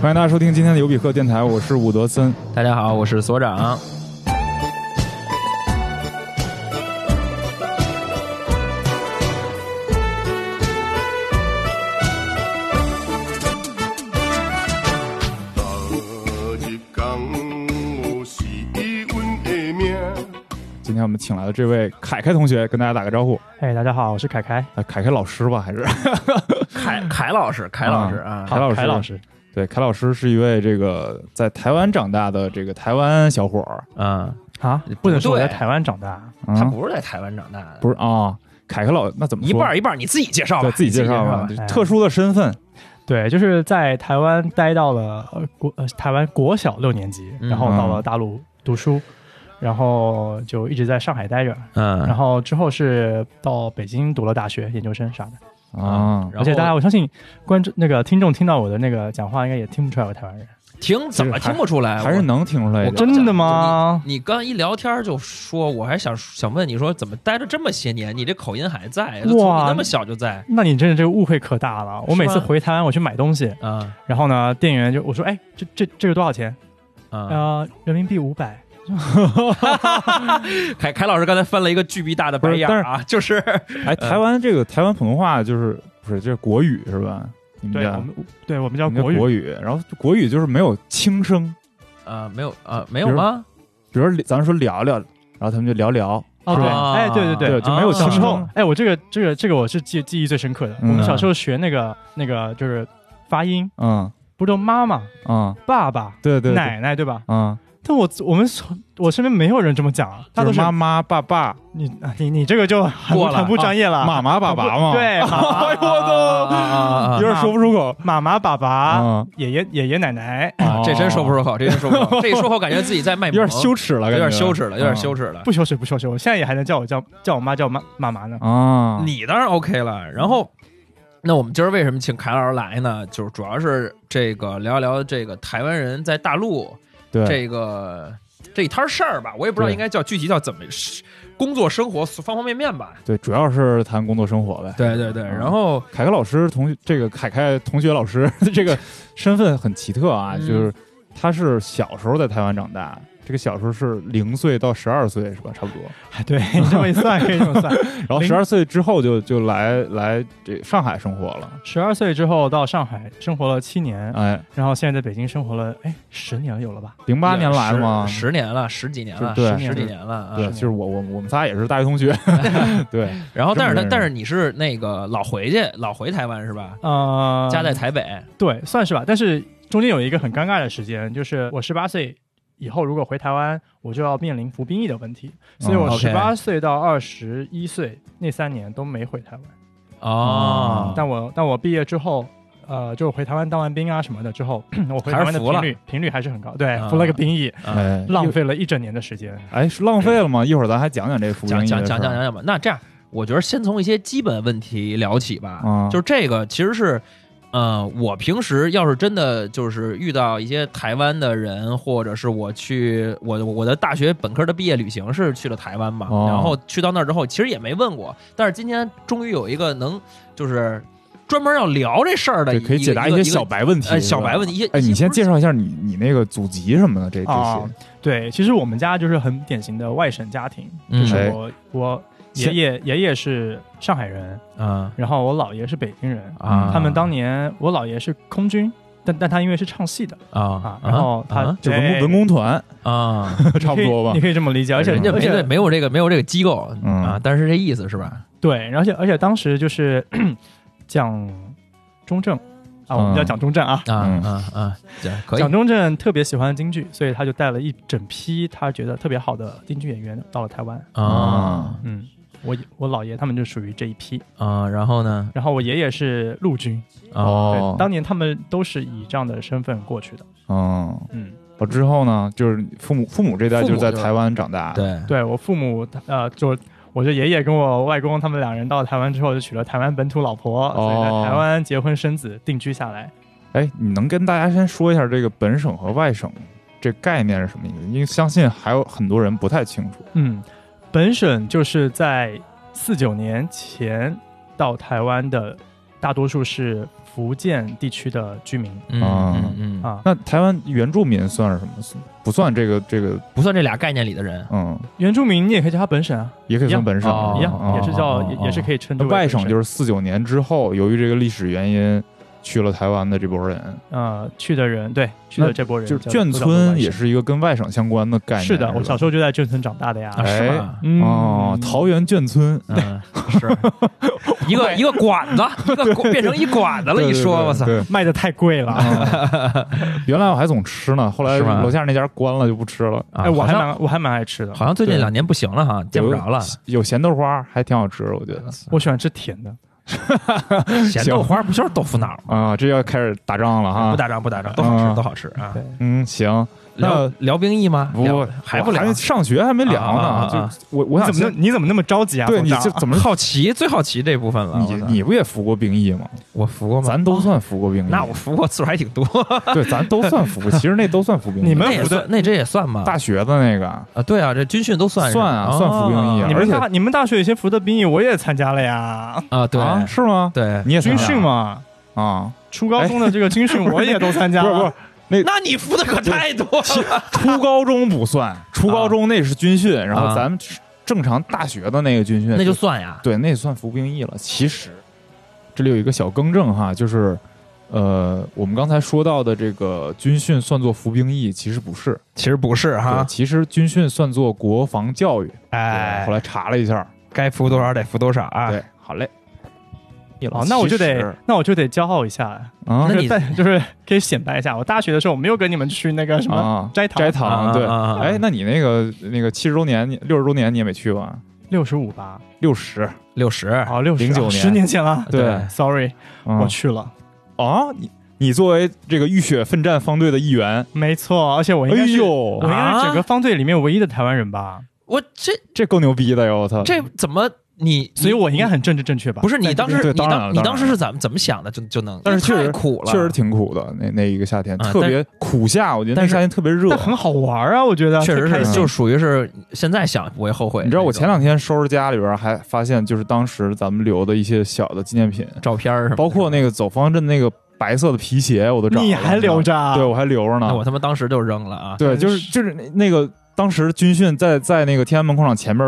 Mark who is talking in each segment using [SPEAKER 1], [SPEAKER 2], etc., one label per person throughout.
[SPEAKER 1] 欢迎大家收听今天的尤比克电台，我是伍德森。
[SPEAKER 2] 大家好，我是所
[SPEAKER 1] 嗯
[SPEAKER 2] 长。
[SPEAKER 3] 逐日讲有是伊阮的命。
[SPEAKER 1] 今天我们请来了这位凯凯同学，跟大家打个招呼。
[SPEAKER 4] 哎，大家好，我是凯凯。
[SPEAKER 1] 啊，凯凯老师吧，还 是
[SPEAKER 2] 凯凯老师，凯老师啊，
[SPEAKER 1] 凯老师
[SPEAKER 4] 凯老师，
[SPEAKER 1] 对，凯老师是一位这个在台湾长大的这个台湾小伙儿。
[SPEAKER 2] 嗯，
[SPEAKER 4] 啊
[SPEAKER 2] 不，
[SPEAKER 4] 不能说我
[SPEAKER 2] 对
[SPEAKER 4] 在台湾长大，
[SPEAKER 1] 嗯
[SPEAKER 2] 他不是在台湾长大的，
[SPEAKER 1] 不是啊，凯凯老那怎么
[SPEAKER 2] 一
[SPEAKER 1] 说
[SPEAKER 2] 半儿一半儿，你自己介绍吧，
[SPEAKER 1] 对自己介绍吧，
[SPEAKER 4] 吧哎
[SPEAKER 1] 特殊的身份
[SPEAKER 4] 对，就是在台湾待到了呃国呃台湾国小六年级，
[SPEAKER 2] 嗯
[SPEAKER 4] 然后到了大陆读书，然后就一直在上海待着，然
[SPEAKER 2] 嗯，
[SPEAKER 4] 后之后是到北京读了大学、研究生啥的。
[SPEAKER 1] 啊。
[SPEAKER 2] 然
[SPEAKER 4] 而且大家，
[SPEAKER 2] 后
[SPEAKER 4] 我相信观众那个听众听到我的那个讲话，应该也听不出来我台湾人。
[SPEAKER 2] 听怎
[SPEAKER 1] 其
[SPEAKER 2] 么
[SPEAKER 1] 实还
[SPEAKER 2] 听不出来？
[SPEAKER 1] 啊还是能听出来
[SPEAKER 2] 我
[SPEAKER 1] 一
[SPEAKER 2] 我
[SPEAKER 1] 点。
[SPEAKER 2] 刚
[SPEAKER 4] 真的吗
[SPEAKER 2] 你你刚一聊天就说，我还想想问你说，怎么待了这么些年，你这口音还在？就从
[SPEAKER 4] 哇
[SPEAKER 2] 你那么小就在
[SPEAKER 4] 那你真的这个误会可大了。我
[SPEAKER 2] 是吗
[SPEAKER 4] 每次回台湾，我去买东西，
[SPEAKER 2] 啊
[SPEAKER 4] 然后呢，店员就我说：“哎，这这这个多少钱？
[SPEAKER 1] 嗯
[SPEAKER 2] 啊！
[SPEAKER 4] 呃，人民币五百。”
[SPEAKER 2] 凯凯老师刚才翻了一个巨逼大的白眼儿啊，就是
[SPEAKER 1] 哎，台湾这个台湾普通话就是不是这是国语是吧？你们
[SPEAKER 4] 对，
[SPEAKER 1] 家
[SPEAKER 4] 我们对我们叫
[SPEAKER 1] 你们家
[SPEAKER 4] 国语。
[SPEAKER 1] 国语，然后国语就是没有轻声，
[SPEAKER 2] 啊，没有啊，没有吗？
[SPEAKER 1] 比如咱说聊聊，然后他们就聊聊，
[SPEAKER 4] 哦，对，
[SPEAKER 2] 啊
[SPEAKER 4] 哎，对对
[SPEAKER 1] 对
[SPEAKER 4] 对，
[SPEAKER 1] 就没有
[SPEAKER 4] 小
[SPEAKER 1] 轻
[SPEAKER 4] 时候
[SPEAKER 2] 嗯
[SPEAKER 1] 声，，
[SPEAKER 4] 哎，我这个这个这个我是记记忆最深刻的。我
[SPEAKER 1] 嗯
[SPEAKER 4] 们小时候学那个那个就是发音，
[SPEAKER 1] 嗯
[SPEAKER 4] 不是都妈妈、
[SPEAKER 1] 嗯，
[SPEAKER 4] 爸爸、
[SPEAKER 1] 对对，对
[SPEAKER 4] 奶奶对吧？
[SPEAKER 1] 嗯，
[SPEAKER 4] 但我我们我身边没有人这么讲啊，大
[SPEAKER 1] 就
[SPEAKER 4] 都
[SPEAKER 1] 是
[SPEAKER 4] 是
[SPEAKER 1] 妈妈、爸爸、
[SPEAKER 4] 你啊你你这个就很不
[SPEAKER 2] 过了
[SPEAKER 4] 很不专业了，
[SPEAKER 1] 妈妈、爸爸嘛，
[SPEAKER 4] 啊 很不，对，妈妈
[SPEAKER 1] 哎呦我
[SPEAKER 2] 啊啊
[SPEAKER 1] 操，
[SPEAKER 2] 啊
[SPEAKER 1] 有！点说不出口。
[SPEAKER 4] 妈妈爸爸、
[SPEAKER 1] 嗯，
[SPEAKER 4] 爷爷爷爷奶奶，
[SPEAKER 1] 哦
[SPEAKER 2] 啊这真说不出口，这真说不 出口，这一说口感觉自己在卖
[SPEAKER 1] 有
[SPEAKER 2] 萌，
[SPEAKER 1] 点羞耻了，嗯
[SPEAKER 2] 有点羞
[SPEAKER 1] 耻
[SPEAKER 2] 耻了，有点羞耻了。
[SPEAKER 4] 不羞耻不羞耻，我现在也还能叫我叫叫我妈叫妈妈妈 呢。
[SPEAKER 1] 啊。
[SPEAKER 2] 你当然 OK 了。然后，那我们今儿为什么请凯老师来呢？就是主要是这个聊一聊这个台湾人在大陆
[SPEAKER 1] 对，
[SPEAKER 2] 这个这一摊事儿吧。我也不知道
[SPEAKER 1] 对
[SPEAKER 2] 应该叫具体叫怎么是工作生活方方面面吧。
[SPEAKER 1] 对，主要是谈工作生活呗。
[SPEAKER 2] 对对对，
[SPEAKER 1] 嗯
[SPEAKER 2] 然后
[SPEAKER 1] 凯凯老师同学，这个凯凯同学老师 这个身份很奇特啊，
[SPEAKER 2] 嗯
[SPEAKER 1] 就是他是小时候在台湾长大，这个小时候是零岁到十二岁是吧？差不多，
[SPEAKER 4] 对你这么一算，可以这么算。
[SPEAKER 1] 然后
[SPEAKER 4] 零
[SPEAKER 1] 十二岁之后就就来来这上海生活了，
[SPEAKER 4] 十二岁之后到上海生活了七年，
[SPEAKER 1] 哎，
[SPEAKER 4] 然后现在在北京生活了，哎，十年有了吧？
[SPEAKER 1] 零八年来的
[SPEAKER 2] 十
[SPEAKER 1] 嘛，
[SPEAKER 2] 十年了，十几年了，
[SPEAKER 1] 对
[SPEAKER 2] 十几年了啊。
[SPEAKER 1] 对，就是我我我们仨也是大学同学，对，
[SPEAKER 2] 然后，但是
[SPEAKER 1] 这么认识
[SPEAKER 2] 他但是你是那个老回去，老回台湾是吧？
[SPEAKER 4] 呃，
[SPEAKER 1] 嗯
[SPEAKER 2] 家在台北，
[SPEAKER 4] 对，算是吧。但是中间有一个很尴尬的时间，就是我十八岁以后如果回台湾，我就要面临服兵役的问题，所以
[SPEAKER 1] 嗯
[SPEAKER 4] 我
[SPEAKER 2] ，OK
[SPEAKER 4] 十八岁到二十一岁那三年都没回台湾。
[SPEAKER 2] 哦，
[SPEAKER 4] 但我但我毕业之后。呃，就回台湾当完兵啊什么的之后， 我回台湾的频率频率还是很高，对，
[SPEAKER 2] 啊
[SPEAKER 4] 服了个兵役，
[SPEAKER 2] 嗯
[SPEAKER 1] 哎，
[SPEAKER 4] 浪费了一整年的时间。
[SPEAKER 1] 哎，是浪费了吗？一会儿咱还讲讲这服
[SPEAKER 2] 讲
[SPEAKER 1] 兵役
[SPEAKER 2] 讲
[SPEAKER 1] 的
[SPEAKER 2] 讲
[SPEAKER 1] 事
[SPEAKER 2] 讲
[SPEAKER 1] 儿
[SPEAKER 2] 讲讲吧。那这样，我觉得先从一些基本问题聊起吧。
[SPEAKER 1] 嗯
[SPEAKER 2] 就是这个其实是，呃，我平时要是真的就是遇到一些台湾的人，或者是我去我我的大学本科的毕业旅行是去了台湾嘛，
[SPEAKER 1] 哦
[SPEAKER 2] 然后去到那儿之后，其实也没问过，但是今天终于有一个能就是专门要聊这事儿的
[SPEAKER 1] 对，
[SPEAKER 2] 一，
[SPEAKER 1] 可以解答
[SPEAKER 2] 一
[SPEAKER 1] 一
[SPEAKER 2] 个
[SPEAKER 1] 些
[SPEAKER 2] 个
[SPEAKER 1] 小白问题，
[SPEAKER 2] 呃小白
[SPEAKER 1] 是吧
[SPEAKER 2] 问题。一些
[SPEAKER 1] 哎，你先介。
[SPEAKER 2] 一些不
[SPEAKER 1] 绍一
[SPEAKER 2] 是
[SPEAKER 1] 下你你那个祖籍什么的这这
[SPEAKER 4] 啊
[SPEAKER 1] 些，
[SPEAKER 4] 对，其实我们家就是很典型的外省家庭，
[SPEAKER 2] 嗯
[SPEAKER 4] 就是
[SPEAKER 1] 哎
[SPEAKER 4] 我我爷
[SPEAKER 1] 先
[SPEAKER 4] 爷爷爷是上海人，
[SPEAKER 2] 啊
[SPEAKER 4] 然后我姥爷是北京人
[SPEAKER 2] 啊
[SPEAKER 4] 他们当年我姥爷是空军，但但他因为是唱戏的
[SPEAKER 2] 啊
[SPEAKER 4] 啊，然后他、
[SPEAKER 2] 啊
[SPEAKER 1] 就
[SPEAKER 4] 对
[SPEAKER 1] 文工文工团
[SPEAKER 2] 啊，
[SPEAKER 1] 差不多
[SPEAKER 4] 你可以
[SPEAKER 1] 吧
[SPEAKER 4] 你？可以这么理解，而且
[SPEAKER 2] 人家
[SPEAKER 4] 而
[SPEAKER 2] 没
[SPEAKER 4] 且
[SPEAKER 2] 没有这个没有这个机构
[SPEAKER 1] 嗯
[SPEAKER 2] 啊，但是这意思是吧？
[SPEAKER 4] 对，而且而且当时就是 讲中正啊，我
[SPEAKER 1] 嗯
[SPEAKER 4] 们叫蒋中正啊。
[SPEAKER 2] 啊
[SPEAKER 1] 嗯
[SPEAKER 2] 啊啊，这可以
[SPEAKER 4] 蒋中正特别喜欢京剧，所以他就带了一整批他觉得特别好的京剧演员到了台湾。
[SPEAKER 2] 啊
[SPEAKER 4] 嗯，我我姥爷他们就属于这一批，
[SPEAKER 2] 啊，然后呢？
[SPEAKER 4] 然后我爷爷是陆军，
[SPEAKER 2] 啊
[SPEAKER 4] 对
[SPEAKER 1] 哦，
[SPEAKER 4] 当年他们都是以这样的身份过去的。
[SPEAKER 1] 嗯，
[SPEAKER 4] 嗯，
[SPEAKER 1] 我之后呢，就是父母父母这代
[SPEAKER 2] 父
[SPEAKER 1] 就
[SPEAKER 2] 母
[SPEAKER 1] 是在
[SPEAKER 2] 就是
[SPEAKER 1] 台湾长大，，
[SPEAKER 2] 对
[SPEAKER 4] 对我父母，呃，就我这爷爷跟我外公他们两人到台湾之后，就娶了台湾本土老婆，所以
[SPEAKER 1] 哦
[SPEAKER 4] 在台湾结婚生子，定居下来。
[SPEAKER 1] 哎，你能跟大家先说一下这个本省和外省这概念是什么意思？因为相信还有很多人不太清楚。
[SPEAKER 4] 嗯，本省就是在四九年前到台湾的大多数是福建地区的居民
[SPEAKER 2] 嗯
[SPEAKER 1] 啊
[SPEAKER 2] 嗯嗯，
[SPEAKER 4] 啊，
[SPEAKER 1] 那台湾原住民算是什么？不算这个这个，
[SPEAKER 2] 不算这俩概念里的人。
[SPEAKER 1] 嗯，
[SPEAKER 4] 原住民你也可以叫他本省啊，
[SPEAKER 1] 也可以算本省，
[SPEAKER 2] 哦
[SPEAKER 4] 一
[SPEAKER 1] 哦
[SPEAKER 4] 样也是叫
[SPEAKER 1] 哦
[SPEAKER 4] 也
[SPEAKER 1] 哦
[SPEAKER 4] 也是可以称之
[SPEAKER 1] 那
[SPEAKER 4] 为
[SPEAKER 1] 外省就是是四九年之后，由于这个历史原因，去了台湾的这波人，
[SPEAKER 4] 呃去的人对去
[SPEAKER 1] 那
[SPEAKER 4] 的这波人
[SPEAKER 1] 就是
[SPEAKER 4] 叫
[SPEAKER 1] 眷
[SPEAKER 4] 都叫做外
[SPEAKER 1] 村也
[SPEAKER 4] 省
[SPEAKER 1] 是一个跟外省相关的概念。
[SPEAKER 4] 是的，我
[SPEAKER 1] 吧
[SPEAKER 4] 小时候就在眷村长大的呀。
[SPEAKER 2] 啊，是
[SPEAKER 1] 哎
[SPEAKER 2] 吧？
[SPEAKER 4] 嗯
[SPEAKER 1] 哦，桃园眷村，
[SPEAKER 2] 嗯，是 一个一个管子，一个管变成一管子了。
[SPEAKER 1] 对
[SPEAKER 2] 一说，啊我操，
[SPEAKER 1] 对对
[SPEAKER 4] 卖的太贵了，
[SPEAKER 1] 啊原来我还总吃呢，后来
[SPEAKER 2] 是吗
[SPEAKER 1] 楼下那家关了就不吃了。
[SPEAKER 2] 啊
[SPEAKER 4] 哎，我
[SPEAKER 2] 好
[SPEAKER 4] 还
[SPEAKER 2] 像
[SPEAKER 4] 蛮我还蛮爱吃的，
[SPEAKER 2] 好像最近两年不行了哈，见不着了。
[SPEAKER 1] 有咸豆花还挺好吃，我觉得
[SPEAKER 4] 我喜欢吃甜的。
[SPEAKER 2] 咸豆花不就是豆 腐脑吗？
[SPEAKER 1] 啊，这要开始打仗了哈
[SPEAKER 2] 不。打仗不打仗，都好
[SPEAKER 1] 啊嗯
[SPEAKER 2] 吃都好吃啊
[SPEAKER 4] 对。
[SPEAKER 1] 嗯，行，
[SPEAKER 2] 聊
[SPEAKER 1] 那
[SPEAKER 2] 聊兵役吗？
[SPEAKER 1] 不
[SPEAKER 2] 聊还
[SPEAKER 1] 还
[SPEAKER 2] 不聊
[SPEAKER 1] 还？上学还没聊
[SPEAKER 2] 啊啊啊
[SPEAKER 1] 呢，
[SPEAKER 2] 啊
[SPEAKER 1] 就我我
[SPEAKER 4] 你
[SPEAKER 1] 想
[SPEAKER 4] 怎么
[SPEAKER 1] 先
[SPEAKER 4] 那你怎么那么着急啊？
[SPEAKER 1] 对
[SPEAKER 4] 冯
[SPEAKER 1] 你
[SPEAKER 4] 长
[SPEAKER 1] 这怎么
[SPEAKER 2] 好奇最好奇这部分了。
[SPEAKER 1] 你
[SPEAKER 2] 啊我操
[SPEAKER 1] 你不也服过兵役吗？
[SPEAKER 2] 我服过吗？
[SPEAKER 1] 咱都算服过兵役，
[SPEAKER 2] 那我服过次数还挺多，
[SPEAKER 1] 对，咱都算服，其实那都算服兵役。
[SPEAKER 4] 你们
[SPEAKER 2] 那也
[SPEAKER 4] 服的
[SPEAKER 2] 算那这也算吗？
[SPEAKER 1] 大学的那个，
[SPEAKER 2] 啊，对啊，这军训都算哦
[SPEAKER 1] 算啊算服兵役啊
[SPEAKER 4] 你
[SPEAKER 1] 而
[SPEAKER 4] 们
[SPEAKER 1] 且
[SPEAKER 4] 大你们大学有些服的兵役我也参加了呀，
[SPEAKER 2] 啊，对
[SPEAKER 1] 啊，是吗？
[SPEAKER 2] 对，
[SPEAKER 1] 你也参
[SPEAKER 4] 军
[SPEAKER 1] 加
[SPEAKER 4] 训嘛，
[SPEAKER 1] 啊？
[SPEAKER 4] 初高中的这个军 训我也都参加
[SPEAKER 1] 不是不
[SPEAKER 4] 了
[SPEAKER 1] 是，，那
[SPEAKER 2] 那你服的可太多了。
[SPEAKER 1] 初高中不 算，初高中那是军训，然后咱们正常大学的啊那个军训，
[SPEAKER 2] 那就算呀，
[SPEAKER 1] 对，那算服兵役了。其实这里有一个小更正哈，就是呃，我们刚才说到的这个军训算作服兵役， 其实不是
[SPEAKER 2] 其实不是
[SPEAKER 1] 对，
[SPEAKER 2] 哈，
[SPEAKER 1] 其实军训算作国防教育。对
[SPEAKER 2] 哎
[SPEAKER 1] 后，来查了一下，
[SPEAKER 2] 该服多少得服多少啊。
[SPEAKER 1] 对，好嘞。
[SPEAKER 4] 哦，那我就得那我就得骄傲一下，
[SPEAKER 1] 啊
[SPEAKER 2] 那
[SPEAKER 4] 就
[SPEAKER 2] 你
[SPEAKER 4] 是但 就是可以显摆一下，我大学的时候我没有跟你们去那个什么
[SPEAKER 1] 啊，
[SPEAKER 4] 斋堂
[SPEAKER 1] 斋
[SPEAKER 2] 啊
[SPEAKER 1] 堂对
[SPEAKER 2] 啊啊啊。
[SPEAKER 1] 哎，那你那个那个七十周年、六十周年你也没去吧？
[SPEAKER 4] 六十五吧，
[SPEAKER 1] 六十，
[SPEAKER 2] 六十，
[SPEAKER 4] 哦，六
[SPEAKER 1] 09年
[SPEAKER 4] 十年前了
[SPEAKER 1] 对
[SPEAKER 2] 对
[SPEAKER 4] ，sorry，
[SPEAKER 1] 嗯
[SPEAKER 4] 我去了，
[SPEAKER 1] 啊，你你作为这个浴血奋战方队的一员，
[SPEAKER 4] 没错，而且我应
[SPEAKER 1] 哎
[SPEAKER 4] 该是我
[SPEAKER 1] 呦
[SPEAKER 4] 应，该是整
[SPEAKER 2] 啊
[SPEAKER 4] 个方队里面唯一的台湾人吧，
[SPEAKER 2] 我这
[SPEAKER 1] 这够牛逼的哟！我操，
[SPEAKER 2] 这怎么你？
[SPEAKER 4] 所以我应该很政治正确吧？
[SPEAKER 2] 不是你当时
[SPEAKER 1] 对
[SPEAKER 2] 你
[SPEAKER 1] 当然了
[SPEAKER 2] 当你
[SPEAKER 1] 当然
[SPEAKER 2] 当时
[SPEAKER 1] 了
[SPEAKER 2] 是怎么怎么想的？就就能，
[SPEAKER 1] 但是确
[SPEAKER 2] 那
[SPEAKER 1] 实
[SPEAKER 2] 太苦了，
[SPEAKER 1] 确实挺苦的，那那一个夏天
[SPEAKER 2] 啊
[SPEAKER 1] 特别苦夏，我觉得那
[SPEAKER 2] 但是
[SPEAKER 1] 夏天特别热
[SPEAKER 4] 但。很好玩啊，我觉得
[SPEAKER 2] 确实
[SPEAKER 4] 太开
[SPEAKER 2] 是，
[SPEAKER 4] 心
[SPEAKER 2] 就属于是现在想不会后悔。
[SPEAKER 1] 你知道我前两天收拾家里边还发现，就是当时咱们留的一些小的纪念品，
[SPEAKER 2] 照片儿什么的，
[SPEAKER 1] 包括那个走方阵那个白色的皮鞋，我都找了
[SPEAKER 4] 你还留？着啊？
[SPEAKER 1] 对，我还留着
[SPEAKER 2] 那我
[SPEAKER 1] 呢。
[SPEAKER 2] 他妈当时就扔了啊！
[SPEAKER 1] 对，就是就是那那个当时军训在在那个天安门广场前面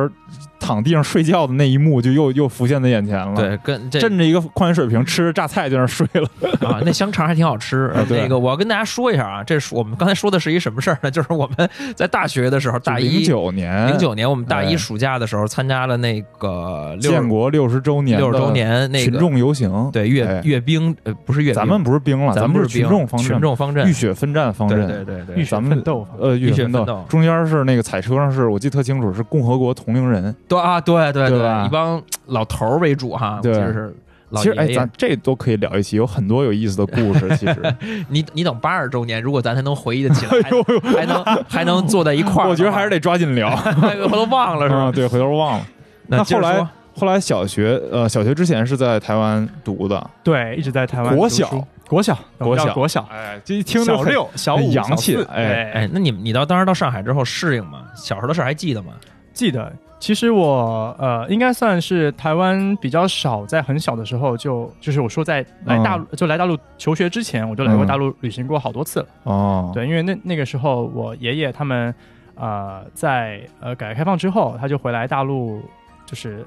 [SPEAKER 1] 躺地上睡觉的那一幕，就又又浮现在眼前了。，
[SPEAKER 2] 对，跟这
[SPEAKER 1] 镇着一个矿泉水瓶吃着榨菜在那儿睡了。
[SPEAKER 2] 啊，那香肠还挺好吃。呃
[SPEAKER 1] 啊对
[SPEAKER 2] 那个我要跟大家说一下啊，这是我们刚才说的是一什么事儿呢？ 就是我们在大学的时候，大
[SPEAKER 1] 零
[SPEAKER 2] 一
[SPEAKER 1] 九年，
[SPEAKER 2] 零九年我们大一
[SPEAKER 1] 哎
[SPEAKER 2] 暑假的时候参加了那个六
[SPEAKER 1] 建国六十周年，
[SPEAKER 2] 六十周年那
[SPEAKER 1] 群
[SPEAKER 2] 个
[SPEAKER 1] 众游行。，
[SPEAKER 2] 对阅
[SPEAKER 1] 哎
[SPEAKER 2] 阅兵呃不是阅兵，
[SPEAKER 1] 咱们不是兵了，咱
[SPEAKER 2] 咱们
[SPEAKER 1] 们
[SPEAKER 2] 不
[SPEAKER 1] 是
[SPEAKER 2] 是兵
[SPEAKER 1] 群众方
[SPEAKER 2] 群
[SPEAKER 1] 阵，
[SPEAKER 2] 众方阵
[SPEAKER 1] 浴血奋战方
[SPEAKER 2] 对
[SPEAKER 1] 阵。
[SPEAKER 2] 对对
[SPEAKER 4] 浴
[SPEAKER 2] 对
[SPEAKER 4] 血
[SPEAKER 1] 咱们
[SPEAKER 4] 奋斗
[SPEAKER 1] 呃，浴
[SPEAKER 2] 浴血
[SPEAKER 1] 血奋
[SPEAKER 2] 奋斗
[SPEAKER 1] 斗，中间是那个彩车上是我记得特清楚，是共和国同龄人。
[SPEAKER 2] 对啊对对
[SPEAKER 1] 对吧
[SPEAKER 2] 一帮老头儿为主哈，
[SPEAKER 1] 对
[SPEAKER 2] 就是老
[SPEAKER 1] 其实，哎，
[SPEAKER 2] 爷
[SPEAKER 1] 咱
[SPEAKER 2] 爷。
[SPEAKER 1] 这都可以聊一期，有很多有意思的故事。 其实，
[SPEAKER 2] 你你等八十周年，如果咱还能回忆得起 来，
[SPEAKER 1] 哎
[SPEAKER 2] 还还能还能坐在一块儿，
[SPEAKER 1] 我觉得还是得抓紧 聊，
[SPEAKER 2] 得我都忘了是
[SPEAKER 1] 啊
[SPEAKER 2] 吧？
[SPEAKER 1] 对，回头忘了。那
[SPEAKER 2] 接
[SPEAKER 1] 后
[SPEAKER 2] 着
[SPEAKER 1] 来
[SPEAKER 2] 说，
[SPEAKER 1] 后来小学，呃，小学之前是在台湾读的，
[SPEAKER 4] 对，一直在台湾
[SPEAKER 1] 国
[SPEAKER 4] 读
[SPEAKER 1] 小
[SPEAKER 4] 书，国小，
[SPEAKER 1] 国小
[SPEAKER 4] 我们叫国小，
[SPEAKER 1] 哎，这一听就
[SPEAKER 4] 小
[SPEAKER 1] 很
[SPEAKER 4] 六、小
[SPEAKER 1] 很
[SPEAKER 4] 五、
[SPEAKER 1] 洋气
[SPEAKER 4] 小四
[SPEAKER 1] 哎
[SPEAKER 2] 哎，，那你们你到当时到上海之后适应吗？小时候的事儿还记得吗？
[SPEAKER 4] 记得。其实我呃，应该算是台湾比较少，在很小的时候就就是我说在来大陆、就来大陆求学之前，我就来过
[SPEAKER 1] 嗯
[SPEAKER 4] 大陆旅行过好多次了。
[SPEAKER 1] 哦，
[SPEAKER 4] 对，因为那那个时候我爷爷他们呃在呃改革开放之后，他就回来大陆就是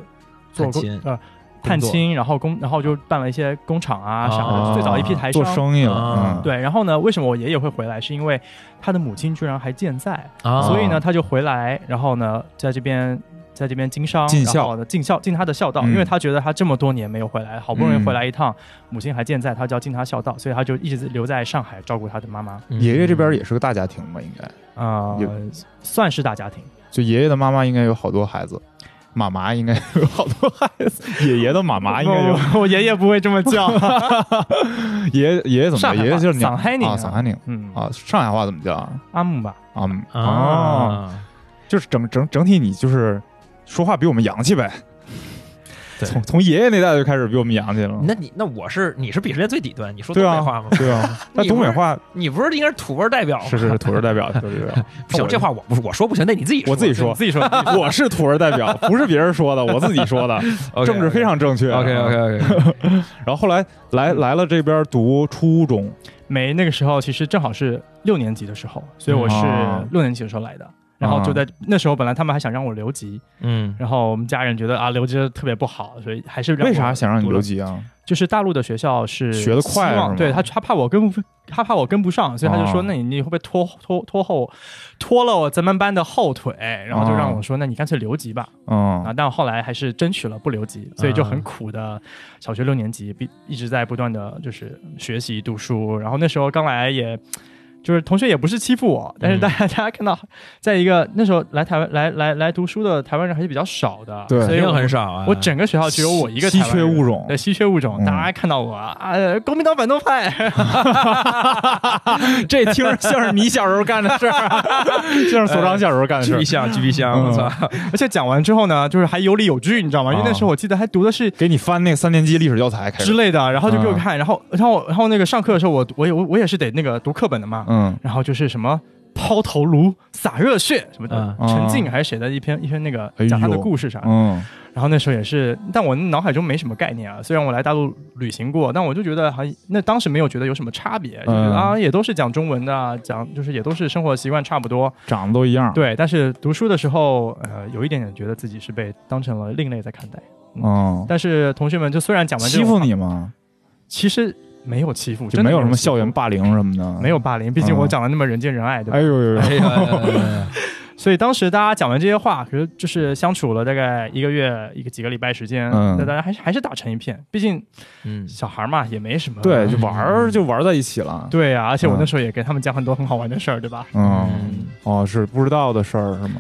[SPEAKER 4] 做
[SPEAKER 2] 探
[SPEAKER 4] 工
[SPEAKER 2] 亲
[SPEAKER 4] 呃探
[SPEAKER 2] 作
[SPEAKER 4] 亲，然后工然后就办了一些工厂啊啥
[SPEAKER 2] 哦
[SPEAKER 4] 的，最早一批台
[SPEAKER 1] 做
[SPEAKER 4] 商
[SPEAKER 1] 生意
[SPEAKER 2] 啊
[SPEAKER 1] 了，嗯，
[SPEAKER 4] 对，然后呢，为什么我爷爷会回来？是因为他的母亲居然还健在，
[SPEAKER 2] 啊，
[SPEAKER 4] 所以呢，他就回来，然后呢，在这边。在这边经商，
[SPEAKER 1] 尽
[SPEAKER 4] 然
[SPEAKER 1] 孝
[SPEAKER 4] 后呢，尽孝，尽他的孝道，
[SPEAKER 1] 嗯
[SPEAKER 4] 因为他觉得他这么多年没有回来，好不容易
[SPEAKER 1] 嗯
[SPEAKER 4] 回来一趟，母亲还健在，他就要尽他孝道，所以他就一直留在上海照顾他的妈妈。
[SPEAKER 2] 嗯
[SPEAKER 1] 爷爷这边也是个大家庭吧，应该
[SPEAKER 4] 啊、
[SPEAKER 1] 有
[SPEAKER 4] 算是大家庭，
[SPEAKER 1] 就爷爷的妈妈应该有好多孩子，妈妈应该有好多孩 子，爷爷的妈妈应该有，
[SPEAKER 4] 哦我我爷爷不会这 么叫。
[SPEAKER 1] 爷爷爷爷怎么
[SPEAKER 4] 上海
[SPEAKER 1] 叫？
[SPEAKER 4] 话
[SPEAKER 1] 爷爷就是娘
[SPEAKER 4] 上海人
[SPEAKER 1] 啊，
[SPEAKER 4] 啊
[SPEAKER 1] 上海宁
[SPEAKER 4] 嗯，
[SPEAKER 1] 啊，上海话怎么叫啊？
[SPEAKER 4] 阿木吧，
[SPEAKER 1] 啊嗯哦，
[SPEAKER 2] 啊，
[SPEAKER 1] 就是整整整体你就是说话比我们洋气呗，
[SPEAKER 2] 对
[SPEAKER 1] 从从爷爷那代就开始比我们洋气了。
[SPEAKER 2] 那你那我是你是鄙视链最底端，你说东
[SPEAKER 1] 对
[SPEAKER 2] 北
[SPEAKER 1] 啊
[SPEAKER 2] 话吗？，
[SPEAKER 1] 对 啊，那
[SPEAKER 2] 你
[SPEAKER 1] 东
[SPEAKER 2] 不
[SPEAKER 1] 北
[SPEAKER 2] 是
[SPEAKER 1] 话
[SPEAKER 2] 你不是应该是土味儿代表吗？
[SPEAKER 1] 是是是土味代表，土味 代表。
[SPEAKER 2] 不行，这话我不是我说不行，得你自己
[SPEAKER 1] 我自己说
[SPEAKER 4] 你自己说，你自己
[SPEAKER 1] 我是土味代表，不是别人说的，我自己 说的，政治非常啊正确。
[SPEAKER 2] OK OK OK，
[SPEAKER 1] 然后后来来来了这边读初中，
[SPEAKER 4] 没那个时候其实正好是六年级的时候，所以我
[SPEAKER 1] 哦
[SPEAKER 4] 是六年级的时候来的。然后就在那时候，本来他们还想让我留级，
[SPEAKER 2] 嗯
[SPEAKER 4] 然后我们家人觉得啊留级特别不好，所以还是让我
[SPEAKER 1] 为啥想让你
[SPEAKER 4] 读了
[SPEAKER 1] 留？级啊？
[SPEAKER 4] 就是大陆的学校是
[SPEAKER 1] 学得快
[SPEAKER 4] 希望
[SPEAKER 1] 是吗
[SPEAKER 4] 对他他怕我跟不他怕我跟不上，所以他就
[SPEAKER 1] 哦
[SPEAKER 4] 说那你你会不会拖拖拖后拖了我咱们班的后腿？然后就让
[SPEAKER 1] 哦
[SPEAKER 4] 我说那你干脆留级吧。啊，
[SPEAKER 1] 嗯，
[SPEAKER 4] 但后来还是争取了不留级，所以就很苦的小学六年级，必一直在不断的就是学习读书。然后那时候刚来也，就是同学也不是欺负我，但是大家、大家看到，在一个那时候来台湾来来来读书的台湾人还是比较少的，
[SPEAKER 1] 对
[SPEAKER 4] 所
[SPEAKER 2] 肯
[SPEAKER 4] 以
[SPEAKER 2] 定
[SPEAKER 4] 我
[SPEAKER 2] 很少啊。
[SPEAKER 4] 我整个学校只有我一个台
[SPEAKER 1] 稀
[SPEAKER 4] 湾
[SPEAKER 1] 缺
[SPEAKER 4] 人
[SPEAKER 1] 物种
[SPEAKER 4] 对，稀缺物种，
[SPEAKER 1] 嗯
[SPEAKER 4] 大家看到我啊，呃国民党反动派，
[SPEAKER 1] 这听着像是你小时候干的事儿，像是所
[SPEAKER 4] 呃
[SPEAKER 1] 长小时候干的事
[SPEAKER 2] 巨
[SPEAKER 1] 儿
[SPEAKER 2] 逼。香，巨逼
[SPEAKER 1] 嗯
[SPEAKER 2] 香，我操！
[SPEAKER 4] 而且讲完之后呢，就是还有理有据，你知道吗？因为那时候我记得还读的是
[SPEAKER 1] 给你翻那个三年级历史教材开
[SPEAKER 4] 之
[SPEAKER 1] 始，嗯
[SPEAKER 4] 类的，然后就给我看，然后然后然后那个上课的时候我，我也我我也是得那个读课本的嘛，
[SPEAKER 1] 嗯，
[SPEAKER 4] 然后就是什么抛头颅、洒热血什么的，
[SPEAKER 1] 嗯
[SPEAKER 4] 陈静还是谁的一篇一篇那个
[SPEAKER 1] 哎呦
[SPEAKER 4] 讲他的故事啥的。
[SPEAKER 1] 嗯，
[SPEAKER 4] 然后那时候也是，但我脑海中没什么概念啊。虽然我来大陆旅行过，但我就觉得好像那当时没有觉得有什么差别，就觉得
[SPEAKER 1] 嗯
[SPEAKER 4] 啊也都是讲中文的啊，讲就是也都是生活习惯差不多。
[SPEAKER 1] 长得都一样。，
[SPEAKER 4] 对，但是读书的时候，呃，有一点点觉得自己是被当成了另类在看待。
[SPEAKER 1] 嗯，
[SPEAKER 4] 但是同学们就虽然讲完这
[SPEAKER 1] 欺
[SPEAKER 4] 种
[SPEAKER 1] 负
[SPEAKER 4] 话，
[SPEAKER 1] 你吗？
[SPEAKER 4] 其实没有欺负，
[SPEAKER 1] 就
[SPEAKER 4] 真的
[SPEAKER 1] 没有什么
[SPEAKER 4] 欺负
[SPEAKER 1] 校园，霸凌什么的，
[SPEAKER 4] 没有霸凌，毕竟
[SPEAKER 1] 嗯
[SPEAKER 4] 我讲的那么人见人爱，对吧？
[SPEAKER 1] 哎呦呦呦，
[SPEAKER 2] 哎呀，
[SPEAKER 4] 所以当时大家讲完这些话，可是就是相处了大概一个月、一个几个礼拜时间，
[SPEAKER 1] 嗯
[SPEAKER 4] 那大家还是还是打成一片，毕竟
[SPEAKER 2] 嗯，
[SPEAKER 4] 小孩嘛也没什么。
[SPEAKER 1] 对，哎就玩儿就玩儿在一起了。
[SPEAKER 4] 对啊，而且我那时候也跟他们讲很多很好玩的事儿，对吧？
[SPEAKER 1] 嗯，哦，是不知道的事儿是吗？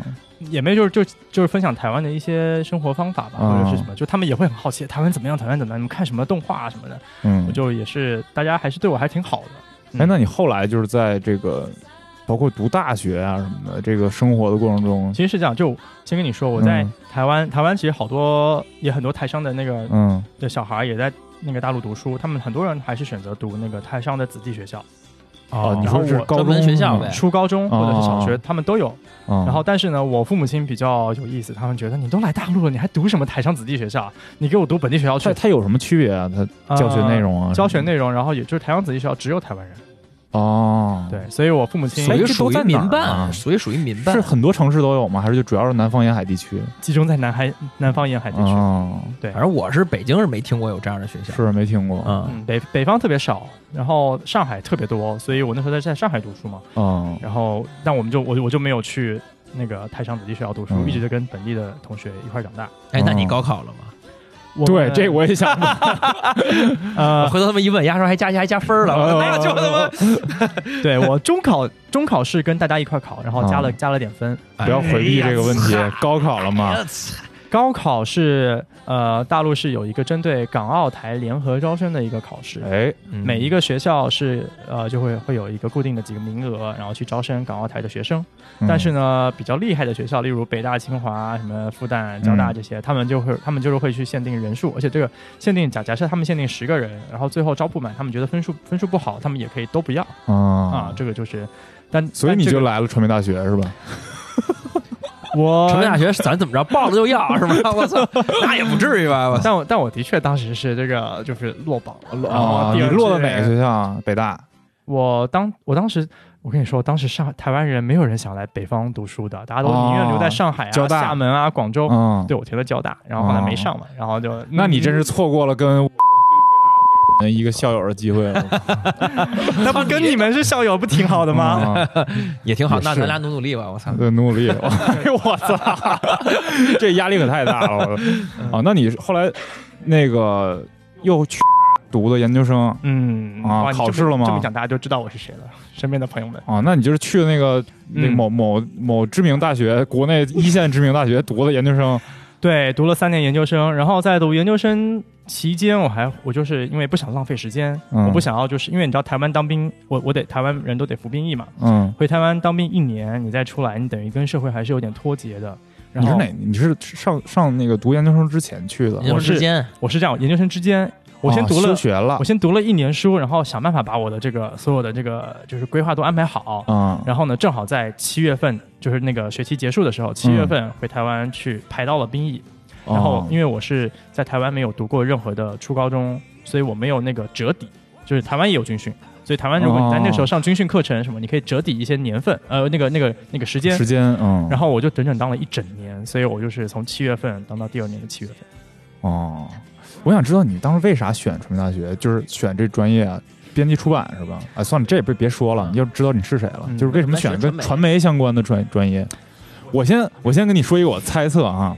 [SPEAKER 4] 也没就是就就是分享台湾的一些生活方法吧，
[SPEAKER 1] 嗯
[SPEAKER 4] 或者是什么，就他们也会很好奇台湾怎么样，台湾怎么样，你们看什么动画啊什么的，
[SPEAKER 1] 嗯，
[SPEAKER 4] 我就也嗯是大家还是对我还挺好的。
[SPEAKER 1] 哎，那你后来就是在这个包括读大学啊什么的这个生活的过程中，
[SPEAKER 4] 其实是这样，就先跟你说，我在
[SPEAKER 1] 嗯
[SPEAKER 4] 台湾，台湾其实好多也很多台商的那个
[SPEAKER 1] 嗯
[SPEAKER 4] 的小孩也在那个大陆读书，他们很多人还是选择读那个台商的子弟学校，
[SPEAKER 1] 哦，你
[SPEAKER 4] 然
[SPEAKER 1] 说
[SPEAKER 4] 后我
[SPEAKER 1] 是高
[SPEAKER 2] 专
[SPEAKER 1] 中
[SPEAKER 2] 门学校
[SPEAKER 1] 是吗
[SPEAKER 2] 呗
[SPEAKER 4] 初高中或者是小学、
[SPEAKER 1] 哦
[SPEAKER 4] 他们都有。
[SPEAKER 1] 嗯，
[SPEAKER 4] 然后，但是呢，我父母亲比较有意思，他们觉得你都来大陆了，你还读什么台商子弟学校？你给我读本地学校去
[SPEAKER 1] 它。它有什么区别啊？它
[SPEAKER 4] 呃
[SPEAKER 1] 教学内、容啊，
[SPEAKER 4] 教学内容，然后也就是台商子弟学校只有台湾人，
[SPEAKER 1] 哦，，
[SPEAKER 4] 对，所以我父母亲
[SPEAKER 2] 属
[SPEAKER 1] 哎
[SPEAKER 2] 于
[SPEAKER 1] 这都
[SPEAKER 2] 属于
[SPEAKER 1] 在
[SPEAKER 2] 民
[SPEAKER 1] 哪儿啊
[SPEAKER 2] 办，属于属于民办
[SPEAKER 1] 是。很多城市都有吗？还是就主要是南方沿海地区？
[SPEAKER 4] 集中在南海南方沿海地区，
[SPEAKER 1] 哦，
[SPEAKER 4] 对，
[SPEAKER 2] 反正我是北京是没听过有这样的学校。
[SPEAKER 1] 是没听过啊
[SPEAKER 2] 嗯，
[SPEAKER 4] 嗯，北北方特别少，然后上海特别多，所以我那时候在在上海读书嘛，，
[SPEAKER 1] 哦
[SPEAKER 4] 然后但我们就我我就没有去那个太上子弟学校读书，
[SPEAKER 1] 嗯
[SPEAKER 4] 一直就跟本地的同学一块儿长大。
[SPEAKER 2] 哎，那你高考了吗？
[SPEAKER 4] 我
[SPEAKER 1] 对，这我也想问，
[SPEAKER 2] 我
[SPEAKER 4] 呃，
[SPEAKER 2] 回头他们一问，丫说还加还加分了，我那就他妈
[SPEAKER 4] 对我中考中考是跟大家一块儿考，然后加了、
[SPEAKER 1] 嗯
[SPEAKER 4] 加了点分。
[SPEAKER 1] 不要回避这个问
[SPEAKER 4] 哎
[SPEAKER 1] 题。高考了吗？
[SPEAKER 4] 高考是呃大陆是有一个针对港澳台联合招生的一个考试，
[SPEAKER 1] 哎，
[SPEAKER 2] 嗯
[SPEAKER 4] 每一个学校是呃就会会有一个固定的几个名额，然后去招生港澳台的学生。
[SPEAKER 1] 嗯
[SPEAKER 4] 但是呢，比较厉害的学校，例如北大、清华、啊什么复旦、交大
[SPEAKER 1] 嗯
[SPEAKER 4] 这些，他们就会他们就是会去限定人数，而且这个限定假假设他们限定十个人，然后最后招不满，他们觉得分数分数不好，他们也可以都不要、啊
[SPEAKER 1] 啊，，
[SPEAKER 4] 这个就是。但
[SPEAKER 1] 所以你
[SPEAKER 4] 但这
[SPEAKER 1] 就
[SPEAKER 4] 个
[SPEAKER 1] 来了传媒大学是吧？
[SPEAKER 4] 我
[SPEAKER 2] 成都大学，咱怎么着报了就要是吧？ 我操，那也不至于吧？我操，
[SPEAKER 4] 但我但我的确当时是这个就是落榜了，然后
[SPEAKER 1] 啊，
[SPEAKER 4] 哦第
[SPEAKER 1] 你
[SPEAKER 4] 二
[SPEAKER 1] 落到
[SPEAKER 4] 志
[SPEAKER 1] 哪
[SPEAKER 4] 愿
[SPEAKER 1] 个学校啊？北大。
[SPEAKER 4] 我当我当时，我跟你说，当时上台湾人没有人想来北方读书的，大家都宁愿留在上海啊、
[SPEAKER 1] 交大
[SPEAKER 4] 厦门啊、广州。
[SPEAKER 1] 嗯，啊
[SPEAKER 4] 对，我填的交大，然后后来没上嘛，然后就
[SPEAKER 1] 那你真是错过了跟
[SPEAKER 4] 嗯
[SPEAKER 1] 一个校友的机会了。
[SPEAKER 4] 那不跟你们是校友不挺好的 吗？
[SPEAKER 1] 啊
[SPEAKER 2] 也挺好，
[SPEAKER 1] 也是
[SPEAKER 2] 那咱俩努努力吧。我操，
[SPEAKER 1] 对，努努力，
[SPEAKER 4] 哎我操！
[SPEAKER 1] 这压力可太大了。我 啊，那你后来那个又去读的研究生
[SPEAKER 4] 嗯
[SPEAKER 1] 啊
[SPEAKER 4] 哇你这么
[SPEAKER 1] 考试了吗
[SPEAKER 4] 这么讲大家就知道我是谁了，身边的朋友们。
[SPEAKER 1] 啊？那你就是去那个那
[SPEAKER 4] 嗯
[SPEAKER 1] 某某某知名大学，国内一线知名大学读的研究生。
[SPEAKER 4] 对，读了三年研究生，然后在读研究生期间，我还我就是因为不想浪费时间，
[SPEAKER 1] 嗯
[SPEAKER 4] 我不想要就是因为你知道台湾当兵，我我得台湾人都得服兵役嘛，
[SPEAKER 1] 嗯
[SPEAKER 4] 回台湾当兵一年，你再出来，你等于跟社会还是有点脱节的，然
[SPEAKER 1] 你是
[SPEAKER 4] 后
[SPEAKER 1] 哪？你是上上那个读研究生之前去的？
[SPEAKER 2] 研究生
[SPEAKER 4] 我
[SPEAKER 2] 之
[SPEAKER 4] 是
[SPEAKER 2] 间
[SPEAKER 4] 我是这样，研究生之间，我先
[SPEAKER 1] 啊
[SPEAKER 4] 读了
[SPEAKER 1] 休学了
[SPEAKER 4] 我先读了一年书，然后想办法把我的这个所有的这个就是规划都安排好。
[SPEAKER 1] 啊，
[SPEAKER 4] 然后呢，正好在七月份，就是那个学期结束的时候，七月份回台湾去排到了兵役。然后因
[SPEAKER 1] 为
[SPEAKER 4] 为我是在台湾没有读过任何的初高中，所以我没有那个折抵，就是台湾也有军训。所以台湾，如果你在那个时候上军训课程什么，你可以折抵一些年份，呃，那个那个那个时间
[SPEAKER 1] 时。间嗯，
[SPEAKER 4] 然
[SPEAKER 1] 后
[SPEAKER 4] 后我就整整当了一整年，所以我就是从七月份当到第二年的七月份。
[SPEAKER 1] 哦，我想知道你当时为啥选传媒大学，就是选这专业啊？编辑出版是吧？哎，算了，这也不别说了，你就知道你是谁了。
[SPEAKER 4] 嗯
[SPEAKER 1] 就是为什么选
[SPEAKER 2] 为什
[SPEAKER 1] 跟
[SPEAKER 2] 嗯么选传媒
[SPEAKER 1] 传媒相关的专专业？我先我先跟你说一个我猜测啊，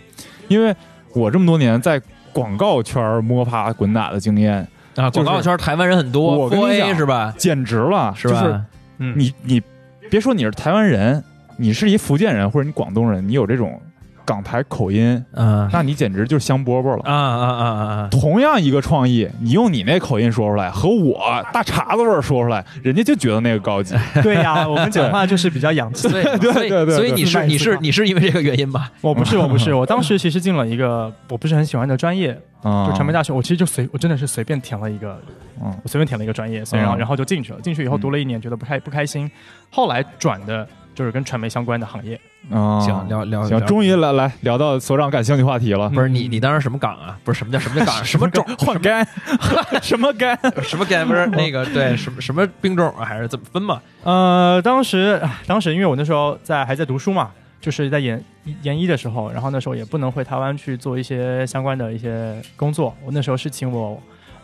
[SPEAKER 1] 因为我这么多年在广告圈摸爬滚打的经验，
[SPEAKER 2] 啊，
[SPEAKER 1] 就
[SPEAKER 2] 广
[SPEAKER 1] 是
[SPEAKER 2] 告圈台湾人很多
[SPEAKER 1] 我跟你
[SPEAKER 2] 4A
[SPEAKER 1] 讲
[SPEAKER 2] 是吧？
[SPEAKER 1] 简直了，
[SPEAKER 2] 是
[SPEAKER 1] 就是
[SPEAKER 2] 吧？
[SPEAKER 4] 嗯
[SPEAKER 1] 你你别说你是台湾人，你是一福建人或者你广东人，你有这种港台口音，
[SPEAKER 2] 嗯
[SPEAKER 1] 那你简直就是香饽饽了。
[SPEAKER 2] 啊啊啊啊 啊！
[SPEAKER 1] 同样一个创意，你用你那口音说出来，和我大碴子味儿说出来，人家就觉得那个高级。
[SPEAKER 4] 对呀、我们讲话就是比较洋气。
[SPEAKER 2] 所以
[SPEAKER 1] 对
[SPEAKER 2] 所以
[SPEAKER 1] 对对
[SPEAKER 2] 所以你
[SPEAKER 4] 对
[SPEAKER 2] 是
[SPEAKER 4] 对
[SPEAKER 2] 你是
[SPEAKER 4] 对
[SPEAKER 2] 你是因为这个原因吧？
[SPEAKER 4] 我不是，我不是，我当时其实进了一个我不是很喜欢的专业，
[SPEAKER 1] 啊，
[SPEAKER 4] 就传媒大学。我其实就随，我真的是随便填了一个，
[SPEAKER 1] 嗯
[SPEAKER 4] 我随便填了一个专业，所以然后
[SPEAKER 1] 嗯
[SPEAKER 4] 然后就进去了。进去以后
[SPEAKER 1] 嗯
[SPEAKER 4] 读了一年，觉得不开不开心，后来转的就是跟传媒相关的行业。
[SPEAKER 1] 啊，
[SPEAKER 2] 行，聊聊
[SPEAKER 1] 行，
[SPEAKER 2] 聊
[SPEAKER 1] 终于来来聊到所长感兴趣话题了。
[SPEAKER 4] 嗯
[SPEAKER 2] 不是你你当时什么岗啊？不是什么叫什么叫岗？什么种？
[SPEAKER 1] 换肝， 什么肝？
[SPEAKER 2] 什么干？不是那个对什么什么兵种啊还是怎么分嘛？
[SPEAKER 4] 呃，当时唉当时因为我那时候在还在读书嘛，就是在研研一的时候，然后那时候也不能回台湾去做一些相关的一些工作。我那时候是请我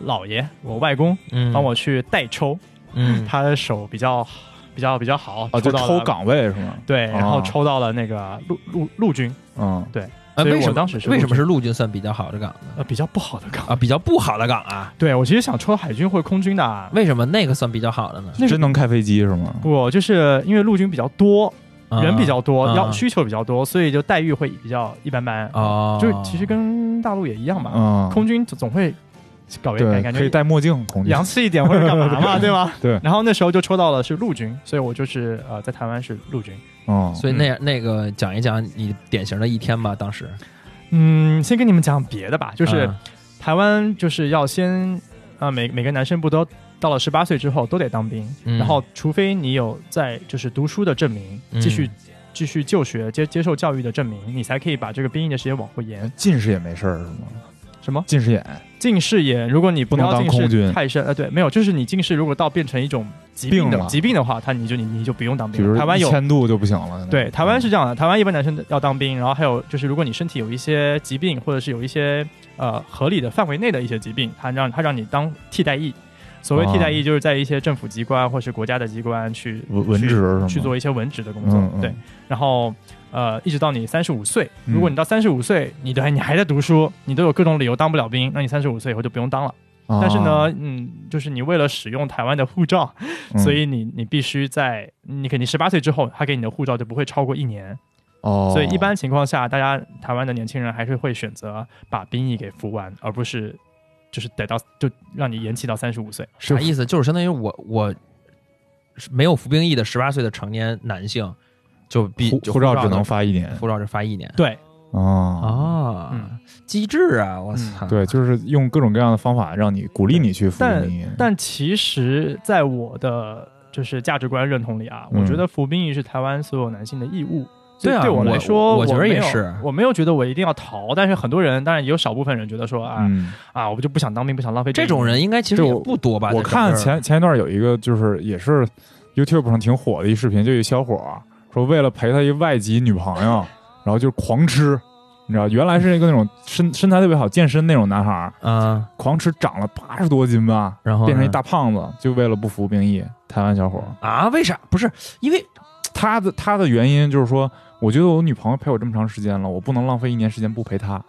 [SPEAKER 4] 姥爷，我外公
[SPEAKER 2] 嗯
[SPEAKER 4] 帮我去代抽，
[SPEAKER 2] 嗯
[SPEAKER 4] 他的手比较比较比较好
[SPEAKER 1] 啊，就
[SPEAKER 4] 到了
[SPEAKER 1] 抽岗位是吗？
[SPEAKER 4] 对，然后
[SPEAKER 1] 哦
[SPEAKER 4] 抽到了那个陆陆陆军，
[SPEAKER 1] 嗯，
[SPEAKER 2] 啊
[SPEAKER 4] 所以
[SPEAKER 2] 为
[SPEAKER 4] 我
[SPEAKER 2] 什么
[SPEAKER 4] 当时是
[SPEAKER 2] 为
[SPEAKER 4] 陆
[SPEAKER 2] 什么
[SPEAKER 4] 军
[SPEAKER 2] 是陆军算比较好的岗呢？
[SPEAKER 4] 呃比较不好的岗。
[SPEAKER 2] 啊，比较不好的岗啊？
[SPEAKER 4] 对我其实想抽海军或者空军的啊，
[SPEAKER 2] 为什么那个算比较好的呢？
[SPEAKER 4] 那个
[SPEAKER 1] 真能开飞机是吗？
[SPEAKER 4] 不就是因为陆军比较多，
[SPEAKER 2] 啊
[SPEAKER 4] 人比较多，
[SPEAKER 2] 啊
[SPEAKER 4] 要需求比较多，所以就待遇会比较一般般。
[SPEAKER 2] 哦，
[SPEAKER 4] 就是其实跟大陆也一样吧，
[SPEAKER 1] 嗯，
[SPEAKER 4] 空军总会搞一
[SPEAKER 1] 对
[SPEAKER 4] 感，
[SPEAKER 1] 可以
[SPEAKER 4] 觉
[SPEAKER 1] 戴墨镜，同志
[SPEAKER 4] 洋气一点或者干嘛嘛，对吧？
[SPEAKER 1] 对
[SPEAKER 4] 然后那时候就抽到了是陆军，所以我就是呃在台湾是陆军。
[SPEAKER 1] 嗯，
[SPEAKER 2] 哦所以那那个讲一讲你典型的一天吧，当时
[SPEAKER 4] 嗯，先跟你们讲别的吧，就是
[SPEAKER 2] 啊
[SPEAKER 4] 台湾就是要先啊、每每个男生不都到了十八岁之后都得当兵，
[SPEAKER 2] 嗯
[SPEAKER 4] 然后除非你有在就是读书的证明，
[SPEAKER 2] 嗯
[SPEAKER 4] 继续继续就学接接受教育的证明，你才可以把这个兵役的时间往后延。
[SPEAKER 1] 近视也没事儿是吗？
[SPEAKER 4] 什么
[SPEAKER 1] 近视眼
[SPEAKER 4] 近视眼？如果你
[SPEAKER 1] 不能
[SPEAKER 4] 要
[SPEAKER 1] 当
[SPEAKER 4] 近
[SPEAKER 1] 空军
[SPEAKER 4] 视太深，呃，对，没有，就是你近视如果到变成一种疾病的
[SPEAKER 1] 病了
[SPEAKER 4] 疾病的话，他你就你你就不用当
[SPEAKER 1] 比
[SPEAKER 4] 兵
[SPEAKER 1] 如
[SPEAKER 4] 了。台湾有
[SPEAKER 1] 一千度就不行了。
[SPEAKER 4] 对，台湾是这样的，台湾一般男生要当兵，然后还有就是，如果你身体有一些疾病，或者是有一些呃合理的范围内的一些疾病，他让他让你当替代役。所谓替
[SPEAKER 1] 啊
[SPEAKER 4] 代役，就是在一些政府机关或是国家的机关去
[SPEAKER 1] 嗯文文职是吗
[SPEAKER 4] 去去做一些文职的工作。
[SPEAKER 1] 嗯，嗯
[SPEAKER 4] 对，，然后呃，一直到你三十五岁，
[SPEAKER 1] 嗯
[SPEAKER 4] 如果你到三十五岁，你对你还在读书，你都有各种理由当不了兵，那你三十五岁以后就不用当了。
[SPEAKER 1] 啊
[SPEAKER 4] 但是呢，，嗯，就是你为了使用台湾的护照，
[SPEAKER 1] 嗯
[SPEAKER 4] 所以你你必须在你肯定十八岁之后，他给你的护照就不会超过一年。
[SPEAKER 1] 哦，
[SPEAKER 4] 所以一般情况下，大家台湾的年轻人还是会选择把兵役给服完，而不是就是得到就让你延期到三十五岁。
[SPEAKER 1] 是
[SPEAKER 2] 啥意思？就是相当于我我是没有服兵役的十八岁的成年男性，就必
[SPEAKER 1] 护
[SPEAKER 2] 就
[SPEAKER 1] 护照只能
[SPEAKER 2] 发
[SPEAKER 1] 发一年
[SPEAKER 2] 护照只发一年
[SPEAKER 4] 对，
[SPEAKER 1] 啊。
[SPEAKER 2] 啊
[SPEAKER 4] 嗯，
[SPEAKER 2] 机制啊，我操，
[SPEAKER 1] 对，就是用各种各样的方法让你鼓励你去服
[SPEAKER 4] 但
[SPEAKER 1] 兵役。
[SPEAKER 4] 但其实，在我的就是价值观认同里啊，
[SPEAKER 1] 嗯
[SPEAKER 4] 我觉得服兵役是台湾所有男性的义务。
[SPEAKER 2] 对啊
[SPEAKER 4] 所以对
[SPEAKER 2] 我
[SPEAKER 4] 来说，
[SPEAKER 2] 我
[SPEAKER 4] 我
[SPEAKER 2] 觉得
[SPEAKER 4] 没
[SPEAKER 2] 也
[SPEAKER 4] 有
[SPEAKER 2] 是
[SPEAKER 4] 我没有觉得我一定要逃，但是很多人，当然也有少部分人觉得说啊、
[SPEAKER 1] 嗯，
[SPEAKER 4] 啊，我就不想当兵，不想浪费
[SPEAKER 2] 这
[SPEAKER 4] 个
[SPEAKER 2] 种人应该其实
[SPEAKER 1] 对
[SPEAKER 2] 也
[SPEAKER 1] 我
[SPEAKER 2] 不多吧？
[SPEAKER 1] 我
[SPEAKER 2] 在
[SPEAKER 1] 看
[SPEAKER 2] 整个
[SPEAKER 1] 前前一段有一个就是也是 YouTube 上挺火的一视频，就一小伙儿说为了陪他一外籍女朋友，然后就狂吃，你知道，原来是一个那种身身材特别好、健身那种男孩儿，
[SPEAKER 2] 啊，
[SPEAKER 1] 狂吃长了八十多斤吧，
[SPEAKER 2] 然后呢
[SPEAKER 1] 变成一大胖子，就为了不服兵役。台湾小伙儿，
[SPEAKER 2] 啊？为啥？不是因为
[SPEAKER 1] 他的他的原因就是说，我觉得我女朋友陪我这么长时间了，我不能浪费一年时间不陪她，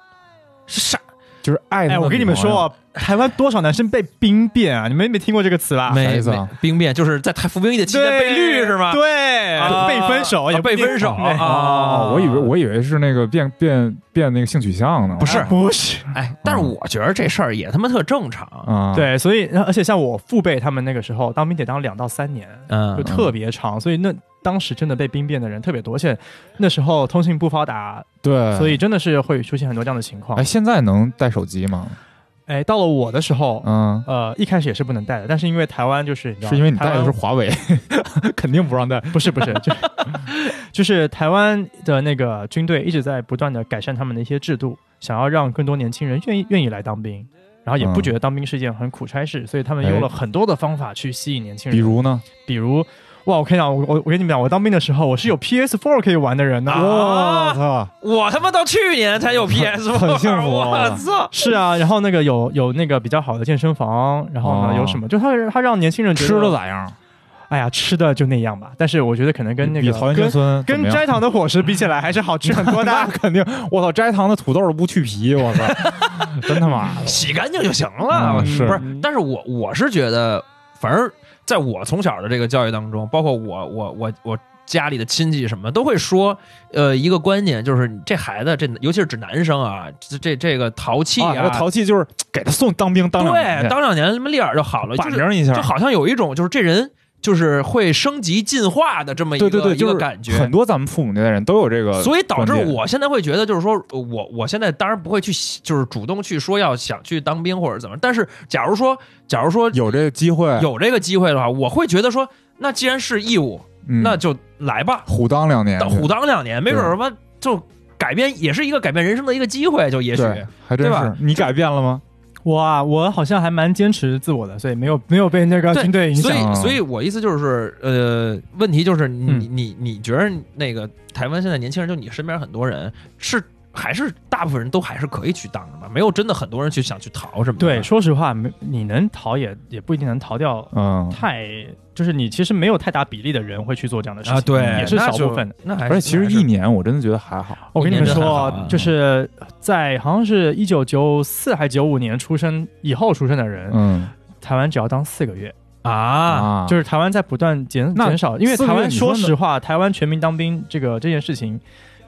[SPEAKER 2] 是啥？
[SPEAKER 1] 就是爱她。
[SPEAKER 4] 哎，我跟你们说，啊，台湾多少男生被兵变啊？你们没听过这个词吧？
[SPEAKER 1] 啥
[SPEAKER 2] 没
[SPEAKER 1] 意思
[SPEAKER 2] 没
[SPEAKER 1] 啊
[SPEAKER 2] 兵变，就是在他服兵役的期间
[SPEAKER 4] 对
[SPEAKER 2] 被绿是吗？
[SPEAKER 4] 对，
[SPEAKER 2] 啊
[SPEAKER 4] 被分手
[SPEAKER 2] 啊
[SPEAKER 4] 也不
[SPEAKER 2] 被
[SPEAKER 4] 定
[SPEAKER 2] 分手
[SPEAKER 4] 对
[SPEAKER 2] 啊！
[SPEAKER 1] 哦，我以为我以为是那个变变变那个性取向呢，
[SPEAKER 2] 不是
[SPEAKER 4] 啊不是
[SPEAKER 2] 哎，但是我觉得这事儿也他妈特正常。
[SPEAKER 1] 啊，，
[SPEAKER 4] 对，所以而且像我父辈他们那个时候当兵得当两到三年，
[SPEAKER 2] 嗯
[SPEAKER 4] 就特别长，所以那当时真的被兵变的人特别多，而且那时候通信不发达，
[SPEAKER 1] 对，
[SPEAKER 4] 所以真的是会出现很多这样的情况
[SPEAKER 1] 哎，。现在能带手机吗？
[SPEAKER 4] 哎，到了我的时候，
[SPEAKER 1] 嗯，
[SPEAKER 4] 呃，一开始也是不能带的，但是因为台湾就是知道
[SPEAKER 1] 是因为你
[SPEAKER 4] 台
[SPEAKER 1] 带
[SPEAKER 4] 湾
[SPEAKER 1] 的是华为， 肯定不让带。
[SPEAKER 4] 不是不是，就就是台湾的那个军队一直在不断的改善他们的一些制度，想要让更多年轻人愿意愿意来差兵，然后也不
[SPEAKER 1] 嗯
[SPEAKER 4] 觉得当兵是一件很苦差事，所以他们用了很多的方法去吸引年轻
[SPEAKER 1] 比
[SPEAKER 4] 人，
[SPEAKER 1] 如呢？
[SPEAKER 4] 比如。哇，我跟你讲，我我我跟你们讲，我当兵的时候，我是有 PS4 可以玩的人呢、
[SPEAKER 2] 啊
[SPEAKER 1] 我操！
[SPEAKER 2] 我他妈到去年才有 PS，
[SPEAKER 1] 很幸福啊
[SPEAKER 2] 我操！
[SPEAKER 4] 是啊，然后那个有有那个比较好的健身房，然后呢、
[SPEAKER 1] 哦
[SPEAKER 4] 有什么，就他他让年轻人觉得
[SPEAKER 1] 吃的，咋样？
[SPEAKER 4] 哎呀，吃的就那样吧。但是我觉得可能跟那
[SPEAKER 1] 比
[SPEAKER 4] 个
[SPEAKER 1] 桃园
[SPEAKER 4] 跟
[SPEAKER 1] 结村怎
[SPEAKER 4] 跟
[SPEAKER 1] 么样
[SPEAKER 4] 斋堂的伙食比起来，还是好吃很多的
[SPEAKER 1] 那。 肯定，我操！斋堂的土豆都不去 皮，我操，真他妈的！
[SPEAKER 2] 洗干净就行了，
[SPEAKER 1] 嗯是
[SPEAKER 2] 不是？但是我我是觉得，反正在我从小的这个教育当中，包括我我我我家里的亲戚什么都会说，呃，一个观念就是你这孩子这尤其是指男生啊，这这这个淘气
[SPEAKER 1] 啊，这淘气就是给他送当兵当两年去
[SPEAKER 2] 对，当两年什么立耳就好了，
[SPEAKER 1] 把
[SPEAKER 2] 就是
[SPEAKER 1] 名一下
[SPEAKER 2] 就，好像有一种就是这人就是会升级进化的这么一个
[SPEAKER 1] 对对对，
[SPEAKER 2] 一
[SPEAKER 1] 就
[SPEAKER 2] 个
[SPEAKER 1] 是
[SPEAKER 2] 感觉，
[SPEAKER 1] 很多咱们父母那代人都有这个，
[SPEAKER 2] 所以导致
[SPEAKER 1] 关键
[SPEAKER 2] 我现在会觉得，就是说呃我我现在当然不会去喜，就是主动去说要想去当兵或者怎么，但是假如说，假如说
[SPEAKER 1] 有这个机会，
[SPEAKER 2] 有这个机会的话，我会觉得说，那既然是义务，
[SPEAKER 1] 嗯
[SPEAKER 2] 那就来吧，
[SPEAKER 1] 虎当两年去，
[SPEAKER 2] 当虎当两年，没准儿什么就改变，也是一个改变人生的一个机会，就也许
[SPEAKER 1] 对，还真
[SPEAKER 2] 对吧
[SPEAKER 1] 是。你改变了吗？
[SPEAKER 4] 哇，我好像还蛮坚持自我的，所以没有没有被那个
[SPEAKER 2] 对
[SPEAKER 4] 军队影
[SPEAKER 2] 所
[SPEAKER 4] 响。
[SPEAKER 1] 啊
[SPEAKER 2] 以，所以我意思就是，呃，问题就是你、
[SPEAKER 4] 嗯
[SPEAKER 2] 你你觉得那个台湾现在年轻人，就你身边很多人是还是大部分人都还是可以去当的嘛？没有真的很多人去想去逃什么的。
[SPEAKER 4] 对，说实话，没你能逃也也不一定能逃掉
[SPEAKER 1] 嗯，
[SPEAKER 4] 太，就是你其实没有太大比例的人会去做这样的事情
[SPEAKER 2] 啊，对，
[SPEAKER 4] 也是
[SPEAKER 2] 那
[SPEAKER 4] 少
[SPEAKER 2] 就
[SPEAKER 4] 部分的。
[SPEAKER 2] 那还
[SPEAKER 1] 而且其实一年我真的觉得还好，嗯
[SPEAKER 4] 我跟你们
[SPEAKER 2] 一年就
[SPEAKER 4] 说
[SPEAKER 2] 还好啊
[SPEAKER 4] 啊，就是在好像是一九九四还九五年出生以后出生的人，
[SPEAKER 1] 嗯
[SPEAKER 4] 台湾只要当四个月，
[SPEAKER 2] 啊，
[SPEAKER 1] 啊，
[SPEAKER 4] 就是是台湾在不断减
[SPEAKER 1] 那
[SPEAKER 4] 减少，因为
[SPEAKER 1] 四个
[SPEAKER 4] 台
[SPEAKER 1] 月
[SPEAKER 4] 湾
[SPEAKER 1] 你说
[SPEAKER 4] 说
[SPEAKER 1] 呢
[SPEAKER 4] 实话，台湾全民当兵这个这件事情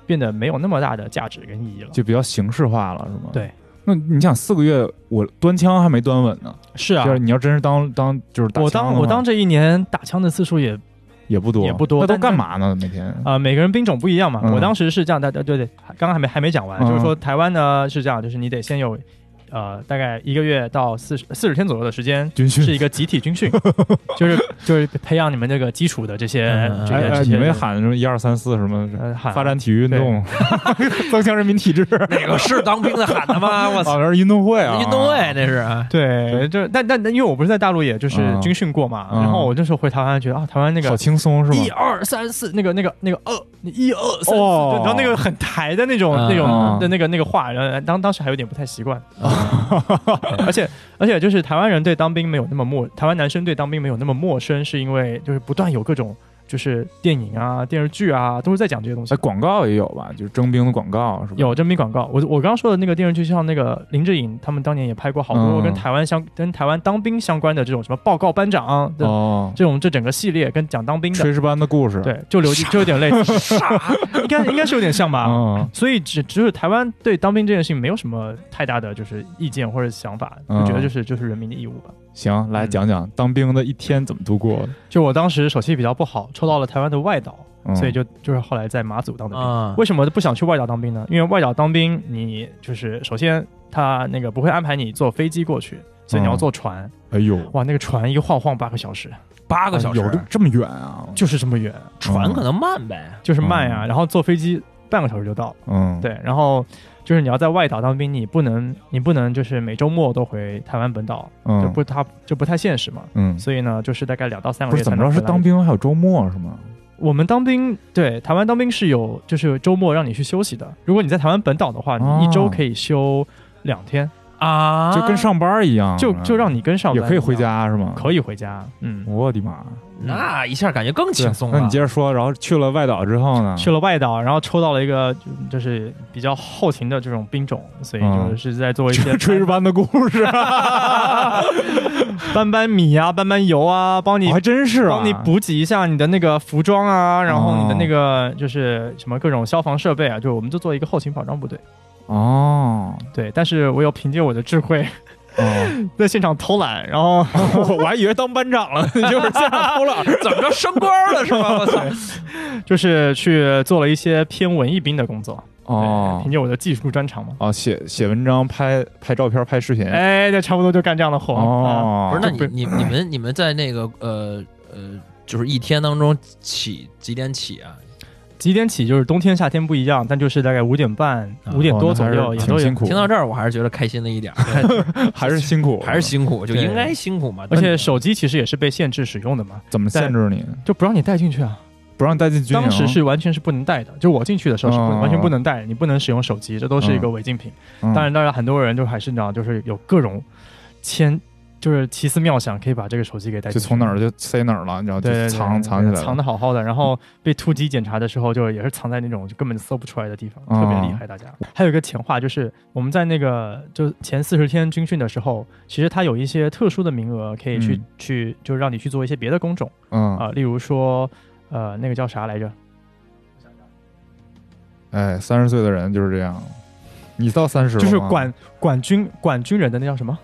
[SPEAKER 4] 变得没有那么大的价值跟意义了。
[SPEAKER 1] 就比较形式化了，是吗？
[SPEAKER 4] 对。
[SPEAKER 1] 那你想四个月，我端枪还没端稳呢。
[SPEAKER 4] 是啊
[SPEAKER 1] 就，是你要真是当当就是打
[SPEAKER 4] 我
[SPEAKER 1] 枪
[SPEAKER 4] 当
[SPEAKER 1] 的
[SPEAKER 4] 我
[SPEAKER 1] 话
[SPEAKER 4] 当这一年打枪的次数也
[SPEAKER 1] 也不多
[SPEAKER 4] 也不多
[SPEAKER 1] 那都
[SPEAKER 4] 但
[SPEAKER 1] 干嘛呢？每天
[SPEAKER 4] 啊、每个人兵种不一样嘛。
[SPEAKER 1] 嗯
[SPEAKER 4] 我当时是这样，大家对对，刚刚还没还没讲完，
[SPEAKER 1] 嗯
[SPEAKER 4] 就是说台湾呢是这样，就是你得先有呃大概一个月到四十四十天左右的时间。
[SPEAKER 1] 军训
[SPEAKER 4] 是一个集体军 训，就是就是培养你们这个基础的这些
[SPEAKER 2] 嗯
[SPEAKER 4] 这
[SPEAKER 1] 哎
[SPEAKER 4] 些
[SPEAKER 1] 哎，
[SPEAKER 4] 这
[SPEAKER 1] 你
[SPEAKER 4] 些
[SPEAKER 1] 们喊什么一二三四什么
[SPEAKER 4] 呃喊啊
[SPEAKER 1] 发展体育运 动，增强人民体质，
[SPEAKER 2] 哪个是当兵的喊的吗？我
[SPEAKER 1] 啊，
[SPEAKER 2] 操，
[SPEAKER 1] 那是运动
[SPEAKER 4] 哎
[SPEAKER 1] 会啊，
[SPEAKER 2] 运动会那是啊，
[SPEAKER 4] 对，就是但但但因为我不是在大陆，也就是
[SPEAKER 1] 嗯
[SPEAKER 4] 军训过嘛，
[SPEAKER 1] 嗯
[SPEAKER 4] 然后我那时候回台湾觉得啊，台湾那
[SPEAKER 1] 好
[SPEAKER 4] 个
[SPEAKER 1] 轻松是
[SPEAKER 4] 一
[SPEAKER 1] 吗？
[SPEAKER 4] 二三四，那个那个那个二，你一二三四，
[SPEAKER 1] 哦
[SPEAKER 4] 然后那个很台的那种
[SPEAKER 2] 嗯
[SPEAKER 1] 嗯
[SPEAKER 4] 那
[SPEAKER 1] 哦
[SPEAKER 4] 种的那个那个话，然后当当时还有点不太习惯， 而且而且就是台湾人对当兵没有那么陌，台湾男生对当兵没有那么陌生，是因为就是不断有各种就是电影啊、电视剧啊，都是在讲这些东西
[SPEAKER 1] 哎，。广告也有吧，就是征兵的广告是吧？
[SPEAKER 4] 有征兵广告，我我刚刚说的那个电视剧，像那个林志颖，他们当年也拍过好多
[SPEAKER 1] 嗯
[SPEAKER 4] 跟台湾相、跟台湾当兵相关的这种什么报告班长的、
[SPEAKER 1] 哦，
[SPEAKER 4] 这种这整个系列，跟讲当兵的，
[SPEAKER 1] 炊事班的故事，，
[SPEAKER 4] 对，就留就有点类似， 应该应该是有点像吧。
[SPEAKER 1] 嗯，
[SPEAKER 4] 所以只只是台湾对当兵这件事情没有什么太大的就是意见或者想法，
[SPEAKER 1] 嗯
[SPEAKER 4] 就觉得就是就是人民的义务吧。
[SPEAKER 1] 行，来
[SPEAKER 4] 嗯
[SPEAKER 1] 讲讲当兵的一天怎么度过的，
[SPEAKER 4] 就我当时手气比较不好，抽到了台湾的外岛，
[SPEAKER 1] 嗯
[SPEAKER 4] 所以就就是后来在马祖当的兵。
[SPEAKER 2] 啊，
[SPEAKER 4] 为什么不想去外岛当兵呢？因为外岛当兵，你就是首先他那个不会安排你坐飞机过去，所以你要坐船。
[SPEAKER 1] 哎呦，
[SPEAKER 4] 哇，那个船一晃晃八个小时，
[SPEAKER 2] 八个小时
[SPEAKER 1] 有，这这么远啊？
[SPEAKER 4] 就是这么远，
[SPEAKER 2] 船可能慢呗，
[SPEAKER 4] 就是慢呀、
[SPEAKER 1] 嗯
[SPEAKER 4] 然后坐飞机半个小时就到了。
[SPEAKER 1] 嗯，，
[SPEAKER 4] 对，然后就是你要在外岛当兵，你不能你不能就是每周末都回台湾本岛，就
[SPEAKER 1] 嗯
[SPEAKER 4] 不它就不太现实嘛。
[SPEAKER 1] 嗯，
[SPEAKER 4] 所以呢，就是大概两到三
[SPEAKER 1] 不
[SPEAKER 4] 个月
[SPEAKER 1] 是
[SPEAKER 4] 才
[SPEAKER 1] 怎
[SPEAKER 4] 能
[SPEAKER 1] 么着是
[SPEAKER 4] 回来
[SPEAKER 1] 当。兵还有周末是吗？
[SPEAKER 4] 我们当兵，对台湾当兵是有，就是周末让你去休息的。如果你在台湾本岛的话，你一周
[SPEAKER 1] 哦
[SPEAKER 4] 可以休两天，
[SPEAKER 2] 啊，
[SPEAKER 1] 就跟上班一样，
[SPEAKER 4] 就是
[SPEAKER 1] 吧
[SPEAKER 4] 就让你跟上
[SPEAKER 1] 也
[SPEAKER 4] 班
[SPEAKER 1] 可以回
[SPEAKER 4] 一样，
[SPEAKER 1] 家是吗？
[SPEAKER 4] 可以回家。嗯，
[SPEAKER 1] 我的妈！
[SPEAKER 2] 那一下感觉更
[SPEAKER 1] 对
[SPEAKER 2] 轻松了。
[SPEAKER 1] 那你接着说，然后去了外岛之后呢？
[SPEAKER 4] 啊去了外岛，然后抽到了一个就就是比较后勤的这种兵种，所以
[SPEAKER 1] 嗯
[SPEAKER 4] 就是在做一
[SPEAKER 1] 就
[SPEAKER 4] 些
[SPEAKER 1] 是炊事班的故事，啊
[SPEAKER 4] 搬搬米啊、搬搬油啊，帮你
[SPEAKER 1] 还真是啊，
[SPEAKER 4] 帮你补给一下你的那个服装啊，然后你的
[SPEAKER 1] 哦
[SPEAKER 4] 那个就是什么各种消防设备啊，就我们就做一个后勤保障部队。
[SPEAKER 1] 哦，
[SPEAKER 4] 对，但是我有凭借我的智慧，
[SPEAKER 1] 嗯，
[SPEAKER 4] 在现场偷懒，然后
[SPEAKER 1] 我 我还以为当班长了，你 就是现场偷懒。
[SPEAKER 2] 怎么着升官了是吧？我操！
[SPEAKER 4] 就是去做了一些偏文艺兵的工作。对
[SPEAKER 1] 哦
[SPEAKER 4] 凭借我的技术专长嘛。
[SPEAKER 1] 哦，写写文章、拍拍照片、拍视频。
[SPEAKER 4] 哎，对，差不多就干这样的活。啊，
[SPEAKER 1] 哦
[SPEAKER 2] 不是，，那
[SPEAKER 4] 就
[SPEAKER 2] 你你你们你们在那个呃呃，就是一天当中起几点起啊？
[SPEAKER 4] 几点起？就是冬天夏天不一样，但就是大概五点半、
[SPEAKER 2] 啊
[SPEAKER 4] 五点多左右
[SPEAKER 1] 哦那还是
[SPEAKER 4] 也都
[SPEAKER 1] 挺
[SPEAKER 4] 有
[SPEAKER 1] 辛。苦，
[SPEAKER 2] 听到这儿，我还是觉得开心了一点儿，
[SPEAKER 1] 还是辛苦，啊
[SPEAKER 2] 还是辛苦，就
[SPEAKER 4] 对
[SPEAKER 2] 应该辛苦嘛。
[SPEAKER 4] 而且
[SPEAKER 2] 但
[SPEAKER 4] 手机其实也是被限制使用的嘛，
[SPEAKER 1] 怎么限制你？
[SPEAKER 4] 就不让你带进去啊。
[SPEAKER 1] 不让带进军营？
[SPEAKER 4] 当时是完全是不能带的，就我进去的时候是不能、
[SPEAKER 1] 哦
[SPEAKER 4] 完全不能带，你不能使用手机，这都是一个违禁品。
[SPEAKER 1] 嗯，
[SPEAKER 4] 当然，当然很多人就还是你知道，就是有各种千就是奇思妙想，可以把这个手机给带
[SPEAKER 1] 就
[SPEAKER 4] 进去
[SPEAKER 1] 从哪儿就塞哪儿了，然后就
[SPEAKER 4] 哎对对对
[SPEAKER 1] 藏
[SPEAKER 4] 对
[SPEAKER 1] 藏起来了，
[SPEAKER 4] 藏的好好的，然后被突击检查的时候，就也是藏在那种就根本搜不出来的地方，
[SPEAKER 1] 哦
[SPEAKER 4] 特别厉害。大家还有一个前话，就是我们在那个就前四十天军训的时候，其实它有一些特殊的名额可以去、
[SPEAKER 1] 嗯
[SPEAKER 4] 去，就让你去做一些别的工种
[SPEAKER 1] 嗯
[SPEAKER 4] 啊、，例如说呃那个叫啥来着？
[SPEAKER 1] 哎，三十岁的人就是这样。你到三十
[SPEAKER 4] 就是管管军管军人的那叫什么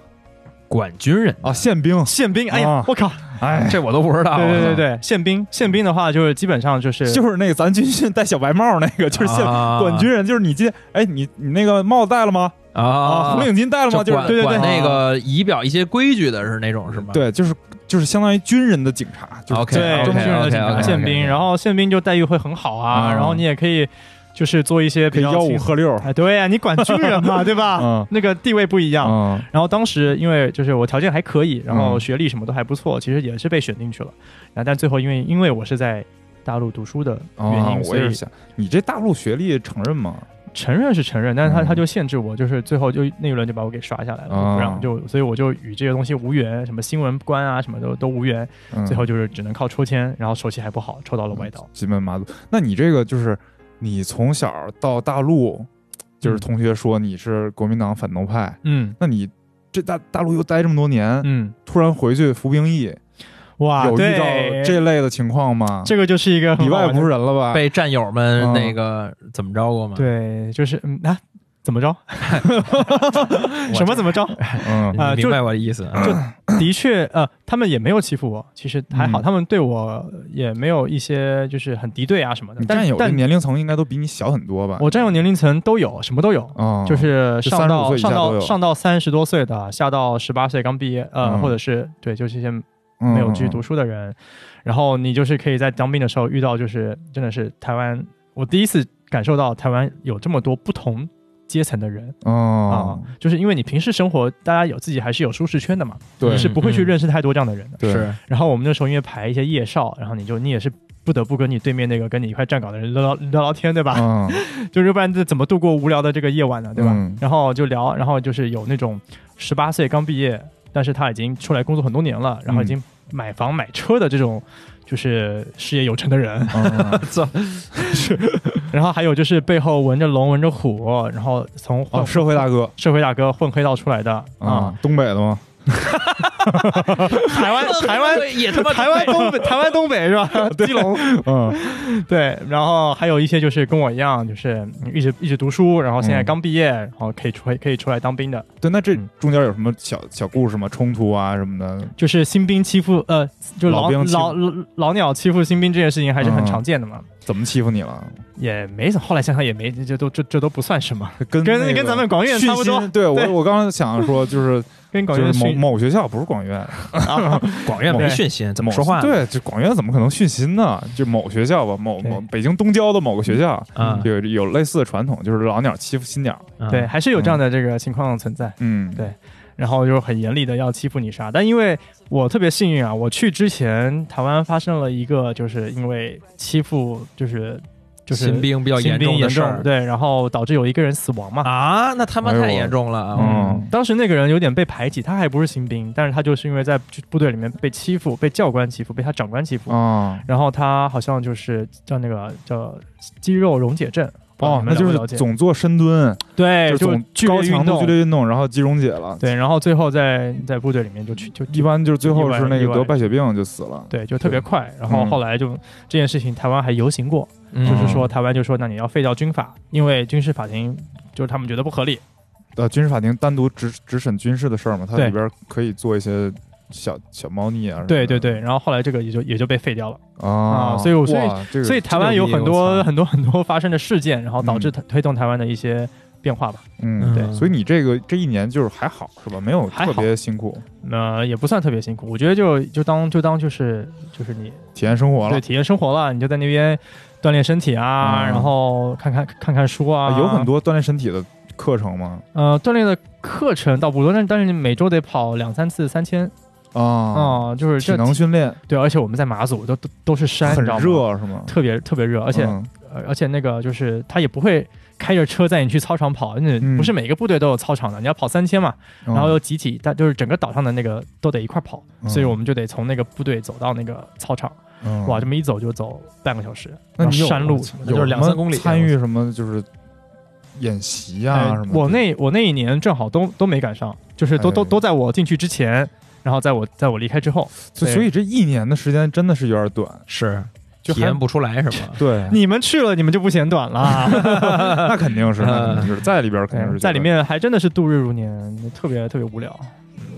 [SPEAKER 2] 管军人
[SPEAKER 1] 啊，宪兵，
[SPEAKER 4] 宪兵？哎
[SPEAKER 1] 啊
[SPEAKER 4] 呀，我靠！
[SPEAKER 1] 哎，
[SPEAKER 2] 这我都不知道。啊
[SPEAKER 4] 对对对对，宪兵宪兵的话就是基本上就是
[SPEAKER 1] 就是那个咱军训戴小白帽那个，就是宪
[SPEAKER 2] 啊
[SPEAKER 1] 管军人，就是你今哎你你那个帽戴了吗？啊，
[SPEAKER 2] 啊
[SPEAKER 1] 红，领巾戴了吗？就是
[SPEAKER 2] 就管
[SPEAKER 1] 对对
[SPEAKER 2] 管
[SPEAKER 1] 对，
[SPEAKER 2] 那个仪表一些规矩的是那种是吗？，
[SPEAKER 1] 对，就是就是相当于军人的警察，就是
[SPEAKER 2] OK，
[SPEAKER 4] 对，
[SPEAKER 1] 中
[SPEAKER 4] 中
[SPEAKER 1] 军
[SPEAKER 4] 军人的
[SPEAKER 1] 人的
[SPEAKER 4] 警
[SPEAKER 1] 警
[SPEAKER 4] 察
[SPEAKER 1] 察，
[SPEAKER 2] OK，OK，OK，OK
[SPEAKER 4] 宪兵，然后宪兵就待遇会很好啊，
[SPEAKER 1] 啊
[SPEAKER 4] 然后你也可以就是做一些
[SPEAKER 1] 可
[SPEAKER 4] 比
[SPEAKER 1] 以
[SPEAKER 4] 较
[SPEAKER 1] 吆
[SPEAKER 4] 轻
[SPEAKER 1] 五喝六，
[SPEAKER 4] 哎，对呀、你管军人 嘛，对吧
[SPEAKER 1] 嗯？
[SPEAKER 4] 那个地位不一样。
[SPEAKER 1] 嗯
[SPEAKER 4] 然后当时因为就是我条件还可以，然后
[SPEAKER 1] 嗯
[SPEAKER 4] 学历什么都还不错，其实也是被选进去了。然后但最后因为因为我是在大陆读书的原
[SPEAKER 1] 啊
[SPEAKER 4] 因，，
[SPEAKER 1] 我
[SPEAKER 4] 所
[SPEAKER 1] 也
[SPEAKER 4] 以
[SPEAKER 1] 是想，你这大陆学历承认吗？
[SPEAKER 4] 承认是承认，但是他
[SPEAKER 1] 嗯
[SPEAKER 4] 他就限制我，就是最后就那一轮就把我给刷下来了，
[SPEAKER 1] 哦
[SPEAKER 4] 不让就所以我就与这些东西无缘，什么新闻官啊什么都都无缘，
[SPEAKER 1] 嗯
[SPEAKER 4] 最后就是只能靠抽签，然后手气还不好，抽到了歪倒。
[SPEAKER 1] 金嗯门马祖。那你这个就是你从小到大陆，就是
[SPEAKER 4] 嗯
[SPEAKER 1] 同学说你是国民党反动派，
[SPEAKER 4] 嗯
[SPEAKER 1] 那你这大大陆又待这么多年，
[SPEAKER 4] 嗯，
[SPEAKER 1] 突然回去服兵役，
[SPEAKER 4] 哇，
[SPEAKER 1] 有遇到
[SPEAKER 4] 对
[SPEAKER 1] 这类的情况吗？
[SPEAKER 4] 这个就是一个很
[SPEAKER 1] 里
[SPEAKER 4] 好
[SPEAKER 1] 外
[SPEAKER 4] 玩的
[SPEAKER 1] 不是人了吧？
[SPEAKER 2] 被战友们
[SPEAKER 1] 嗯
[SPEAKER 2] 那个怎么着过吗？
[SPEAKER 4] 对，就是嗯啊，怎么着？什么怎 么着？
[SPEAKER 1] 嗯
[SPEAKER 2] 你
[SPEAKER 4] 啊
[SPEAKER 2] 明
[SPEAKER 4] 就
[SPEAKER 2] 白我的意思啊？
[SPEAKER 4] 的确，呃，他们也没有欺负我，其实还好，
[SPEAKER 1] 嗯
[SPEAKER 4] 他们对我也没有一些就是很敌对啊什么的
[SPEAKER 1] 你。
[SPEAKER 4] 但
[SPEAKER 1] 战友的
[SPEAKER 4] 但
[SPEAKER 1] 年龄层应该都比你小很多吧？
[SPEAKER 4] 我战友年龄层都有，什么都有。
[SPEAKER 1] 啊，
[SPEAKER 4] 哦就是
[SPEAKER 1] 就
[SPEAKER 4] 上
[SPEAKER 1] 35
[SPEAKER 4] 到
[SPEAKER 1] 岁以下都
[SPEAKER 4] 上到
[SPEAKER 1] 有
[SPEAKER 4] 上到三十多岁的，下到十八岁刚毕业，呃，
[SPEAKER 1] 嗯
[SPEAKER 4] 或者是对，就是一些
[SPEAKER 1] 嗯
[SPEAKER 4] 没有去读，书的人，然后你就是可以在当兵的时候遇到，就是真的是台湾，我第一次感受到台湾有这么多不同阶层的人
[SPEAKER 1] 嗯
[SPEAKER 4] 啊、
[SPEAKER 1] 哦，
[SPEAKER 4] 就是因为你平时生活，大家有自己还是有舒适圈的嘛，
[SPEAKER 1] 对，
[SPEAKER 4] 你是不会去
[SPEAKER 2] 嗯
[SPEAKER 4] 认识太多这样的人的。
[SPEAKER 1] 对
[SPEAKER 2] 是
[SPEAKER 4] 然后我们那时候因为排一些夜哨，然后你就你也是。不得不跟你对面那个跟你一块站岗的人聊聊聊聊天，对吧？
[SPEAKER 1] 嗯
[SPEAKER 4] 就是不然这怎么度过无聊的这个夜晚呢，啊 对吧？
[SPEAKER 1] 嗯。
[SPEAKER 4] 然后就聊，然后就是有那种十八岁刚毕业，但是他已经出来工作很多年了，然后已经买房买车的这种，就是事业有成的人
[SPEAKER 1] 嗯
[SPEAKER 4] 然后还有就是背后纹着龙纹着虎，然后从混、
[SPEAKER 1] 哦，社会大哥
[SPEAKER 4] 社会大哥混黑道出来的 啊、
[SPEAKER 1] 啊，东北的吗？
[SPEAKER 4] 台湾台湾。
[SPEAKER 2] 也他妈
[SPEAKER 4] 台湾东北，台湾东北 是吧？基隆
[SPEAKER 1] 嗯
[SPEAKER 4] 对，然后还有一些就是跟我一样，就是嗯一直一直读书，然后现在
[SPEAKER 1] 嗯
[SPEAKER 4] 刚毕业，然后可以出来可以出来当兵的，
[SPEAKER 1] 对，那这
[SPEAKER 4] 嗯
[SPEAKER 1] 中间有什么小小故事吗？冲突啊什么的？
[SPEAKER 4] 就是新兵欺负呃，就
[SPEAKER 1] 老
[SPEAKER 4] 老
[SPEAKER 1] 兵欺负
[SPEAKER 4] 老老老鸟欺负新兵这件事情还是
[SPEAKER 2] 嗯
[SPEAKER 4] 很常见的嘛，
[SPEAKER 1] 怎么欺负你了？
[SPEAKER 4] 也没怎么。后来想想也没，这都这这都不算什 么，
[SPEAKER 1] 跟
[SPEAKER 4] 跟
[SPEAKER 1] 那个
[SPEAKER 4] 跟咱们广院
[SPEAKER 1] 讯
[SPEAKER 4] 差不多
[SPEAKER 1] 息对我
[SPEAKER 4] 对
[SPEAKER 1] 我刚刚想 说就是
[SPEAKER 4] 跟
[SPEAKER 1] 就
[SPEAKER 4] 广元
[SPEAKER 1] 是某
[SPEAKER 4] 训
[SPEAKER 1] 某学校不是广院，
[SPEAKER 2] 广院没训心，怎么
[SPEAKER 1] 某
[SPEAKER 2] 说话呢？
[SPEAKER 1] 对，就广院怎么可能训心呢？就某学校吧，某
[SPEAKER 4] 对嗯
[SPEAKER 1] 某北京东郊的某个学校
[SPEAKER 2] 啊
[SPEAKER 1] 有有类似的传统，就是老鸟欺负新鸟。
[SPEAKER 2] 嗯
[SPEAKER 4] 对，还是有这样的这个情况存在，
[SPEAKER 1] 嗯，
[SPEAKER 4] 对然后就是很严厉的要欺负你啥。但因为我特别幸运啊，我去之前台湾发生了一个就是因为欺负就是就是
[SPEAKER 2] 新兵比较
[SPEAKER 4] 新
[SPEAKER 2] 严
[SPEAKER 4] 兵
[SPEAKER 2] 重
[SPEAKER 4] 严
[SPEAKER 2] 的事儿
[SPEAKER 4] 重对，然后导致有一个人死亡嘛。
[SPEAKER 2] 啊，那他妈
[SPEAKER 1] 哎呦
[SPEAKER 2] 太严重了啊！
[SPEAKER 1] 嗯
[SPEAKER 4] 当时那个人有点被排挤，他还不是新兵，但是他就是因为在部队里面被欺负，被教官欺负，被他长官欺负，
[SPEAKER 1] 啊，
[SPEAKER 4] 然后他好像就是叫那个叫肌肉溶解症。不知道
[SPEAKER 1] 哦
[SPEAKER 4] 你，们
[SPEAKER 1] 那就
[SPEAKER 4] 了不了
[SPEAKER 1] 是
[SPEAKER 4] 解
[SPEAKER 1] 总做深蹲，
[SPEAKER 4] 对，
[SPEAKER 1] 就
[SPEAKER 4] 就
[SPEAKER 1] 总
[SPEAKER 4] 剧
[SPEAKER 1] 高
[SPEAKER 4] 烈运
[SPEAKER 1] 强度
[SPEAKER 4] 动
[SPEAKER 1] 剧，烈运动，然后肌溶解了。，
[SPEAKER 4] 对，然后最后在在部队里面就去就
[SPEAKER 1] 一般就是最后
[SPEAKER 4] 意外
[SPEAKER 1] 是那
[SPEAKER 4] 意
[SPEAKER 1] 个
[SPEAKER 4] 外
[SPEAKER 1] 得败血病就死了。
[SPEAKER 4] 对，就特别快。然后
[SPEAKER 1] 嗯
[SPEAKER 4] 后来就这件事情，台湾还游行过，
[SPEAKER 2] 嗯
[SPEAKER 4] 就是说台湾就说那你要废掉军法，因为军事法庭就是他们觉得不合理，
[SPEAKER 1] 呃军事法庭单独只只审军事的事儿嘛，它
[SPEAKER 4] 对
[SPEAKER 1] 里边可以做一些小小猫腻啊什么的。
[SPEAKER 4] 对对对，然后后来这个也就也就被废掉了。
[SPEAKER 1] 啊，
[SPEAKER 4] 啊所以我所以
[SPEAKER 1] 哇这个
[SPEAKER 4] 所以台湾有很
[SPEAKER 1] 这个
[SPEAKER 4] 多
[SPEAKER 1] 我操
[SPEAKER 4] 很多很多发生的事件，然后导致
[SPEAKER 1] 嗯
[SPEAKER 4] 它推动台湾的一些变化吧。
[SPEAKER 1] 嗯
[SPEAKER 4] 对
[SPEAKER 1] 所以你这个这一年就是还好是吧？没有
[SPEAKER 4] 还
[SPEAKER 1] 特
[SPEAKER 4] 好
[SPEAKER 1] 别辛苦，
[SPEAKER 4] 那也不算特别辛苦，我觉得就就当就当就是就是你
[SPEAKER 1] 体验生活了
[SPEAKER 4] 对，体验生活了，你就在那边锻炼身体啊，
[SPEAKER 1] 嗯
[SPEAKER 4] 然后看看看看书啊，
[SPEAKER 1] 哎有很多锻炼身体的课程吗？
[SPEAKER 4] 呃锻炼的课程倒不多，但但是你每周得跑两三次三千
[SPEAKER 1] 啊，
[SPEAKER 4] 啊、就是
[SPEAKER 1] 体
[SPEAKER 4] 这
[SPEAKER 1] 能训练
[SPEAKER 4] 对，而且我们在马祖都都都是山，
[SPEAKER 1] 很
[SPEAKER 4] 你知道吗，
[SPEAKER 1] 热是吗？
[SPEAKER 4] 特别特别热，而且、
[SPEAKER 1] 嗯
[SPEAKER 4] 呃而且那个就是他也不会开着车带你去操场跑，那
[SPEAKER 1] 嗯
[SPEAKER 4] 不是每个部队都有操场的，你要跑三千嘛，
[SPEAKER 1] 嗯
[SPEAKER 4] 然后又集体，但就是整个岛上的那个都得一块跑，
[SPEAKER 1] 嗯
[SPEAKER 4] 所以我们就得从那个部队走到那个操场，
[SPEAKER 1] 嗯
[SPEAKER 4] 哇，这么一走就走半个小时，
[SPEAKER 1] 那
[SPEAKER 4] 然
[SPEAKER 1] 你
[SPEAKER 4] 后
[SPEAKER 1] 有
[SPEAKER 4] 山路什么的
[SPEAKER 1] 有
[SPEAKER 2] 就是两
[SPEAKER 1] 什么
[SPEAKER 2] 三公里啊
[SPEAKER 1] 参与什么就是演习啊
[SPEAKER 4] 哎
[SPEAKER 1] 什么的？
[SPEAKER 4] 我那我那一年正好都都没赶上，就是都都
[SPEAKER 1] 哎
[SPEAKER 4] 都在我进去之前，然后在我在我离开之后，
[SPEAKER 1] 所以所以这一年的时间真的是有点 短，
[SPEAKER 2] 是
[SPEAKER 1] 就
[SPEAKER 2] 体
[SPEAKER 1] 还
[SPEAKER 2] 验不出来是吗？
[SPEAKER 1] 对，
[SPEAKER 4] 你们去了，你们就不嫌 短了。
[SPEAKER 1] 那肯定 是，那肯定是在里边肯定哎是
[SPEAKER 4] 嗯在里面还真的是度日如年，特别特别无聊。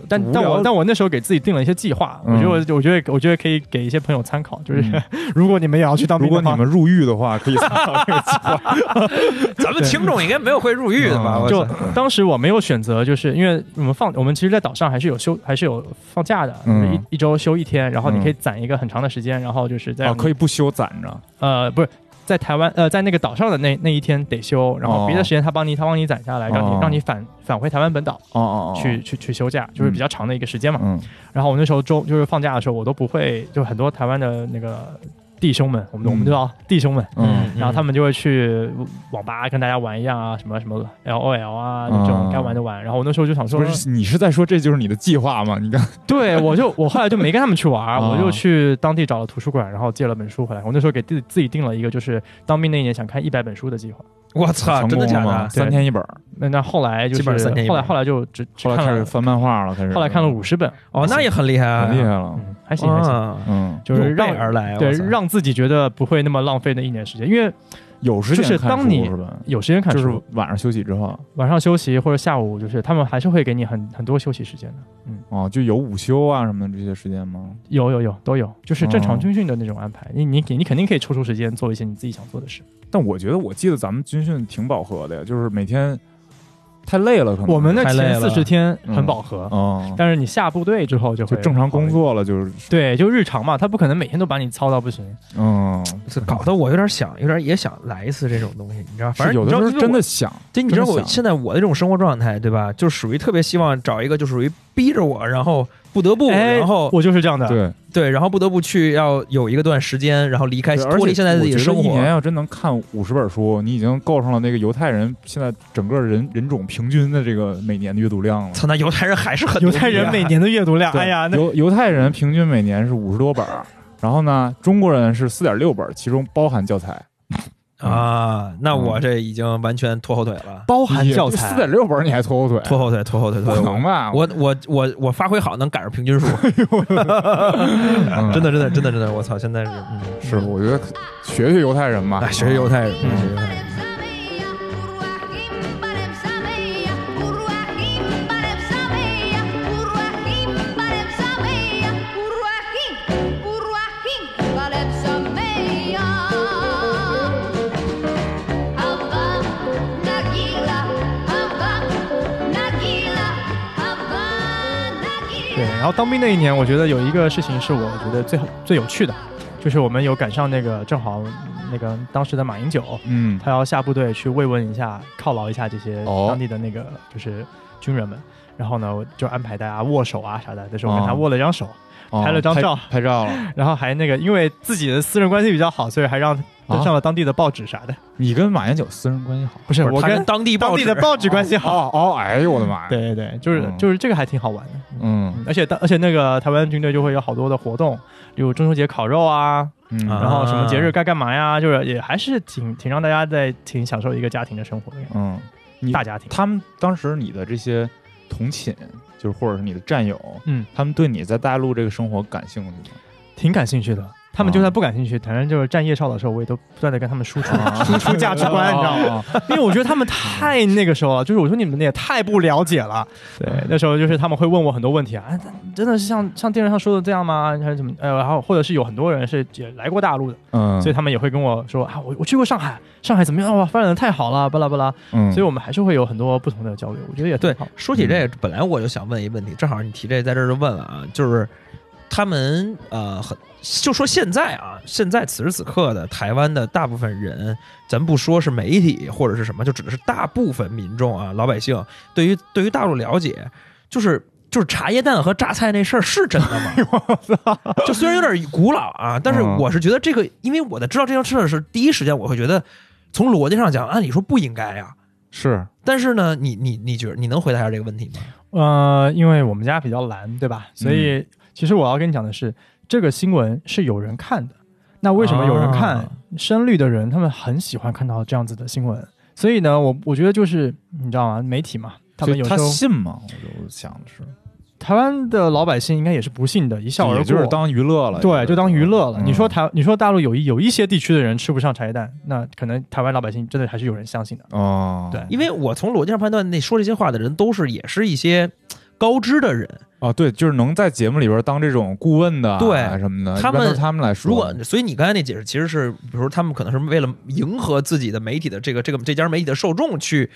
[SPEAKER 4] 但
[SPEAKER 1] 无
[SPEAKER 4] 但
[SPEAKER 1] 聊
[SPEAKER 4] 我但我那时候给自己定了一些计划，
[SPEAKER 1] 嗯
[SPEAKER 4] 我觉得我我觉得我觉得可以给一些朋友参考，就是、
[SPEAKER 1] 嗯
[SPEAKER 4] 如果你们也要去当
[SPEAKER 1] 如
[SPEAKER 4] 兵的
[SPEAKER 1] 果
[SPEAKER 4] 话，
[SPEAKER 1] 你们入狱的话， 可以参哦考这个计划。
[SPEAKER 2] 咱们听众应该没有会入狱的吧？
[SPEAKER 1] 嗯
[SPEAKER 2] 我
[SPEAKER 4] 就
[SPEAKER 2] 操
[SPEAKER 4] 当时我没有选择，就是因为我们放我们其实，在岛上还是有休还是有放假的，
[SPEAKER 1] 嗯
[SPEAKER 4] 就是一一周休一天，然后你
[SPEAKER 1] 嗯
[SPEAKER 4] 可以攒一个很长的时间，然后就是在、
[SPEAKER 1] 啊，可以不休攒着，
[SPEAKER 4] 呃不是。在台湾，呃，在那个岛上的那那一天得休，然后别
[SPEAKER 1] 哦
[SPEAKER 4] 的时间他帮你，他帮你攒下来，让你、
[SPEAKER 1] 哦
[SPEAKER 4] 让你返返回台湾本岛
[SPEAKER 1] 哦哦哦，
[SPEAKER 4] 去、去去休假，就是比较长的一个时间嘛。
[SPEAKER 1] 嗯
[SPEAKER 4] 然后我那时候周就是放假的时候，我都不会，就很多台湾的那个弟兄们，我们、
[SPEAKER 1] 嗯
[SPEAKER 4] 我们叫弟兄们，
[SPEAKER 1] 嗯
[SPEAKER 4] 然后他们就会去网吧跟大家玩一样啊，什么什么 L O L 啊，
[SPEAKER 1] 嗯
[SPEAKER 4] 那种该玩的玩。然后我那时候就想说
[SPEAKER 1] 不，是你是在说这就是你的计划吗？你刚
[SPEAKER 4] 对我就我后来就没跟他们去玩，
[SPEAKER 1] 啊
[SPEAKER 4] 我就去当地找了图书馆，然后借了本书回来。我那时候给自自己定了一个，就是当兵那一年想看一百本书的计划。
[SPEAKER 2] 我操，
[SPEAKER 1] 成
[SPEAKER 2] 真
[SPEAKER 1] 功
[SPEAKER 2] 的假
[SPEAKER 1] 了吗？
[SPEAKER 2] 的？
[SPEAKER 1] 三天一本儿，
[SPEAKER 4] 那那后来就
[SPEAKER 2] 基本上
[SPEAKER 4] 是
[SPEAKER 2] 三天一
[SPEAKER 4] 后
[SPEAKER 2] 本
[SPEAKER 4] 来后来就只只
[SPEAKER 1] 后来开
[SPEAKER 4] 看
[SPEAKER 1] 始
[SPEAKER 4] 了，
[SPEAKER 1] 翻漫画了，开始
[SPEAKER 4] 后来看了五十本，
[SPEAKER 2] 哦，那也很厉害啊，
[SPEAKER 1] 很厉害了，
[SPEAKER 4] 嗯，还行还行，
[SPEAKER 2] 啊！
[SPEAKER 1] 嗯，
[SPEAKER 4] 就是
[SPEAKER 2] 有备
[SPEAKER 4] 让
[SPEAKER 2] 而来，
[SPEAKER 4] 对
[SPEAKER 2] 我操
[SPEAKER 4] 让自己觉得不会那么浪费那一年时间，因为
[SPEAKER 1] 有时
[SPEAKER 4] 就是
[SPEAKER 1] 间看
[SPEAKER 4] 当
[SPEAKER 1] 书
[SPEAKER 4] 你
[SPEAKER 1] 是吧？
[SPEAKER 4] 有时间看
[SPEAKER 1] 就
[SPEAKER 4] 书，
[SPEAKER 1] 是晚上休息之后，
[SPEAKER 4] 晚上休息或者下午，就是他们还是会给你很很多休息时间的。
[SPEAKER 1] 哦，就有午休啊什么的这些时间吗？
[SPEAKER 4] 有有有都有，就是正
[SPEAKER 1] 哦
[SPEAKER 4] 常军训的那种安排。你你你肯定可以抽出时间做一些你自己想做的事。
[SPEAKER 1] 但我觉得，我记得咱们军训挺饱和的呀，就是每天太累了，可能
[SPEAKER 4] 我们的
[SPEAKER 2] 太累
[SPEAKER 4] 前
[SPEAKER 2] 了
[SPEAKER 4] 四十天很
[SPEAKER 1] 嗯
[SPEAKER 4] 饱和，
[SPEAKER 1] 哦，
[SPEAKER 4] 但是你下部队之后就会
[SPEAKER 1] 就正常工
[SPEAKER 4] 好
[SPEAKER 1] 作了，就是
[SPEAKER 4] 一点。对，就日常嘛，他不可能每天都把你操到不行。
[SPEAKER 1] 嗯，
[SPEAKER 2] 这搞得我有点想，有点也想来一次这种东西，你知道？反
[SPEAKER 1] 是
[SPEAKER 2] 正
[SPEAKER 1] 有
[SPEAKER 2] 你
[SPEAKER 1] 的
[SPEAKER 2] 知
[SPEAKER 1] 时
[SPEAKER 2] 道
[SPEAKER 1] 候
[SPEAKER 2] 因为
[SPEAKER 1] 真
[SPEAKER 2] 我
[SPEAKER 1] 的想，
[SPEAKER 2] 对，你知道
[SPEAKER 1] 真的
[SPEAKER 2] 我
[SPEAKER 1] 想
[SPEAKER 2] 现在我的这种生活状态，对吧？就属于特别希望找一个，就属于逼着我，然后不得不，
[SPEAKER 4] 哎，
[SPEAKER 2] 然后
[SPEAKER 4] 我就是这样的。
[SPEAKER 1] 对，
[SPEAKER 2] 对，然后不得不去要有一个段时间，然后离开
[SPEAKER 1] 对而
[SPEAKER 2] 哎脱离
[SPEAKER 1] 且
[SPEAKER 2] 现在自己的
[SPEAKER 1] 我觉
[SPEAKER 2] 生
[SPEAKER 1] 得一年
[SPEAKER 2] 活。
[SPEAKER 1] 要真能看五十本书，你已经够上了那个犹太人现在整个人人种平均的这个每年的阅读量了。
[SPEAKER 2] 操，那犹太人还是很啊
[SPEAKER 4] 犹太人每年的阅读量，
[SPEAKER 1] 对
[SPEAKER 4] 哎呀，那
[SPEAKER 1] 犹犹太人平均每年是五十多本儿，然后呢，中国人是四点六本儿，其中包含教材，
[SPEAKER 2] 啊，那我这已经完全拖后腿了，
[SPEAKER 4] 包含教
[SPEAKER 1] 四
[SPEAKER 4] 材
[SPEAKER 1] 点，六本儿你还拖后腿，
[SPEAKER 2] 拖后腿，拖后腿，拖
[SPEAKER 1] 不
[SPEAKER 2] 后
[SPEAKER 1] 能
[SPEAKER 2] 腿。
[SPEAKER 1] 吧？
[SPEAKER 2] 我我我我发挥好，能赶上平均数，
[SPEAKER 1] 嗯
[SPEAKER 2] 真的真的真的真的，我操！现在是，嗯，
[SPEAKER 1] 是，我觉得可学学犹太人吧
[SPEAKER 2] 哎，，学犹太人，
[SPEAKER 1] 嗯
[SPEAKER 2] 学犹太人。
[SPEAKER 4] 对，然后当兵那一年，我觉得有一个事情是我觉得最好最有趣的，就是我们有赶上那个正好那个当时的马英九，
[SPEAKER 1] 嗯，
[SPEAKER 4] 他要下部队去慰问一下、犒劳一下这些
[SPEAKER 1] 哦
[SPEAKER 4] 当地的那个就是军人们。然后呢，我就安排大家握手啊啥的。但是我
[SPEAKER 1] 哦
[SPEAKER 4] 跟他握了一张手，
[SPEAKER 1] 哦
[SPEAKER 4] 拍了张照
[SPEAKER 1] 拍照了。
[SPEAKER 4] 然后还那个，因为自己的私人关系比较好，所以还让登上了当地的报纸啥的。
[SPEAKER 1] 你跟马英九私人关系好？
[SPEAKER 4] 不是，
[SPEAKER 2] 不是
[SPEAKER 4] 我
[SPEAKER 2] 他
[SPEAKER 4] 跟
[SPEAKER 2] 当地
[SPEAKER 4] 当
[SPEAKER 2] 报
[SPEAKER 4] 地
[SPEAKER 2] 纸
[SPEAKER 4] 的报纸关系好。
[SPEAKER 1] 哦哦，哎呦我的妈呀！
[SPEAKER 4] 对，对对，就是、
[SPEAKER 1] 嗯
[SPEAKER 4] 就是这个还挺好玩的。
[SPEAKER 1] 嗯
[SPEAKER 4] 嗯而且当而且那个台湾军队就会有好多的活动，比如中秋节烤肉啊，
[SPEAKER 1] 嗯，
[SPEAKER 2] 啊
[SPEAKER 4] 然后什么节日该干嘛呀，就是也还是挺挺让大家在挺享受一个家庭的生活的感觉，
[SPEAKER 1] 嗯，你
[SPEAKER 4] 大家庭。
[SPEAKER 1] 他们当时你的这些同寝，就是或者是你的战友，
[SPEAKER 4] 嗯，
[SPEAKER 1] 他们对你在大陆这个生活感兴趣吗？
[SPEAKER 4] 挺感兴趣的。他们就算不感兴趣，反正就是站夜校的时候，我也都不断的跟他们 输出输出价值观，你知道吗？
[SPEAKER 1] 吗？
[SPEAKER 4] 因为我觉得他们太那个时候了，就是我说你们也太不了解了。对，那时候就是他们会问我很多问题啊，啊真的是像像电视上说的这样吗？还是怎么？呃，然后或者是有很多人是也来过大陆的，
[SPEAKER 1] 嗯，
[SPEAKER 4] 所以他们也会跟我说啊，我我去过上海，上海怎么样？哇，发展的太好了，巴拉巴拉。
[SPEAKER 1] 嗯，
[SPEAKER 4] 所以我们还是会有很多不同的交流，我觉得也挺
[SPEAKER 2] 对
[SPEAKER 4] 好。，嗯
[SPEAKER 2] 说起这个，本来我就想问一问题，正好你提这，在这儿就问了啊，就是他们呃，很就说现在啊，现在此时此刻的台湾的大部分人，咱不说是媒体或者是什么，就指的是大部分民众啊，老百姓对于对于大陆了解，就是。就是茶叶蛋和榨菜那事儿是真的 吗？就虽然有点古老啊，但是
[SPEAKER 1] 嗯
[SPEAKER 2] 我是觉得这个，因为我在知道这件事儿的时候，第一时间我会觉得，从逻辑上讲，按理说不应该呀、
[SPEAKER 1] 是
[SPEAKER 2] 但是呢，你你你觉得你能回答一下这个问题吗？
[SPEAKER 4] 呃，因为我们家比较蓝，对
[SPEAKER 1] 嗯
[SPEAKER 4] 吧？所以其实我要跟你讲的是，这个新闻是有人看的。那为什么有人看？
[SPEAKER 2] 啊
[SPEAKER 4] 深绿的人他们很喜欢看到这样子的新闻，所以呢，我我觉得就是你知道吗？媒体嘛，他
[SPEAKER 1] 所
[SPEAKER 4] 们
[SPEAKER 1] 以
[SPEAKER 4] 有时
[SPEAKER 1] 他
[SPEAKER 4] 候
[SPEAKER 1] 信吗？我就想的是，
[SPEAKER 4] 台湾的老百姓应该也是不信的，一笑
[SPEAKER 1] 也
[SPEAKER 4] 而过。
[SPEAKER 1] 就是当娱乐了，
[SPEAKER 4] 对，就当娱乐了。
[SPEAKER 1] 嗯
[SPEAKER 4] 你说台，你说大陆有一有一些地区的人吃不上茶叶蛋，那可能台湾老百姓真的还是有人相信的。
[SPEAKER 1] 哦，
[SPEAKER 4] 对
[SPEAKER 2] 因为我从逻辑上判断，那说这些话的人都是也是一些高知的人，
[SPEAKER 1] 啊，对，就是能在节目里边当这种顾问的啊，
[SPEAKER 2] 对
[SPEAKER 1] 什么的，
[SPEAKER 2] 他
[SPEAKER 1] 一般都
[SPEAKER 2] 们
[SPEAKER 1] 是他们来说。
[SPEAKER 2] 如果所以你刚才那解释其实是，比如说他们可能是为了迎合自己的媒体的这个这个这家媒体的受众去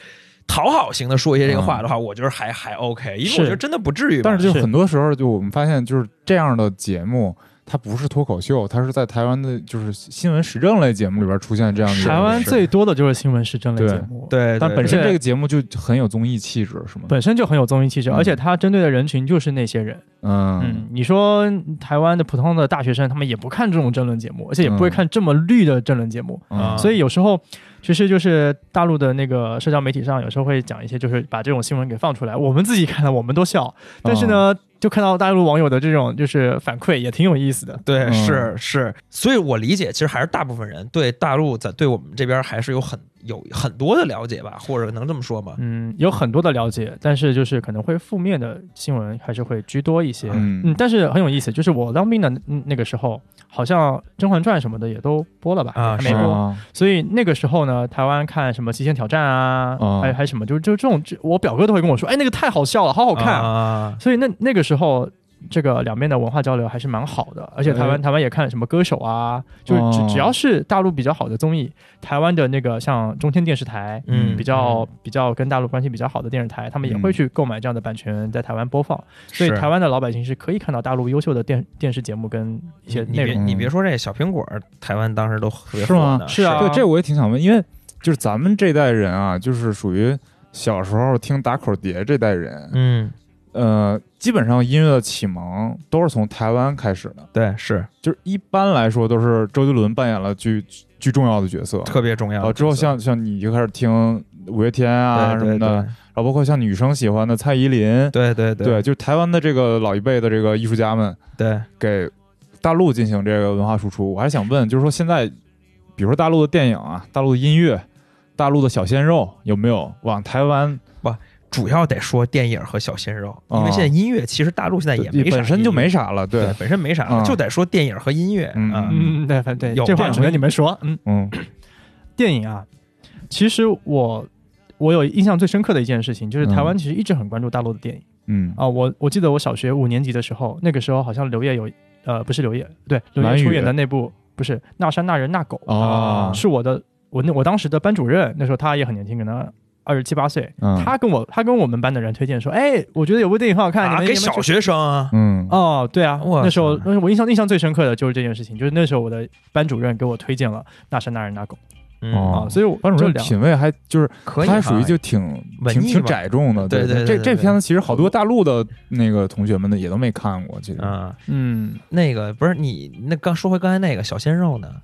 [SPEAKER 2] 讨好型的说一些这个话的话，我觉得还还 OK，因为我
[SPEAKER 4] 是
[SPEAKER 2] 觉得真的不至于吧。
[SPEAKER 1] 但是就是
[SPEAKER 4] 是
[SPEAKER 1] 很多时候，就我们发现，就是这样的节目，它不是脱口秀，它是在台湾的，就是新闻时政类节目里边出现这样的人。
[SPEAKER 4] 台湾最多的就是新闻时政类节
[SPEAKER 1] 对
[SPEAKER 4] 目，
[SPEAKER 2] 对，
[SPEAKER 1] 但
[SPEAKER 2] 对
[SPEAKER 1] 本身
[SPEAKER 2] 对
[SPEAKER 1] 这个节目就很有综艺气质，是吗？
[SPEAKER 4] 本身就很有综艺气质，
[SPEAKER 1] 嗯
[SPEAKER 4] 而且它针对的人群就是那些人。
[SPEAKER 1] 嗯
[SPEAKER 4] 嗯，你说台湾的普通的大学生，他们也不看这种争论节目，而且也不会
[SPEAKER 1] 嗯
[SPEAKER 4] 看这么绿的争论节目。
[SPEAKER 2] 啊
[SPEAKER 1] 嗯，
[SPEAKER 4] 所以有时候其实就是大陆的那个社交媒体上，有时候会讲一些，就是把这种新闻给放出来，我们自己看了我们都笑，但是
[SPEAKER 1] 嗯
[SPEAKER 4] 呢，就看到大陆网友的这种就是反馈也挺有意思的。
[SPEAKER 2] 对，
[SPEAKER 1] 嗯
[SPEAKER 2] 是是，所以我理解，其实还是大部分人对大陆在对我们这边还是有很有很多的了解吧，或者能这么说吗？
[SPEAKER 4] 嗯，有很多的了解，但是就是可能会负面的新闻还是会居多一些。
[SPEAKER 1] 嗯
[SPEAKER 4] 但是很有意思，就是我当兵的那那个时候，好像《甄嬛传》什么的也都播了吧？
[SPEAKER 2] 啊
[SPEAKER 4] 还
[SPEAKER 2] 是
[SPEAKER 4] 没播。
[SPEAKER 1] 啊
[SPEAKER 4] 所以那个时候呢，台湾看什么《极限挑战》啊，
[SPEAKER 1] 啊
[SPEAKER 4] 还有还有什么，就就这种，这我表哥都会跟我说，哎，那个太好笑了，好好
[SPEAKER 2] 我
[SPEAKER 4] 看。
[SPEAKER 2] 啊，
[SPEAKER 4] 所以那那个时候，这个两边的文化交流还是蛮好的，而且台湾、
[SPEAKER 1] 哎
[SPEAKER 4] 台湾也看什么歌手啊，就是只、
[SPEAKER 1] 哦
[SPEAKER 4] 只要是大陆比较好的综艺，台湾的那个像中天电视台。
[SPEAKER 2] 嗯，
[SPEAKER 4] 比较比较跟大陆关系比较好的电视台，他们也
[SPEAKER 1] 嗯
[SPEAKER 4] 会去购买这样的版权在台湾播放，所以
[SPEAKER 2] 是
[SPEAKER 4] 台湾的老百姓是可以看到大陆优秀的电电视节目跟一些
[SPEAKER 2] 你
[SPEAKER 4] 内
[SPEAKER 2] 别
[SPEAKER 4] 容。
[SPEAKER 1] 容
[SPEAKER 2] 你别说这小苹果，台湾当时都特别
[SPEAKER 1] 嗯是吗
[SPEAKER 2] 火呢嗯
[SPEAKER 4] 是啊
[SPEAKER 1] 对，这我也挺想问，因为就是咱们这代人啊，就是属于小时候听打口碟这代人，
[SPEAKER 2] 嗯，
[SPEAKER 1] 呃，基本上音乐的启蒙都是从台湾开始的，
[SPEAKER 2] 对，是
[SPEAKER 1] 就是一般来说都是周杰伦扮演了巨巨巨重要的角色，
[SPEAKER 2] 特别重要
[SPEAKER 1] 然
[SPEAKER 2] 的角色。
[SPEAKER 1] 后哦之后像像你就开始听五月天啊
[SPEAKER 2] 对
[SPEAKER 1] 什么
[SPEAKER 2] 对
[SPEAKER 1] 的，然后包括像女生喜欢的蔡依林，
[SPEAKER 2] 对对对
[SPEAKER 1] 对，就是台湾的这个老一辈的这个艺术家们
[SPEAKER 2] 对，
[SPEAKER 1] 给大陆进行这个文化输出。我还想问，就是说现在，比如说大陆的电影啊，大陆的音乐，大陆的小鲜肉有没有往台湾？
[SPEAKER 2] 主要得说电影和小鲜肉，
[SPEAKER 1] 哦
[SPEAKER 2] 因为现在音乐其实大陆现在也没啥
[SPEAKER 1] 本身就
[SPEAKER 2] 音乐
[SPEAKER 1] 没啥了，
[SPEAKER 2] 对，
[SPEAKER 1] 对，
[SPEAKER 2] 本身没啥了，
[SPEAKER 1] 嗯
[SPEAKER 2] 就得说电影和音乐
[SPEAKER 1] 嗯
[SPEAKER 2] 啊。
[SPEAKER 4] 嗯，对反对，
[SPEAKER 2] 有
[SPEAKER 4] 这
[SPEAKER 2] 这
[SPEAKER 4] 话
[SPEAKER 2] 样
[SPEAKER 4] 只能你们说。嗯，
[SPEAKER 1] 嗯
[SPEAKER 4] 电影啊，其实我我有印象最深刻的一件事情，就是台湾
[SPEAKER 1] 嗯
[SPEAKER 4] 其实一直很关注大陆的电影
[SPEAKER 1] 嗯，
[SPEAKER 4] 啊。我我记得我小学五年级的时候，那个时候好像刘烨有呃不是刘烨，对刘
[SPEAKER 1] 蓝
[SPEAKER 4] 烨
[SPEAKER 1] 宇
[SPEAKER 4] 出演的那部不是《那山那人那狗》啊
[SPEAKER 1] 哦
[SPEAKER 4] 是我的我那我当时的班主任，那时候他也很年轻，可能。二十七八岁，
[SPEAKER 1] 嗯
[SPEAKER 4] 他跟我他跟我们班的人推荐说，哎，我觉得有部电影很好看，你
[SPEAKER 2] 啊，
[SPEAKER 4] 们
[SPEAKER 2] 给
[SPEAKER 4] 你们
[SPEAKER 2] 小
[SPEAKER 4] 去
[SPEAKER 2] 学生啊，
[SPEAKER 1] 嗯
[SPEAKER 4] 哦，对啊，
[SPEAKER 2] 哇
[SPEAKER 4] 那时候
[SPEAKER 2] 塞
[SPEAKER 4] 那我印象印象最深刻的就是这件事情，就是那时候我的班主任给我推荐了《那山那人那狗》
[SPEAKER 2] 嗯
[SPEAKER 1] 哦
[SPEAKER 4] 啊，所以我
[SPEAKER 1] 班主
[SPEAKER 4] 这
[SPEAKER 1] 任
[SPEAKER 4] 两
[SPEAKER 1] 品味还就是
[SPEAKER 2] 可
[SPEAKER 1] 他
[SPEAKER 2] 以啊哈，
[SPEAKER 1] 还属于就挺
[SPEAKER 2] 文
[SPEAKER 1] 挺
[SPEAKER 2] 艺
[SPEAKER 1] 挺
[SPEAKER 2] 嘛
[SPEAKER 1] 窄众的，
[SPEAKER 2] 对对
[SPEAKER 1] 这
[SPEAKER 2] 对对
[SPEAKER 1] 这
[SPEAKER 2] 对
[SPEAKER 1] 片子其实好多大陆的那个同学们呢也都没看过，其实
[SPEAKER 2] 啊，
[SPEAKER 4] 嗯，
[SPEAKER 2] 那个不是你那刚说回刚才那个小鲜肉呢，
[SPEAKER 1] 嗯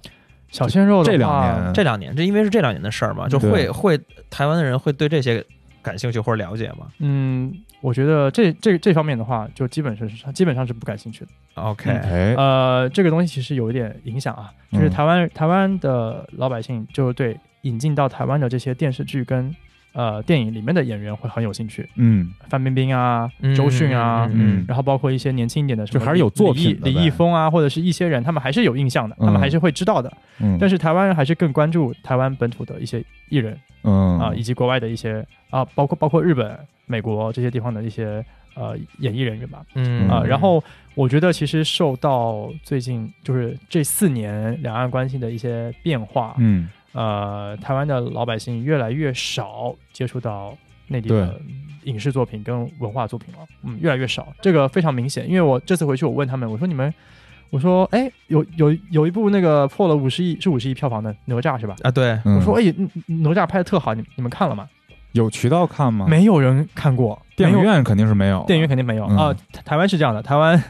[SPEAKER 4] 小鲜肉的话
[SPEAKER 1] 这两年
[SPEAKER 2] 这两年这因为是这两年的事儿嘛，就会
[SPEAKER 1] 对
[SPEAKER 2] 会台湾的人会对这些感兴趣或者了解吗
[SPEAKER 4] 嗯，我觉得这这这方面的话，就基本上是基本上是不感兴趣的。
[SPEAKER 2] ？OK，
[SPEAKER 1] 哎
[SPEAKER 4] 呃，这个东西其实有一点影响啊，就是
[SPEAKER 1] 嗯
[SPEAKER 4] 台湾、台湾的老百姓就对引进到台湾的这些电视剧跟呃电影里面的演员会很有兴趣，
[SPEAKER 1] 嗯
[SPEAKER 4] 范冰冰啊
[SPEAKER 2] 嗯、
[SPEAKER 4] 周迅啊，
[SPEAKER 1] 嗯
[SPEAKER 4] 然后包括一些年轻一点的什么
[SPEAKER 1] 就还是有作品的
[SPEAKER 4] 李易
[SPEAKER 1] 呗
[SPEAKER 4] 李易峰啊，或者是一些人，他们还是有印象的，他
[SPEAKER 1] 嗯
[SPEAKER 4] 们还是会知道的。
[SPEAKER 1] 嗯，
[SPEAKER 4] 但
[SPEAKER 1] 是
[SPEAKER 4] 是台湾人还是更关注台湾本土的一些艺人
[SPEAKER 1] 嗯
[SPEAKER 4] 啊、以及国外的一些啊，包括包括日本、美国这些地方的一些呃演艺人员吧。
[SPEAKER 2] 嗯
[SPEAKER 4] 啊、然后我觉得其实受到最近就是这四年两岸关系的一些变化，
[SPEAKER 1] 嗯
[SPEAKER 4] 呃，台湾的老百姓越来越少接触到内地的影视作品跟文化作品了，嗯，越来越少，这个非常明显。因为我这次回去，我问他们，我说你们，我说哎，有有有一部那个破了五十亿，是五十亿票房的《哪吒》是吧？
[SPEAKER 2] 啊，对，
[SPEAKER 1] 嗯
[SPEAKER 4] 我说哎，嗯哪吒拍的特好，你你们看了吗？
[SPEAKER 1] 有渠道看吗？
[SPEAKER 4] 没有人看过，
[SPEAKER 1] 啊电影
[SPEAKER 4] 没有
[SPEAKER 1] 院肯定是没有，
[SPEAKER 4] 电影院肯定没有
[SPEAKER 1] 嗯
[SPEAKER 4] 啊、台台湾是这样的，台湾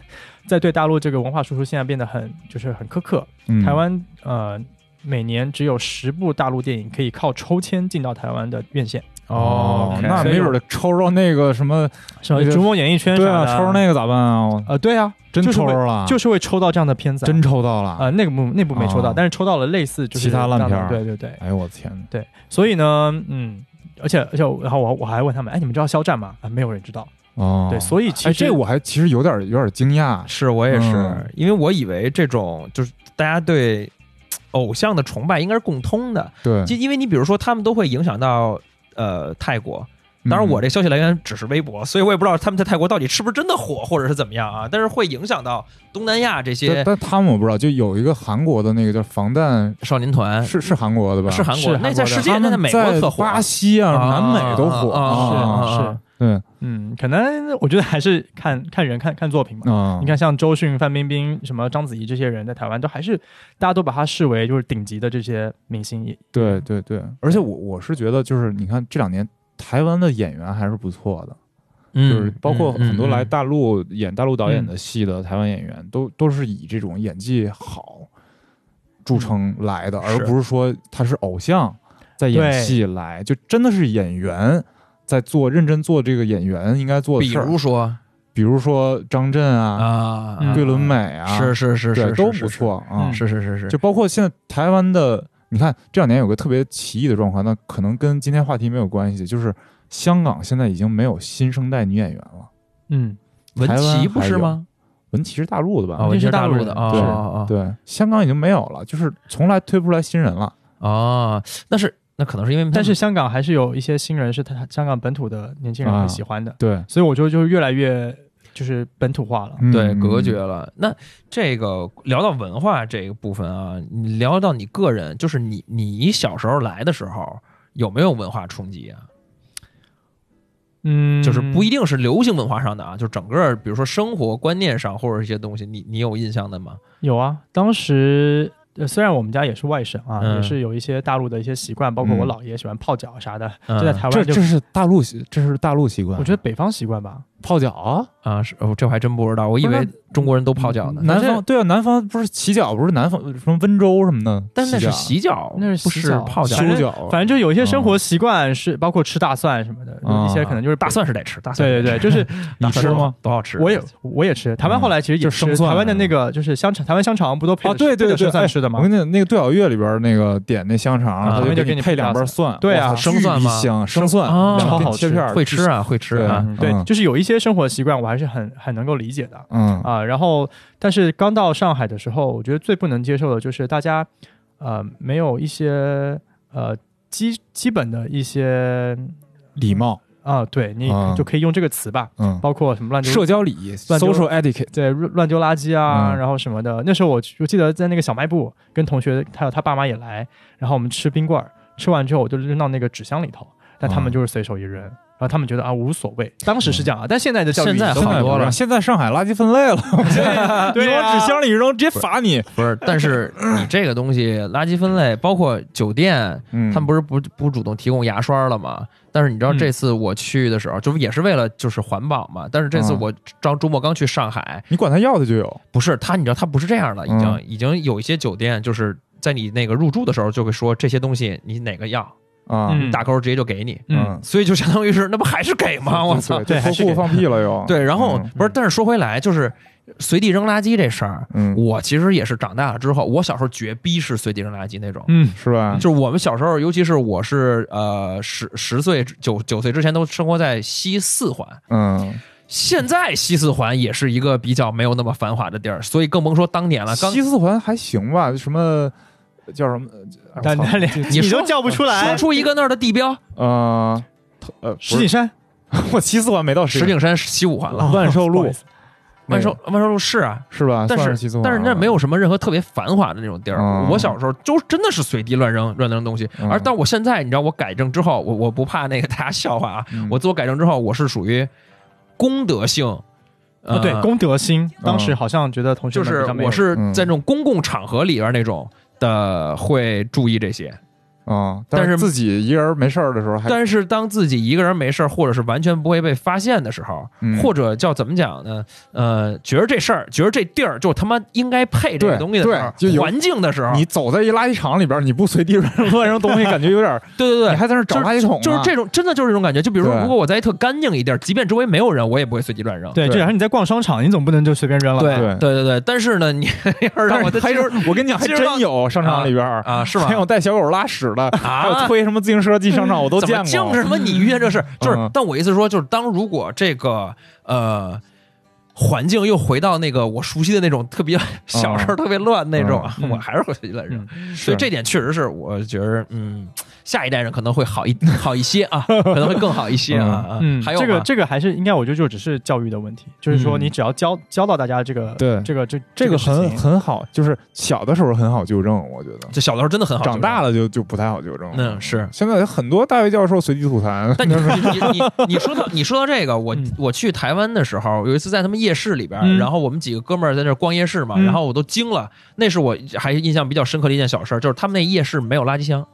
[SPEAKER 4] 在对大陆这个文化输出现在变得很就是很苛刻，
[SPEAKER 1] 嗯
[SPEAKER 4] 台湾呃每年只有十部大陆电影可以靠抽签进到台湾的院线，嗯
[SPEAKER 1] 哦，
[SPEAKER 2] OK
[SPEAKER 1] 那
[SPEAKER 4] 所以
[SPEAKER 1] 没准儿得抽着那个什么，
[SPEAKER 4] 什么
[SPEAKER 1] 那个
[SPEAKER 4] 逐梦演艺圈
[SPEAKER 1] 对啊，
[SPEAKER 4] 啥的
[SPEAKER 1] 抽着那个咋办啊？我
[SPEAKER 4] 呃对啊，
[SPEAKER 1] 真
[SPEAKER 4] 就是
[SPEAKER 1] 抽
[SPEAKER 4] 会
[SPEAKER 1] 着了，
[SPEAKER 4] 就是会抽到这样的片子啊、
[SPEAKER 1] 真抽到了。
[SPEAKER 4] 呃那个部那部没抽到，
[SPEAKER 1] 哦
[SPEAKER 4] 但是抽到了类似就是
[SPEAKER 1] 其他烂片
[SPEAKER 4] 这
[SPEAKER 1] 儿
[SPEAKER 4] 样的对对对
[SPEAKER 1] 哎呦我天哪！
[SPEAKER 4] 对，所以呢，嗯。而且而且我，然后我我还问他们，哎，你们知道肖战吗？啊，没有人知道。
[SPEAKER 1] 哦，
[SPEAKER 4] 对，所以其实、
[SPEAKER 1] 哎，这我还其实有点有点惊讶，
[SPEAKER 2] 是我也是，
[SPEAKER 1] 嗯
[SPEAKER 2] 因为我以为这种就是大家对嘖偶像的崇拜应该是共通的，
[SPEAKER 1] 对，
[SPEAKER 2] 就因为你比如说他们都会影响到呃泰国。当然，我
[SPEAKER 1] 这
[SPEAKER 2] 这消息来源只是微博，所以我也不知道他们在泰国到底是不是真的火，或者是怎么样啊。但是会影响到东南亚这
[SPEAKER 1] 但
[SPEAKER 2] 些
[SPEAKER 1] 但他们我不知道，就有一个韩国的那个叫防弹，
[SPEAKER 2] 少年团，
[SPEAKER 1] 是是韩国的吧？
[SPEAKER 2] 呃是韩
[SPEAKER 4] 是
[SPEAKER 2] 国，
[SPEAKER 4] 韩
[SPEAKER 2] 那在
[SPEAKER 4] 国的
[SPEAKER 2] 世界
[SPEAKER 1] 他们
[SPEAKER 2] 那在美国
[SPEAKER 1] 在
[SPEAKER 2] 特火，
[SPEAKER 1] 巴西啊、
[SPEAKER 2] 啊
[SPEAKER 1] 南美都火
[SPEAKER 2] 啊
[SPEAKER 4] 是
[SPEAKER 2] 啊
[SPEAKER 1] 啊，
[SPEAKER 2] 啊
[SPEAKER 4] 是，
[SPEAKER 1] 对
[SPEAKER 4] 嗯，可能我觉得还是看 看人看看作品嘛。
[SPEAKER 1] 啊，
[SPEAKER 4] 你看，像周迅、范冰冰、什么章子怡这些人，在台湾都还是大家都把她视为就是顶级的这些明星也。
[SPEAKER 1] 对对对，而且我我是觉得，就是你看这两年台湾的演员还是不错的，
[SPEAKER 2] 嗯
[SPEAKER 1] 就是包括很多来
[SPEAKER 2] 嗯
[SPEAKER 1] 大陆演大陆导演的戏的台湾演员，都都是以这种演技好著称来的，而
[SPEAKER 2] 嗯是
[SPEAKER 1] 不是说他是偶像在演
[SPEAKER 4] 对
[SPEAKER 1] 戏来，就真的是演员在做认真做这个演员应该做的
[SPEAKER 2] 比
[SPEAKER 1] 事儿，
[SPEAKER 2] 如说
[SPEAKER 1] 比如说张震啊、
[SPEAKER 2] 啊，
[SPEAKER 4] 嗯
[SPEAKER 1] 桂纶镁啊，
[SPEAKER 2] 是是是
[SPEAKER 1] 对
[SPEAKER 2] 是
[SPEAKER 1] 都
[SPEAKER 2] 是
[SPEAKER 1] 不
[SPEAKER 2] 是
[SPEAKER 1] 错啊，
[SPEAKER 4] 嗯
[SPEAKER 2] 是是是是，
[SPEAKER 1] 就包括现在台湾的，你看这两年有个特别奇异的状况，那可能跟今天话题没有关系，就是香港现在已经没有新生代女演员了，
[SPEAKER 4] 嗯，
[SPEAKER 2] 文
[SPEAKER 1] 台湾
[SPEAKER 2] 琪不
[SPEAKER 1] 还
[SPEAKER 2] 是
[SPEAKER 1] 有
[SPEAKER 2] 吗？
[SPEAKER 1] 文琪是大陆的吧？
[SPEAKER 2] 啊，文
[SPEAKER 4] 这
[SPEAKER 2] 琪
[SPEAKER 4] 是
[SPEAKER 2] 大
[SPEAKER 4] 大陆
[SPEAKER 2] 陆
[SPEAKER 4] 人
[SPEAKER 2] 的啊
[SPEAKER 1] 对
[SPEAKER 2] 啊
[SPEAKER 1] 对，香港已经没有了，就是从来推不出来新人了。
[SPEAKER 2] 啊啊！那是那可能是因为他们，
[SPEAKER 4] 嗯但是香港还是有一些新人是他香港本土的年轻人
[SPEAKER 1] 啊
[SPEAKER 4] 会喜欢的，
[SPEAKER 1] 对，
[SPEAKER 4] 所以我觉得就是越来越就是本土化了。
[SPEAKER 2] 对
[SPEAKER 1] 嗯
[SPEAKER 2] 隔绝。了。那这个聊到文化这个部分啊，你聊到你个人，就是你你小时候来的时候有没有文化冲击啊？
[SPEAKER 4] 嗯，
[SPEAKER 2] 就是不一定是流行文化上的啊，就整个比如说生活观念上或者一些东西，你你有印象的吗？
[SPEAKER 4] 有啊。当时、呃虽然我们家也是外省啊，
[SPEAKER 2] 嗯
[SPEAKER 4] 也是有一些大陆的一些习惯，包括我姥爷喜欢泡脚啥的，
[SPEAKER 2] 嗯
[SPEAKER 4] 这在台
[SPEAKER 1] 这
[SPEAKER 4] 湾就
[SPEAKER 1] 这是大陆习，这是大陆习惯。
[SPEAKER 4] 我觉得北方习惯吧。
[SPEAKER 1] 泡脚啊，
[SPEAKER 2] 啊，嗯是哦，这我还真不知道，我以为中国人都泡脚呢。
[SPEAKER 1] 南
[SPEAKER 4] 但
[SPEAKER 1] 方
[SPEAKER 4] 是
[SPEAKER 1] 对啊，南方不是洗脚，不是南方什么温州什么的，
[SPEAKER 2] 但是那是
[SPEAKER 1] 脚
[SPEAKER 2] 洗脚，
[SPEAKER 4] 那是
[SPEAKER 2] 不
[SPEAKER 4] 洗
[SPEAKER 2] 是
[SPEAKER 4] 脚
[SPEAKER 2] 泡脚。
[SPEAKER 4] 反
[SPEAKER 1] 修
[SPEAKER 4] 正
[SPEAKER 1] 脚，
[SPEAKER 4] 反正就有一些生活习惯
[SPEAKER 1] 哦
[SPEAKER 4] 是包括吃大蒜什么的，
[SPEAKER 1] 啊
[SPEAKER 4] 有一些可能就是北
[SPEAKER 2] 大。蒜是得吃，大蒜
[SPEAKER 4] 对对对，就是
[SPEAKER 1] 你
[SPEAKER 2] 大蒜
[SPEAKER 1] 吃
[SPEAKER 2] 多好
[SPEAKER 1] 吗？
[SPEAKER 2] 多好吃！啊
[SPEAKER 4] 我也我也吃，台湾后来其实也
[SPEAKER 1] 就是
[SPEAKER 4] 吃
[SPEAKER 1] 生蒜
[SPEAKER 4] 台湾的那个就是香肠，台湾香肠不都配
[SPEAKER 1] 啊，
[SPEAKER 4] 着
[SPEAKER 1] 对对
[SPEAKER 4] 配
[SPEAKER 1] 对
[SPEAKER 4] 着生
[SPEAKER 1] 对，
[SPEAKER 4] 蒜
[SPEAKER 1] 哎
[SPEAKER 4] 吃的
[SPEAKER 1] 我
[SPEAKER 4] 吗
[SPEAKER 1] 跟？你讲，那个对小月里边那个点那香肠，他
[SPEAKER 2] 啊
[SPEAKER 4] 他就给
[SPEAKER 1] 你
[SPEAKER 4] 你
[SPEAKER 1] 配
[SPEAKER 4] 配
[SPEAKER 1] 两瓣蒜，
[SPEAKER 4] 对啊
[SPEAKER 1] 哇
[SPEAKER 2] 生蒜
[SPEAKER 1] 巨
[SPEAKER 2] 吗
[SPEAKER 1] 香生蒜，
[SPEAKER 2] 啊
[SPEAKER 1] 两
[SPEAKER 4] 超
[SPEAKER 1] 片
[SPEAKER 4] 好
[SPEAKER 1] 切
[SPEAKER 4] 吃
[SPEAKER 1] 片儿
[SPEAKER 2] 会吃，啊，会吃
[SPEAKER 1] 对
[SPEAKER 2] 啊，
[SPEAKER 4] 对，
[SPEAKER 1] 嗯
[SPEAKER 4] 就是有一些生活习惯我还是很很能够理解的
[SPEAKER 1] 嗯
[SPEAKER 4] 啊。然后，但是刚到上海的时候，我觉得最不能接受的就是大家呃没有一些呃基基本的一些
[SPEAKER 1] 礼貌，
[SPEAKER 4] 啊，对你
[SPEAKER 1] 啊
[SPEAKER 4] 就可以用这个词吧，
[SPEAKER 1] 嗯，
[SPEAKER 4] 包括什么乱丢
[SPEAKER 1] 社交礼仪
[SPEAKER 4] 乱丢
[SPEAKER 1] ，social etiquette，
[SPEAKER 4] 对，乱乱丢垃圾啊，
[SPEAKER 1] 嗯
[SPEAKER 4] 然后什么的。那时候我我记得在那个小卖部，跟同学还有他爸妈也来，然后我们吃冰棍儿，吃完之后我就扔到那个纸箱里头，但他
[SPEAKER 1] 嗯
[SPEAKER 4] 们就是随手一扔，然后他们觉得啊无所谓。当时是这样啊，
[SPEAKER 1] 嗯
[SPEAKER 4] 但现在的教育
[SPEAKER 2] 现在
[SPEAKER 4] 已经
[SPEAKER 1] 现在
[SPEAKER 2] 好多
[SPEAKER 1] 不是
[SPEAKER 2] 了
[SPEAKER 1] 现在上海垃圾分类了，现在你
[SPEAKER 4] 对啊
[SPEAKER 1] 往纸箱里扔，直接罚你。
[SPEAKER 2] 不 是，但是你这个东西，垃圾分类，包括酒店，
[SPEAKER 1] 嗯
[SPEAKER 2] 他们不是不不主动提供牙刷了吗？但是你知道
[SPEAKER 4] 嗯
[SPEAKER 2] 这次我去的时候，就是也是为了就是环保嘛。但是这次
[SPEAKER 1] 嗯
[SPEAKER 2] 我刚周末刚去上海，
[SPEAKER 1] 你管他要的就有，
[SPEAKER 2] 不是他，你知道他不是这样的，已经
[SPEAKER 1] 嗯
[SPEAKER 2] 已经有一些酒店就是在你那个入住的时候就会说这些东西你哪个要，
[SPEAKER 1] 啊，
[SPEAKER 4] 嗯
[SPEAKER 2] 打勾直接就给你，
[SPEAKER 1] 嗯
[SPEAKER 4] 嗯，
[SPEAKER 2] 所以就相当于是那不还是给吗？我操！
[SPEAKER 1] 对，
[SPEAKER 4] 对还
[SPEAKER 1] 脱
[SPEAKER 4] 是给
[SPEAKER 1] 裤放屁了又，
[SPEAKER 2] 对，然后
[SPEAKER 1] 嗯
[SPEAKER 2] 不是，但是说回来，就是随地扔垃圾这事儿，
[SPEAKER 1] 嗯
[SPEAKER 2] 我其实也是长大了之后，我小时候绝逼是随地扔垃圾那种。
[SPEAKER 1] 嗯，是吧？
[SPEAKER 2] 就是我们小时候，尤其是我是呃十十岁九九岁之前都生活在西四环，
[SPEAKER 1] 嗯，
[SPEAKER 2] 现在西四环也是一个比较没有那么繁华的地儿，所以更甭说当年了。刚
[SPEAKER 1] 西四环还行吧，什么叫什么？呃
[SPEAKER 4] 但
[SPEAKER 1] 哎我操
[SPEAKER 4] 但连
[SPEAKER 2] 你
[SPEAKER 4] 都
[SPEAKER 2] 说啊
[SPEAKER 4] 叫不出来
[SPEAKER 2] 说，出一个那儿的地标，
[SPEAKER 1] 呃呃，
[SPEAKER 4] 石景山
[SPEAKER 1] 不是我西四环没到
[SPEAKER 2] 石景山西五环了，
[SPEAKER 1] 万寿
[SPEAKER 4] 不好
[SPEAKER 1] 路
[SPEAKER 4] 意思
[SPEAKER 2] 万寿万寿路是啊，
[SPEAKER 1] 是吧？
[SPEAKER 2] 但
[SPEAKER 1] 算
[SPEAKER 2] 是
[SPEAKER 1] 西四环
[SPEAKER 2] 但是那
[SPEAKER 1] 了
[SPEAKER 2] 没有什么任何特别繁华的那种地儿。
[SPEAKER 1] 嗯
[SPEAKER 2] 我小时候就真的是随地乱扔乱扔东西，
[SPEAKER 1] 嗯
[SPEAKER 2] 而到我现在，你知道我改正之后，我我不怕那个大家笑话啊，
[SPEAKER 1] 嗯
[SPEAKER 2] 我做改正之后，我是属于公德性，呃，
[SPEAKER 4] 哦，对，公德心，当时好像觉得同学
[SPEAKER 2] 就
[SPEAKER 4] 们
[SPEAKER 2] 是
[SPEAKER 4] 比较没有
[SPEAKER 2] 我是
[SPEAKER 1] 嗯
[SPEAKER 2] 在那种公共场合里边那种的会注意这
[SPEAKER 4] 嗯
[SPEAKER 2] 些，
[SPEAKER 1] 啊，
[SPEAKER 2] 但是
[SPEAKER 1] 自己一个人没事儿的时候还
[SPEAKER 2] 但是当自己一个人没事儿，或者是完全不会被发现的时候，
[SPEAKER 1] 嗯
[SPEAKER 2] 或者叫怎么讲呢？呃，觉得这事儿，觉得这地儿就他妈应该配这
[SPEAKER 1] 对
[SPEAKER 2] 个东西的时候，
[SPEAKER 1] 对就有
[SPEAKER 2] 环境的时候，
[SPEAKER 1] 你走在一垃圾场里边儿，你不随地乱乱扔东西，感觉有点儿，
[SPEAKER 2] 对对
[SPEAKER 1] 你
[SPEAKER 2] 对，
[SPEAKER 1] 还在那儿找
[SPEAKER 2] 就是
[SPEAKER 1] 垃圾桶啊呢，
[SPEAKER 2] 就是这种，真的就是这种感觉。就比如说，
[SPEAKER 1] 对
[SPEAKER 2] 如果我在一特干净一地儿，即便周围没有人，我也不会随地乱扔。
[SPEAKER 4] 对，
[SPEAKER 1] 对
[SPEAKER 4] 就假如你在逛商场，你总不能就随便扔了吧。
[SPEAKER 1] 对
[SPEAKER 2] 对对对，但是呢，你 要是让我
[SPEAKER 1] 但是
[SPEAKER 2] 在
[SPEAKER 1] 还
[SPEAKER 2] 街上
[SPEAKER 1] 是我跟你讲，还
[SPEAKER 2] 其实到
[SPEAKER 1] 真有商场里边儿
[SPEAKER 2] 啊是吗
[SPEAKER 1] 还有带小狗拉屎的，还有
[SPEAKER 2] 啊，嗯
[SPEAKER 1] 推什么自行车进商场，我都
[SPEAKER 2] 怎
[SPEAKER 1] 见
[SPEAKER 2] 么
[SPEAKER 1] 过。
[SPEAKER 2] 净是什么你遇见这事儿，就是，
[SPEAKER 1] 嗯
[SPEAKER 2] 但我意思说，就是当如果这个呃。环境又回到那个我熟悉的那种特别小事儿特别乱那种，
[SPEAKER 4] 嗯
[SPEAKER 2] 我还是会随地乱扔。所
[SPEAKER 1] 是
[SPEAKER 2] 以这点确实是，我觉得，嗯，下一代人可能会好一好一些啊，可能会更好一些啊。啊
[SPEAKER 4] 嗯，
[SPEAKER 2] 还有
[SPEAKER 4] 这个
[SPEAKER 2] 吗
[SPEAKER 4] 这个还是应该，我觉得就只是教育的问题，就是说
[SPEAKER 2] 嗯
[SPEAKER 4] 你只要教教到大家这个
[SPEAKER 1] 对
[SPEAKER 4] 这个这
[SPEAKER 1] 这个
[SPEAKER 4] 个事
[SPEAKER 1] 很
[SPEAKER 4] 情
[SPEAKER 1] 很好，就是小的时候很好纠正，我觉得
[SPEAKER 2] 这小的时候真的很好，
[SPEAKER 1] 长大了就就不太好纠正。
[SPEAKER 2] 嗯是
[SPEAKER 1] 现在很多大学教授随地吐 痰，
[SPEAKER 2] 但你你你你你说到你说到这个，我
[SPEAKER 4] 嗯
[SPEAKER 2] 我去台湾的时候，有一次在他们夜市里边，
[SPEAKER 4] 嗯
[SPEAKER 2] 然后我们几个哥们儿在那儿逛夜市嘛，
[SPEAKER 4] 嗯
[SPEAKER 2] 然后我都惊了。那是我还印象比较深刻的一件小事儿，就是他们那夜市没有垃圾箱。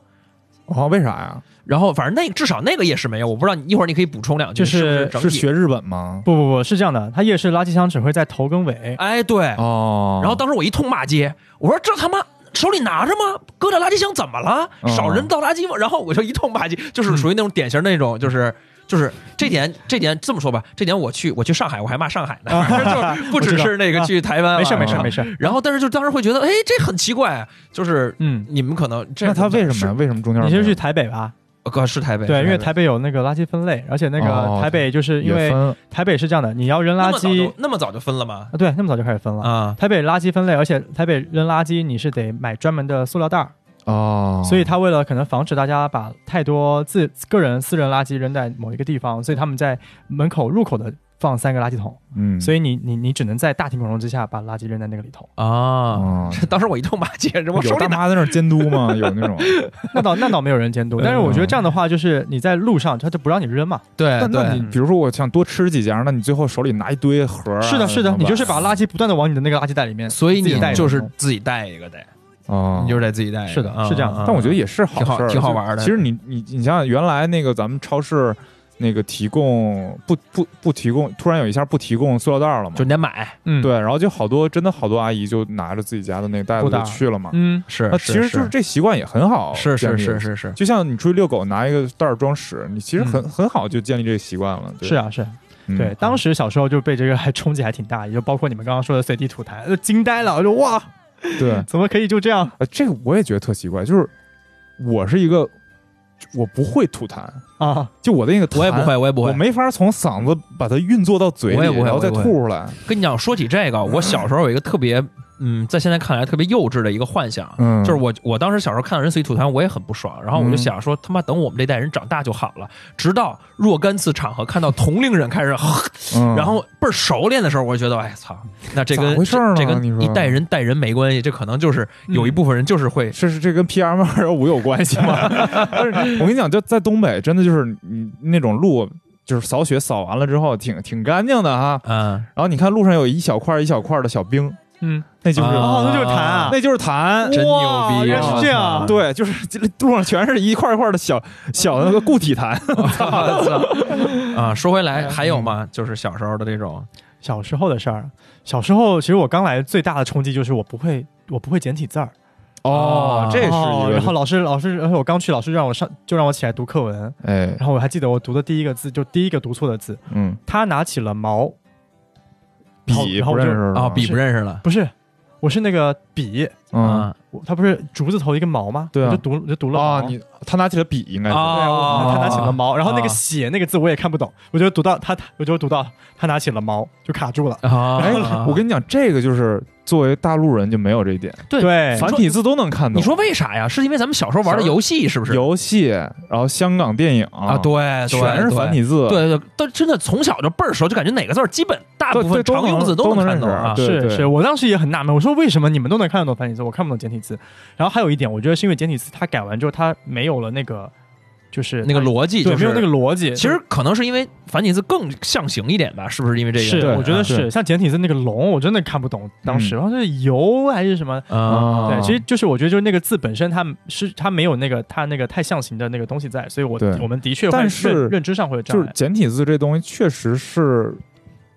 [SPEAKER 1] 哦，为啥呀？
[SPEAKER 2] 然后反正那至少那个夜市没有，我不知道你一会儿你可以补充两句，
[SPEAKER 4] 就是
[SPEAKER 2] 是不是
[SPEAKER 1] 是
[SPEAKER 2] 整体？
[SPEAKER 1] 学日本吗？
[SPEAKER 4] 不不不是这样的，它夜市垃圾箱只会在头跟尾，
[SPEAKER 2] 哎对，
[SPEAKER 1] 哦，
[SPEAKER 2] 然后当时我一通骂街，我说这他妈。手里拿着吗？搁在垃圾箱怎么了？
[SPEAKER 1] 嗯
[SPEAKER 2] 少
[SPEAKER 4] 哦
[SPEAKER 2] 人倒垃圾吗？然后我就一通骂街，就是属于那种典型的那种，就是就是这点这点这么说吧，这点我去我去上海我还骂上海呢，
[SPEAKER 4] 哦
[SPEAKER 2] 就是不只是那个去台湾啊，
[SPEAKER 4] 没事没事
[SPEAKER 2] 啊
[SPEAKER 4] 没。事，
[SPEAKER 2] 然后但是就当时会觉得，哎，这很奇怪，就是
[SPEAKER 4] 嗯，
[SPEAKER 2] 你们可能这
[SPEAKER 1] 那他为什么呀？
[SPEAKER 2] 是
[SPEAKER 1] 为什么中间
[SPEAKER 4] 你先
[SPEAKER 1] 没有
[SPEAKER 4] 去台北吧，
[SPEAKER 2] 呃哥是台北
[SPEAKER 4] 对，因为
[SPEAKER 1] 台北
[SPEAKER 4] 台北有那个垃圾分类，而且那
[SPEAKER 1] 哦
[SPEAKER 4] 个台北就是因
[SPEAKER 1] 也
[SPEAKER 4] 为
[SPEAKER 1] 分
[SPEAKER 4] 台北是这样的，你要扔
[SPEAKER 2] 那
[SPEAKER 4] 垃
[SPEAKER 2] 么早
[SPEAKER 4] 圾嗯
[SPEAKER 2] 就那么早就分了吗？
[SPEAKER 4] 啊，对，那么早就开始分了。
[SPEAKER 2] 啊，
[SPEAKER 4] 台北垃圾分类，而且台北扔垃圾你是得买专门的塑料袋儿，
[SPEAKER 1] 哦，
[SPEAKER 4] 所以他为了可能防止大家把太多自个人私人垃圾扔在某一个地方，所以他们在门口入口的放三个垃圾桶，
[SPEAKER 1] 嗯，
[SPEAKER 4] 所
[SPEAKER 1] 以
[SPEAKER 4] 以你你你只能在大庭广众之下把垃圾扔在那个里 头。哦
[SPEAKER 2] 啊，
[SPEAKER 1] 啊，
[SPEAKER 2] 当时我一通骂街， 我手
[SPEAKER 1] 有
[SPEAKER 2] 里
[SPEAKER 1] 大
[SPEAKER 2] 拿
[SPEAKER 1] 妈在那儿监督吗？有 那种，
[SPEAKER 4] 那倒那倒没有人监督，但是我觉得这样的话，就是你在路上他就不让你扔嘛。
[SPEAKER 2] 对
[SPEAKER 1] 那那你比如说我想多吃几家，那你最后手里拿一堆盒儿啊，
[SPEAKER 4] 是的，是
[SPEAKER 1] 怎
[SPEAKER 4] 的，
[SPEAKER 1] 么
[SPEAKER 4] 你
[SPEAKER 1] 办
[SPEAKER 4] 就是把垃圾不断的往你的那个垃圾袋里面，
[SPEAKER 2] 所以
[SPEAKER 4] 自己
[SPEAKER 2] 你
[SPEAKER 4] 带着
[SPEAKER 2] 就是
[SPEAKER 4] 扔
[SPEAKER 2] 自己带一个得。
[SPEAKER 1] 哦，
[SPEAKER 2] 你就是得自己带一个。
[SPEAKER 4] 是的是这样
[SPEAKER 2] 嗯嗯嗯
[SPEAKER 1] 但我觉得也是好
[SPEAKER 2] 挺好
[SPEAKER 1] 事儿，
[SPEAKER 2] 挺好
[SPEAKER 1] 就
[SPEAKER 2] 玩的
[SPEAKER 1] 其实你你你想想，原来那个咱们超市那个提供不不不提供，突然有一下不提供塑料袋儿了嘛
[SPEAKER 2] 就？你得买，
[SPEAKER 4] 嗯，
[SPEAKER 1] 对，然后就好多真的好多阿姨就拿着自己家的那个袋子
[SPEAKER 4] 布袋
[SPEAKER 1] 就
[SPEAKER 4] 儿
[SPEAKER 1] 去了嘛。
[SPEAKER 4] 嗯，
[SPEAKER 2] 是
[SPEAKER 1] 那其实就是这习惯也很好，
[SPEAKER 2] 是
[SPEAKER 1] 建
[SPEAKER 2] 是
[SPEAKER 1] 立
[SPEAKER 2] 是。是是，
[SPEAKER 1] 就像你出去遛狗拿一个袋儿装屎，你其实很很好就建立这个习惯了。对
[SPEAKER 4] 是，啊是啊。
[SPEAKER 1] 嗯
[SPEAKER 4] 对，当时小时候就被这个还冲击还挺大，也就包括你们刚刚说的随地吐痰，呃惊呆了，我就哇，
[SPEAKER 1] 对，
[SPEAKER 4] 怎么可以就这样
[SPEAKER 1] 呃这个我也觉得特奇怪，就是我是一个我不会吐痰，
[SPEAKER 4] 啊？
[SPEAKER 1] 就我的那个痰
[SPEAKER 2] 我也不会，我也不
[SPEAKER 1] 我
[SPEAKER 2] 会。
[SPEAKER 1] 没法从嗓子把它运作到嘴
[SPEAKER 2] 我也
[SPEAKER 1] 里，
[SPEAKER 2] 不会
[SPEAKER 1] 然后再
[SPEAKER 2] 我也不
[SPEAKER 1] 吐
[SPEAKER 2] 会
[SPEAKER 1] 出来。
[SPEAKER 2] 跟你讲，说起这个，我小时候有一个特别，嗯，在现在看来特别幼稚的一个幻想，
[SPEAKER 1] 嗯
[SPEAKER 2] 就是我我当时小时候看到人随地吐痰，我也很不爽，然后我就
[SPEAKER 1] 嗯
[SPEAKER 2] 想说，他妈等我们这代人长大就好了。直到若干次场合看到同龄人开始，
[SPEAKER 1] 嗯
[SPEAKER 2] 然后倍儿熟练的时候，我就觉得，哎操，那这跟
[SPEAKER 1] 咋回事儿呢
[SPEAKER 2] 这这
[SPEAKER 1] 你
[SPEAKER 2] 跟
[SPEAKER 1] 说嗯
[SPEAKER 2] 一代人带人没关系，这可能就是有一部分人就是会
[SPEAKER 1] 这是这跟 PM 二幺五有关系 吗？但是我跟你讲，就在东北，真的就是你那种路，就是扫雪扫完了之后，挺挺干净的哈。
[SPEAKER 2] 嗯，
[SPEAKER 1] 然后你看路上有一小块一小块的小冰，
[SPEAKER 4] 嗯，
[SPEAKER 1] 那就是、
[SPEAKER 4] 哦那就是痰啊
[SPEAKER 1] 那就是痰。
[SPEAKER 2] 真牛
[SPEAKER 4] 哇
[SPEAKER 2] 逼，
[SPEAKER 4] 原来是这样
[SPEAKER 2] 我操
[SPEAKER 1] 对，就是这路上全是一块一块的小小的那个固体痰。
[SPEAKER 2] 啊，说回来，还有吗？就是小时候的这种，
[SPEAKER 4] 小时候的事儿，小时候其实我刚来最大的冲击就是我不会，我不会简体字儿。
[SPEAKER 2] 哦
[SPEAKER 1] 这是一
[SPEAKER 4] 哦
[SPEAKER 1] 个。
[SPEAKER 4] 然后老师老师，而且我刚去，老师让我上就让我起来读课文，
[SPEAKER 1] 哎，
[SPEAKER 4] 然后我还记得我读的第一个字就第一个读错的字，
[SPEAKER 1] 嗯，
[SPEAKER 4] 他拿起了毛，
[SPEAKER 1] 笔
[SPEAKER 4] 然
[SPEAKER 1] 哦
[SPEAKER 4] 后
[SPEAKER 1] 不
[SPEAKER 4] 我就
[SPEAKER 1] 认识是吧
[SPEAKER 2] 啊，笔不认识了
[SPEAKER 4] 不是，我是那个笔，
[SPEAKER 1] 嗯
[SPEAKER 2] 啊
[SPEAKER 4] 我它不是竹字头一个毛吗？
[SPEAKER 1] 对啊
[SPEAKER 4] 我就读我就读了
[SPEAKER 1] 啊，
[SPEAKER 4] 毛
[SPEAKER 1] 你他拿起了笔应该是
[SPEAKER 4] 对啊，
[SPEAKER 2] 啊
[SPEAKER 4] 我他拿起了
[SPEAKER 2] 猫
[SPEAKER 4] 毛，然后那个
[SPEAKER 2] 啊
[SPEAKER 4] 写那个字我也看不懂，我就读到他，他我就读到他拿起了毛，就卡住了。
[SPEAKER 2] 啊，
[SPEAKER 1] 哎，我跟你讲，这个就是作为大陆人就没有这一点，
[SPEAKER 2] 对
[SPEAKER 4] 对
[SPEAKER 1] 繁体字都能看懂。
[SPEAKER 2] 你说为啥呀？是因为咱们小时候玩的游戏是不是？
[SPEAKER 1] 游戏，然后香港电影
[SPEAKER 2] 啊，
[SPEAKER 1] 啊
[SPEAKER 2] 对，对
[SPEAKER 1] 全是繁体字，
[SPEAKER 2] 对对，对都真的从小就倍儿熟，就感觉哪个字儿基本大部
[SPEAKER 1] 对对
[SPEAKER 2] 分
[SPEAKER 1] 都能
[SPEAKER 2] 常用字
[SPEAKER 1] 都
[SPEAKER 2] 能
[SPEAKER 1] 能
[SPEAKER 2] 看懂
[SPEAKER 1] 认识
[SPEAKER 2] 啊。
[SPEAKER 1] 对
[SPEAKER 4] 是
[SPEAKER 1] 对
[SPEAKER 4] 是，我当时也很纳闷，我说为什么你们都能看得懂繁体字，我看不懂简体字。然后还有一点，我觉得是因为简体字它改完之后，它没有了那个，就是
[SPEAKER 2] 那个逻辑就
[SPEAKER 4] 对，没
[SPEAKER 2] 是
[SPEAKER 4] 有那个逻辑。
[SPEAKER 2] 其实可能是因为繁体字更象形一点吧，是不是因为这个？
[SPEAKER 4] 是，
[SPEAKER 1] 对
[SPEAKER 4] 我觉得
[SPEAKER 1] 啊
[SPEAKER 4] 是
[SPEAKER 1] 对嗯
[SPEAKER 4] 像简体字那个龙，我真的看不懂当时，然后是油还是什么。
[SPEAKER 2] 啊，
[SPEAKER 1] 啊，
[SPEAKER 4] 对，其实就是我觉得就是那个字本身它是它没有那个它那个太象形的那个东西在，所以我
[SPEAKER 1] 对
[SPEAKER 4] 我们的确会
[SPEAKER 1] 但是
[SPEAKER 4] 认认知上会有障
[SPEAKER 1] 就
[SPEAKER 4] 碍。
[SPEAKER 1] 是简体字这东西确实是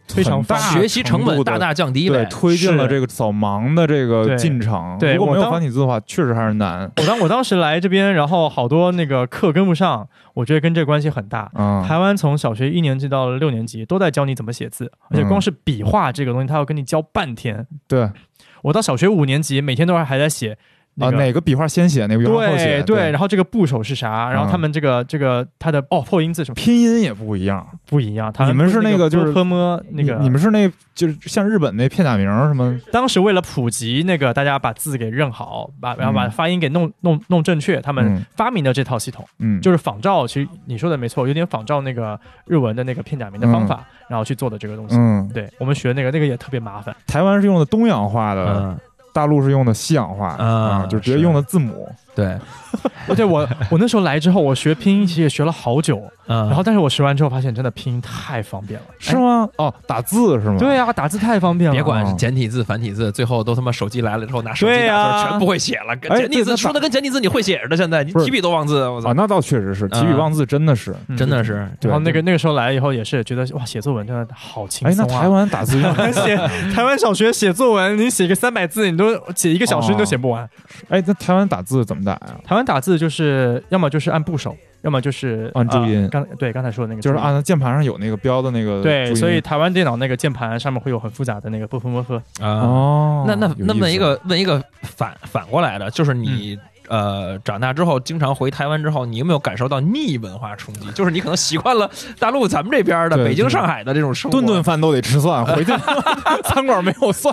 [SPEAKER 4] 非常
[SPEAKER 1] 很大
[SPEAKER 2] 学习成本
[SPEAKER 1] 度
[SPEAKER 2] 大
[SPEAKER 1] 的
[SPEAKER 2] 大降低
[SPEAKER 1] 对
[SPEAKER 2] 呗。
[SPEAKER 1] 推进了这个扫盲的这
[SPEAKER 4] 对
[SPEAKER 1] 个进程。
[SPEAKER 4] 对
[SPEAKER 1] 如果
[SPEAKER 4] 我
[SPEAKER 1] 没有
[SPEAKER 4] 当
[SPEAKER 1] 繁体字的话，确实还是难。
[SPEAKER 4] 我当我当时来这边，然后好多那个课跟不上，我觉得跟这关系很大。
[SPEAKER 1] 嗯，
[SPEAKER 4] 台湾从小学一年级到六年级都在教你怎么写字，而
[SPEAKER 1] 嗯
[SPEAKER 4] 且光是笔画这个东西，他要跟你教半天。
[SPEAKER 1] 对
[SPEAKER 4] 我到小学五年级，每天都还在写
[SPEAKER 1] 啊，
[SPEAKER 4] 那个。
[SPEAKER 1] 哪个笔画先写，哪个笔画后
[SPEAKER 4] 对
[SPEAKER 1] 写，嗯
[SPEAKER 4] 对，然，后这个部首是啥？然后他们这个这个它的哦破音字什么
[SPEAKER 1] 拼音也不一样。
[SPEAKER 4] 不一样？他
[SPEAKER 1] 你们是
[SPEAKER 4] 那
[SPEAKER 1] 那个就是
[SPEAKER 4] 波摸那个
[SPEAKER 1] 你你们是那就是像日本那片假名什么？
[SPEAKER 4] 当时为了普及那个大家把字给认好，把然后把
[SPEAKER 1] 嗯
[SPEAKER 4] 发音给弄弄弄正确，他们
[SPEAKER 1] 嗯
[SPEAKER 4] 发明了这套系统。
[SPEAKER 1] 嗯，
[SPEAKER 4] 就是仿照，其实你说的没错，有点仿照那个日文的那个片假名的方法，然后去做的这个东西。
[SPEAKER 1] 嗯，
[SPEAKER 4] 对我们学那个，那个也特别麻烦。
[SPEAKER 1] 台湾是用的东洋化的，
[SPEAKER 2] 嗯，
[SPEAKER 1] 大陆是用的西洋化的
[SPEAKER 2] 啊
[SPEAKER 1] 啊，哎就直接
[SPEAKER 2] 是
[SPEAKER 1] 用的字母。
[SPEAKER 2] 对，
[SPEAKER 4] 而且我我那时候来之后，我学拼音其实也学了好久，
[SPEAKER 2] 嗯，
[SPEAKER 4] 然后但是我学完之后发现，真的拼音太方便了。
[SPEAKER 1] 是吗？哦，打字是吗？
[SPEAKER 4] 对啊，打字太方
[SPEAKER 1] 嗯
[SPEAKER 4] 便了。
[SPEAKER 2] 别管是简体字、繁体字，最后都他妈手机来了之后拿手机打字
[SPEAKER 4] 对呀
[SPEAKER 2] 儿全不会写了。跟
[SPEAKER 1] 哎
[SPEAKER 2] 简体
[SPEAKER 1] 对那
[SPEAKER 2] 字说的跟简体字你会写似的，现在你
[SPEAKER 1] 不是
[SPEAKER 2] 提笔都忘字，我
[SPEAKER 1] 啊，
[SPEAKER 2] 操，
[SPEAKER 1] 那倒确实是，提笔
[SPEAKER 2] 啊
[SPEAKER 1] 忘字真的是。
[SPEAKER 4] 嗯
[SPEAKER 2] 真的。是
[SPEAKER 1] 对
[SPEAKER 4] 然后那个那个时候来以后也是觉得哇，写作文真的好轻
[SPEAKER 1] 哎，
[SPEAKER 4] 松
[SPEAKER 1] 那
[SPEAKER 4] 啊。
[SPEAKER 1] 台湾打 字用
[SPEAKER 4] 写台湾小学写作文，你写个三百字，你都写一个小
[SPEAKER 1] 哦
[SPEAKER 4] 时你都写不完。
[SPEAKER 1] 哎，那台湾打字怎么打 呀？
[SPEAKER 4] 台湾打字就是要么就是按部首，要么就是
[SPEAKER 1] 按注音
[SPEAKER 4] 呃刚对刚才说的那个
[SPEAKER 1] 就是
[SPEAKER 4] 注音
[SPEAKER 1] 按照键盘上有那个标的那个注
[SPEAKER 4] 对，
[SPEAKER 1] 音啊
[SPEAKER 4] 所以台湾电脑那个键盘上面会有很复杂的那个波分波分。
[SPEAKER 2] 啊。
[SPEAKER 1] 哦，
[SPEAKER 2] 那那
[SPEAKER 1] 有意
[SPEAKER 2] 那问
[SPEAKER 1] 思嗯
[SPEAKER 2] 一个问一个反反过来的，就是你。呃，长大之后经常回台湾之后，你有没有感受到逆文化冲击？就是你可能习惯了大陆咱们这边的
[SPEAKER 1] 对
[SPEAKER 2] 北京、
[SPEAKER 1] 对
[SPEAKER 2] 上海的这种生活，
[SPEAKER 1] 顿顿饭都得吃 蒜，回去餐馆没有蒜。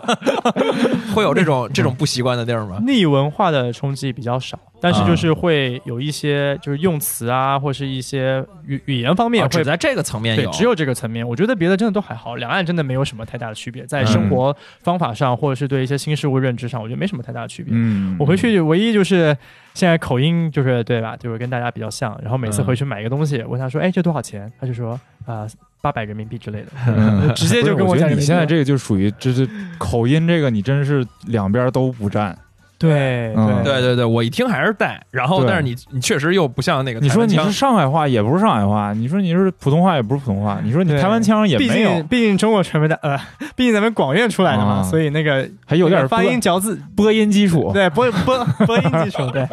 [SPEAKER 2] 会有这种这种不习惯的地儿吗？
[SPEAKER 4] 逆文化的冲击比较少，但是
[SPEAKER 2] 啊
[SPEAKER 4] 就是会有一些就是用词啊，或是一些语语言方面
[SPEAKER 2] 啊
[SPEAKER 4] 会
[SPEAKER 2] 只。在这个层面
[SPEAKER 4] 对
[SPEAKER 2] 有，，
[SPEAKER 4] 只有这个层面，我觉得别的真的都还好，两岸真的没有什么太大的区别，在生活方法上，或者是对一些新事物认知上，我觉得没什么太大的区别。
[SPEAKER 1] 嗯
[SPEAKER 4] 我回去唯一就是现在口音就是对吧，就是跟大家比较像，然后每次
[SPEAKER 2] 嗯
[SPEAKER 4] 回去买一个东西，问他说，哎，这多少钱？他就说啊，八、0百人民币之类的，
[SPEAKER 1] 嗯
[SPEAKER 4] 直接
[SPEAKER 1] 不是
[SPEAKER 4] 就跟
[SPEAKER 1] 我觉得
[SPEAKER 4] 讲人民
[SPEAKER 1] 你
[SPEAKER 4] 币
[SPEAKER 1] 现在这个就属于这是口音，这个你真是两边都不占。
[SPEAKER 4] 对
[SPEAKER 1] 嗯
[SPEAKER 2] 对对对，我一听还是带，然后
[SPEAKER 1] 对
[SPEAKER 2] 但是你你确实又不像那个
[SPEAKER 1] 你
[SPEAKER 2] 台
[SPEAKER 1] 说
[SPEAKER 2] 湾
[SPEAKER 1] 你
[SPEAKER 2] 腔，
[SPEAKER 1] 是上海话也不是上海话，你说你是普通话也不是普通话，你说你
[SPEAKER 4] 对
[SPEAKER 1] 台湾腔也
[SPEAKER 4] 毕
[SPEAKER 1] 没有
[SPEAKER 4] 竟，毕竟中国传媒的呃，毕竟咱们广院出来的嘛，
[SPEAKER 1] 啊
[SPEAKER 4] 所以那个
[SPEAKER 1] 还有点
[SPEAKER 4] 发
[SPEAKER 1] 播
[SPEAKER 4] 音嚼字，
[SPEAKER 1] 播音基础。
[SPEAKER 4] 对播 播播音技术，对，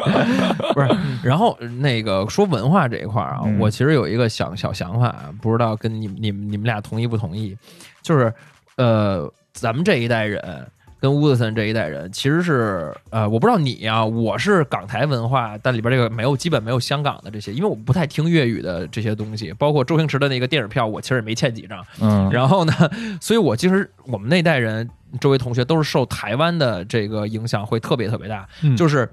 [SPEAKER 2] 不是，然后呃那个说文化这一块儿啊，
[SPEAKER 1] 嗯
[SPEAKER 2] 我其实有一个想小想法，啊不知道跟你们你们你们俩同意不同意？就是呃，咱们这一代人跟乌德森这一代人，其实是呃，我不知道你啊，我是港台文化，但里边这个没有基本没有香港的这些，因为我不太听粤语的这些东西，包括周星驰的那个电影票，我其实也没欠几张。
[SPEAKER 1] 嗯，
[SPEAKER 2] 然后呢，所以我其实我们那代人周围同学都是受台湾的这个影响会特别特别大，
[SPEAKER 4] 嗯
[SPEAKER 2] 就是。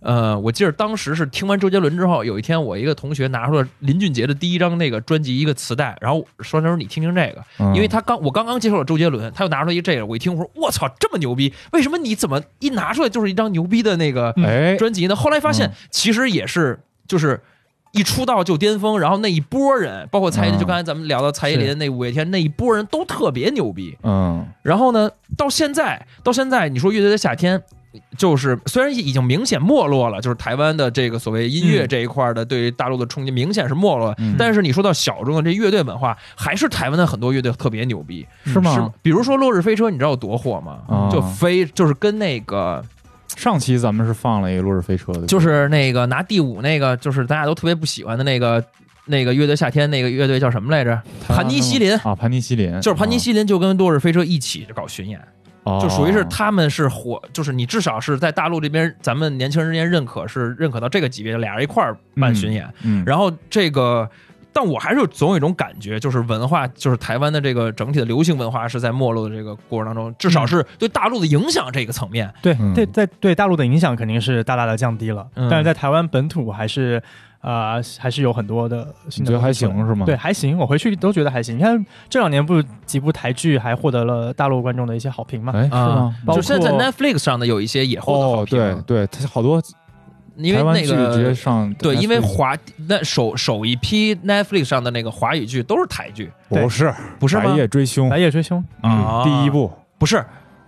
[SPEAKER 2] 呃，我记得当时是听完周杰伦之后，有一天我一个同学拿出了林俊杰的第一张那个专辑一个磁带，然后说：“他说你听听这个，
[SPEAKER 1] 嗯
[SPEAKER 2] 因为他刚我刚刚接受了周杰伦，他又拿出来一这个，我一听我说我操这么牛逼，为什么你怎么一拿出来就是一张牛逼的那个
[SPEAKER 4] 嗯
[SPEAKER 1] 哎，
[SPEAKER 2] 专辑呢？后来发现
[SPEAKER 1] 嗯
[SPEAKER 2] 其实也是就是一出道就巅峰，然后那一波人，包括蔡依林，
[SPEAKER 1] 嗯
[SPEAKER 2] 就刚才咱们聊到蔡依林那五月天那一波人都特别牛逼。
[SPEAKER 1] 嗯
[SPEAKER 2] 然后呢，到现在到现在，你说乐队的夏天。就是虽然已经明显没落了，就是台湾的这个所谓音乐
[SPEAKER 4] 嗯
[SPEAKER 2] 这一块的对于大陆的冲击明显是没落了，
[SPEAKER 1] 嗯
[SPEAKER 2] 但是你说到小众的这乐队文化，还是台湾的很多乐队特别牛逼，
[SPEAKER 1] 是
[SPEAKER 2] 是
[SPEAKER 1] 吗？
[SPEAKER 2] 比如说《落日飞车》，你知道有多火吗？
[SPEAKER 1] 啊
[SPEAKER 2] 就飞就是跟那个
[SPEAKER 1] 上期咱们是放了一个《落日飞车》的，
[SPEAKER 2] 就是那个拿第五那个，就是大家都特别不喜欢的那个那个乐队夏天那个乐队叫什么来着？盘尼西林，
[SPEAKER 1] 啊，盘尼西林
[SPEAKER 2] 就是盘尼西林就跟落日飞车一起搞巡演，
[SPEAKER 1] 啊
[SPEAKER 2] 就属于是他们是火，就是你至少是在大陆这边咱们年轻人之间认可是认可到这个级别的，俩人一块儿办巡演，
[SPEAKER 1] 嗯，
[SPEAKER 2] 然后这个。但我还是总有一种感觉，就是文化，就是台湾的这个整体的流行文化是在没落的这个过程当中，至少是对大陆的影响这个层面，
[SPEAKER 4] 对
[SPEAKER 1] 嗯
[SPEAKER 4] 对，在对大陆的影响肯定是大大的降低了，
[SPEAKER 2] 嗯
[SPEAKER 4] 但是在台湾本土还是啊、呃还是有很多的新
[SPEAKER 1] 你
[SPEAKER 4] 的
[SPEAKER 1] 觉得还
[SPEAKER 4] 东西出来。
[SPEAKER 1] 行是吗？
[SPEAKER 4] 对，，还行，我回去都觉得还行。你看这两年不几部台剧还获得了大陆观众的一些好评嘛？
[SPEAKER 1] 哎，是
[SPEAKER 2] 啊
[SPEAKER 1] 吗？
[SPEAKER 4] 包
[SPEAKER 2] 就现在在
[SPEAKER 4] 括
[SPEAKER 2] Netflix 上的有一些也获得好
[SPEAKER 1] 哦，
[SPEAKER 2] 评，
[SPEAKER 1] 对对，他好多
[SPEAKER 2] 因为
[SPEAKER 1] 台湾
[SPEAKER 2] 那
[SPEAKER 1] 剧
[SPEAKER 2] 个
[SPEAKER 1] 直接上
[SPEAKER 2] 对，因为
[SPEAKER 1] Netflix
[SPEAKER 2] 华那首首一批 Netflix 上的那个华语剧都是台剧，
[SPEAKER 1] 不是
[SPEAKER 2] 不是
[SPEAKER 1] 白
[SPEAKER 2] 吗？
[SPEAKER 1] 夜追凶
[SPEAKER 4] 白夜追凶，
[SPEAKER 1] 嗯
[SPEAKER 2] 啊
[SPEAKER 1] 第一部
[SPEAKER 2] 不是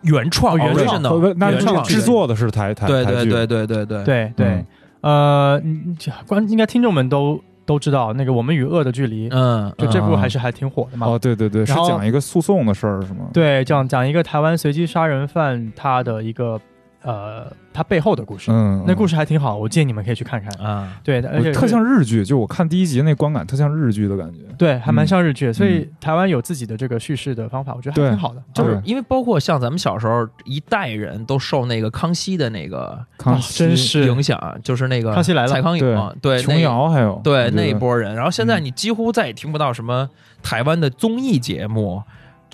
[SPEAKER 2] 原创
[SPEAKER 4] 哦原创
[SPEAKER 2] original
[SPEAKER 1] 不不那
[SPEAKER 2] 原创
[SPEAKER 1] 制作的是台台
[SPEAKER 2] 对
[SPEAKER 1] 台
[SPEAKER 2] 对
[SPEAKER 1] 剧
[SPEAKER 2] 对对对
[SPEAKER 1] 哎
[SPEAKER 2] 对，
[SPEAKER 4] 对
[SPEAKER 1] 嗯
[SPEAKER 4] 对，呃，嗯这观应该听众们都都知道那个《我们与恶的距离》，
[SPEAKER 2] 嗯，
[SPEAKER 4] 就这部
[SPEAKER 1] 嗯
[SPEAKER 4] 还是还挺火的嘛。
[SPEAKER 1] 哦，对对对，是
[SPEAKER 4] 然后
[SPEAKER 1] 讲一个诉讼的事儿是吗？
[SPEAKER 4] 对，讲讲一个台湾随机杀人犯他的一个呃他背后的故事，
[SPEAKER 1] 嗯，嗯，嗯
[SPEAKER 4] 那故事还挺好，我建议你们可以去看看。
[SPEAKER 2] 啊，
[SPEAKER 4] 对，而且
[SPEAKER 1] 我特像日剧，就我看第一集那观感特像日剧的感觉。
[SPEAKER 4] 对，还蛮
[SPEAKER 1] 嗯
[SPEAKER 4] 像日剧，所以台湾有自己的这个叙事的方法，我觉得还
[SPEAKER 1] 对
[SPEAKER 4] 挺好的。
[SPEAKER 2] 就
[SPEAKER 1] 对
[SPEAKER 2] 是因为包括像咱们小时候一代人都受那个康熙的那个
[SPEAKER 1] 康
[SPEAKER 4] 啊
[SPEAKER 1] 熙、
[SPEAKER 4] 真是
[SPEAKER 2] 影响，就是那个
[SPEAKER 4] 康熙来了
[SPEAKER 2] 蔡康永，对
[SPEAKER 1] 琼
[SPEAKER 2] 那。
[SPEAKER 1] 瑶还有
[SPEAKER 2] 对
[SPEAKER 1] 我觉
[SPEAKER 2] 那一
[SPEAKER 1] 得
[SPEAKER 2] 波人，然后现在
[SPEAKER 1] 嗯
[SPEAKER 2] 你几乎再也听不到什么台湾的综艺节目，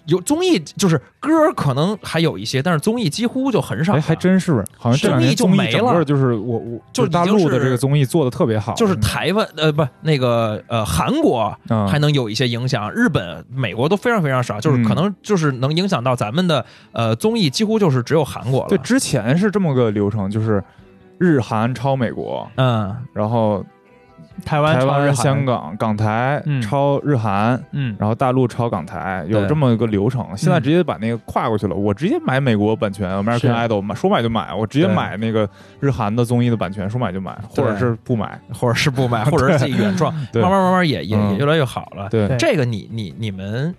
[SPEAKER 2] 有综艺就是歌儿可能还有一些，但是综艺几乎就很少
[SPEAKER 1] 哎，
[SPEAKER 2] 了。
[SPEAKER 1] 还真是，好像这两年
[SPEAKER 2] 综
[SPEAKER 1] 综
[SPEAKER 2] 艺就
[SPEAKER 1] 艺
[SPEAKER 2] 没
[SPEAKER 1] 整
[SPEAKER 2] 了
[SPEAKER 1] 个就是我我
[SPEAKER 2] 就已经
[SPEAKER 1] 大陆的
[SPEAKER 2] 是
[SPEAKER 1] 这个综艺做的特别好，
[SPEAKER 2] 就是台湾呃不那个呃韩国
[SPEAKER 1] 嗯
[SPEAKER 2] 还能有一些影响，日本、美国都非常非常少，就是可能就是能影响到咱们的呃综艺，几乎就是只有韩国
[SPEAKER 1] 对，
[SPEAKER 2] 了。
[SPEAKER 1] 之前是这么个流程，就是日韩超美国，
[SPEAKER 2] 嗯
[SPEAKER 1] 然后
[SPEAKER 4] 台湾、
[SPEAKER 1] 台
[SPEAKER 4] 朝日
[SPEAKER 1] 湾、
[SPEAKER 4] 韩
[SPEAKER 1] 香，港、港台
[SPEAKER 4] 嗯
[SPEAKER 1] 超日韩，
[SPEAKER 4] 嗯，
[SPEAKER 1] 然后大陆超港台，有
[SPEAKER 2] 对嗯
[SPEAKER 1] 这么一个流程。现在直接把那个跨过去了，我直接买美国版权
[SPEAKER 4] 是
[SPEAKER 1] ，American Idol 买说买就买，我直接
[SPEAKER 2] 对
[SPEAKER 1] 买那个日韩的综艺的版权，说买就买，或
[SPEAKER 2] 对
[SPEAKER 1] 者是不买。
[SPEAKER 2] 或者是 不买，或者是自己原创，
[SPEAKER 1] 对
[SPEAKER 2] 慢慢慢慢也也
[SPEAKER 1] 嗯
[SPEAKER 2] 也越来越好了。
[SPEAKER 1] 对
[SPEAKER 4] 对，
[SPEAKER 2] 这个你你你们，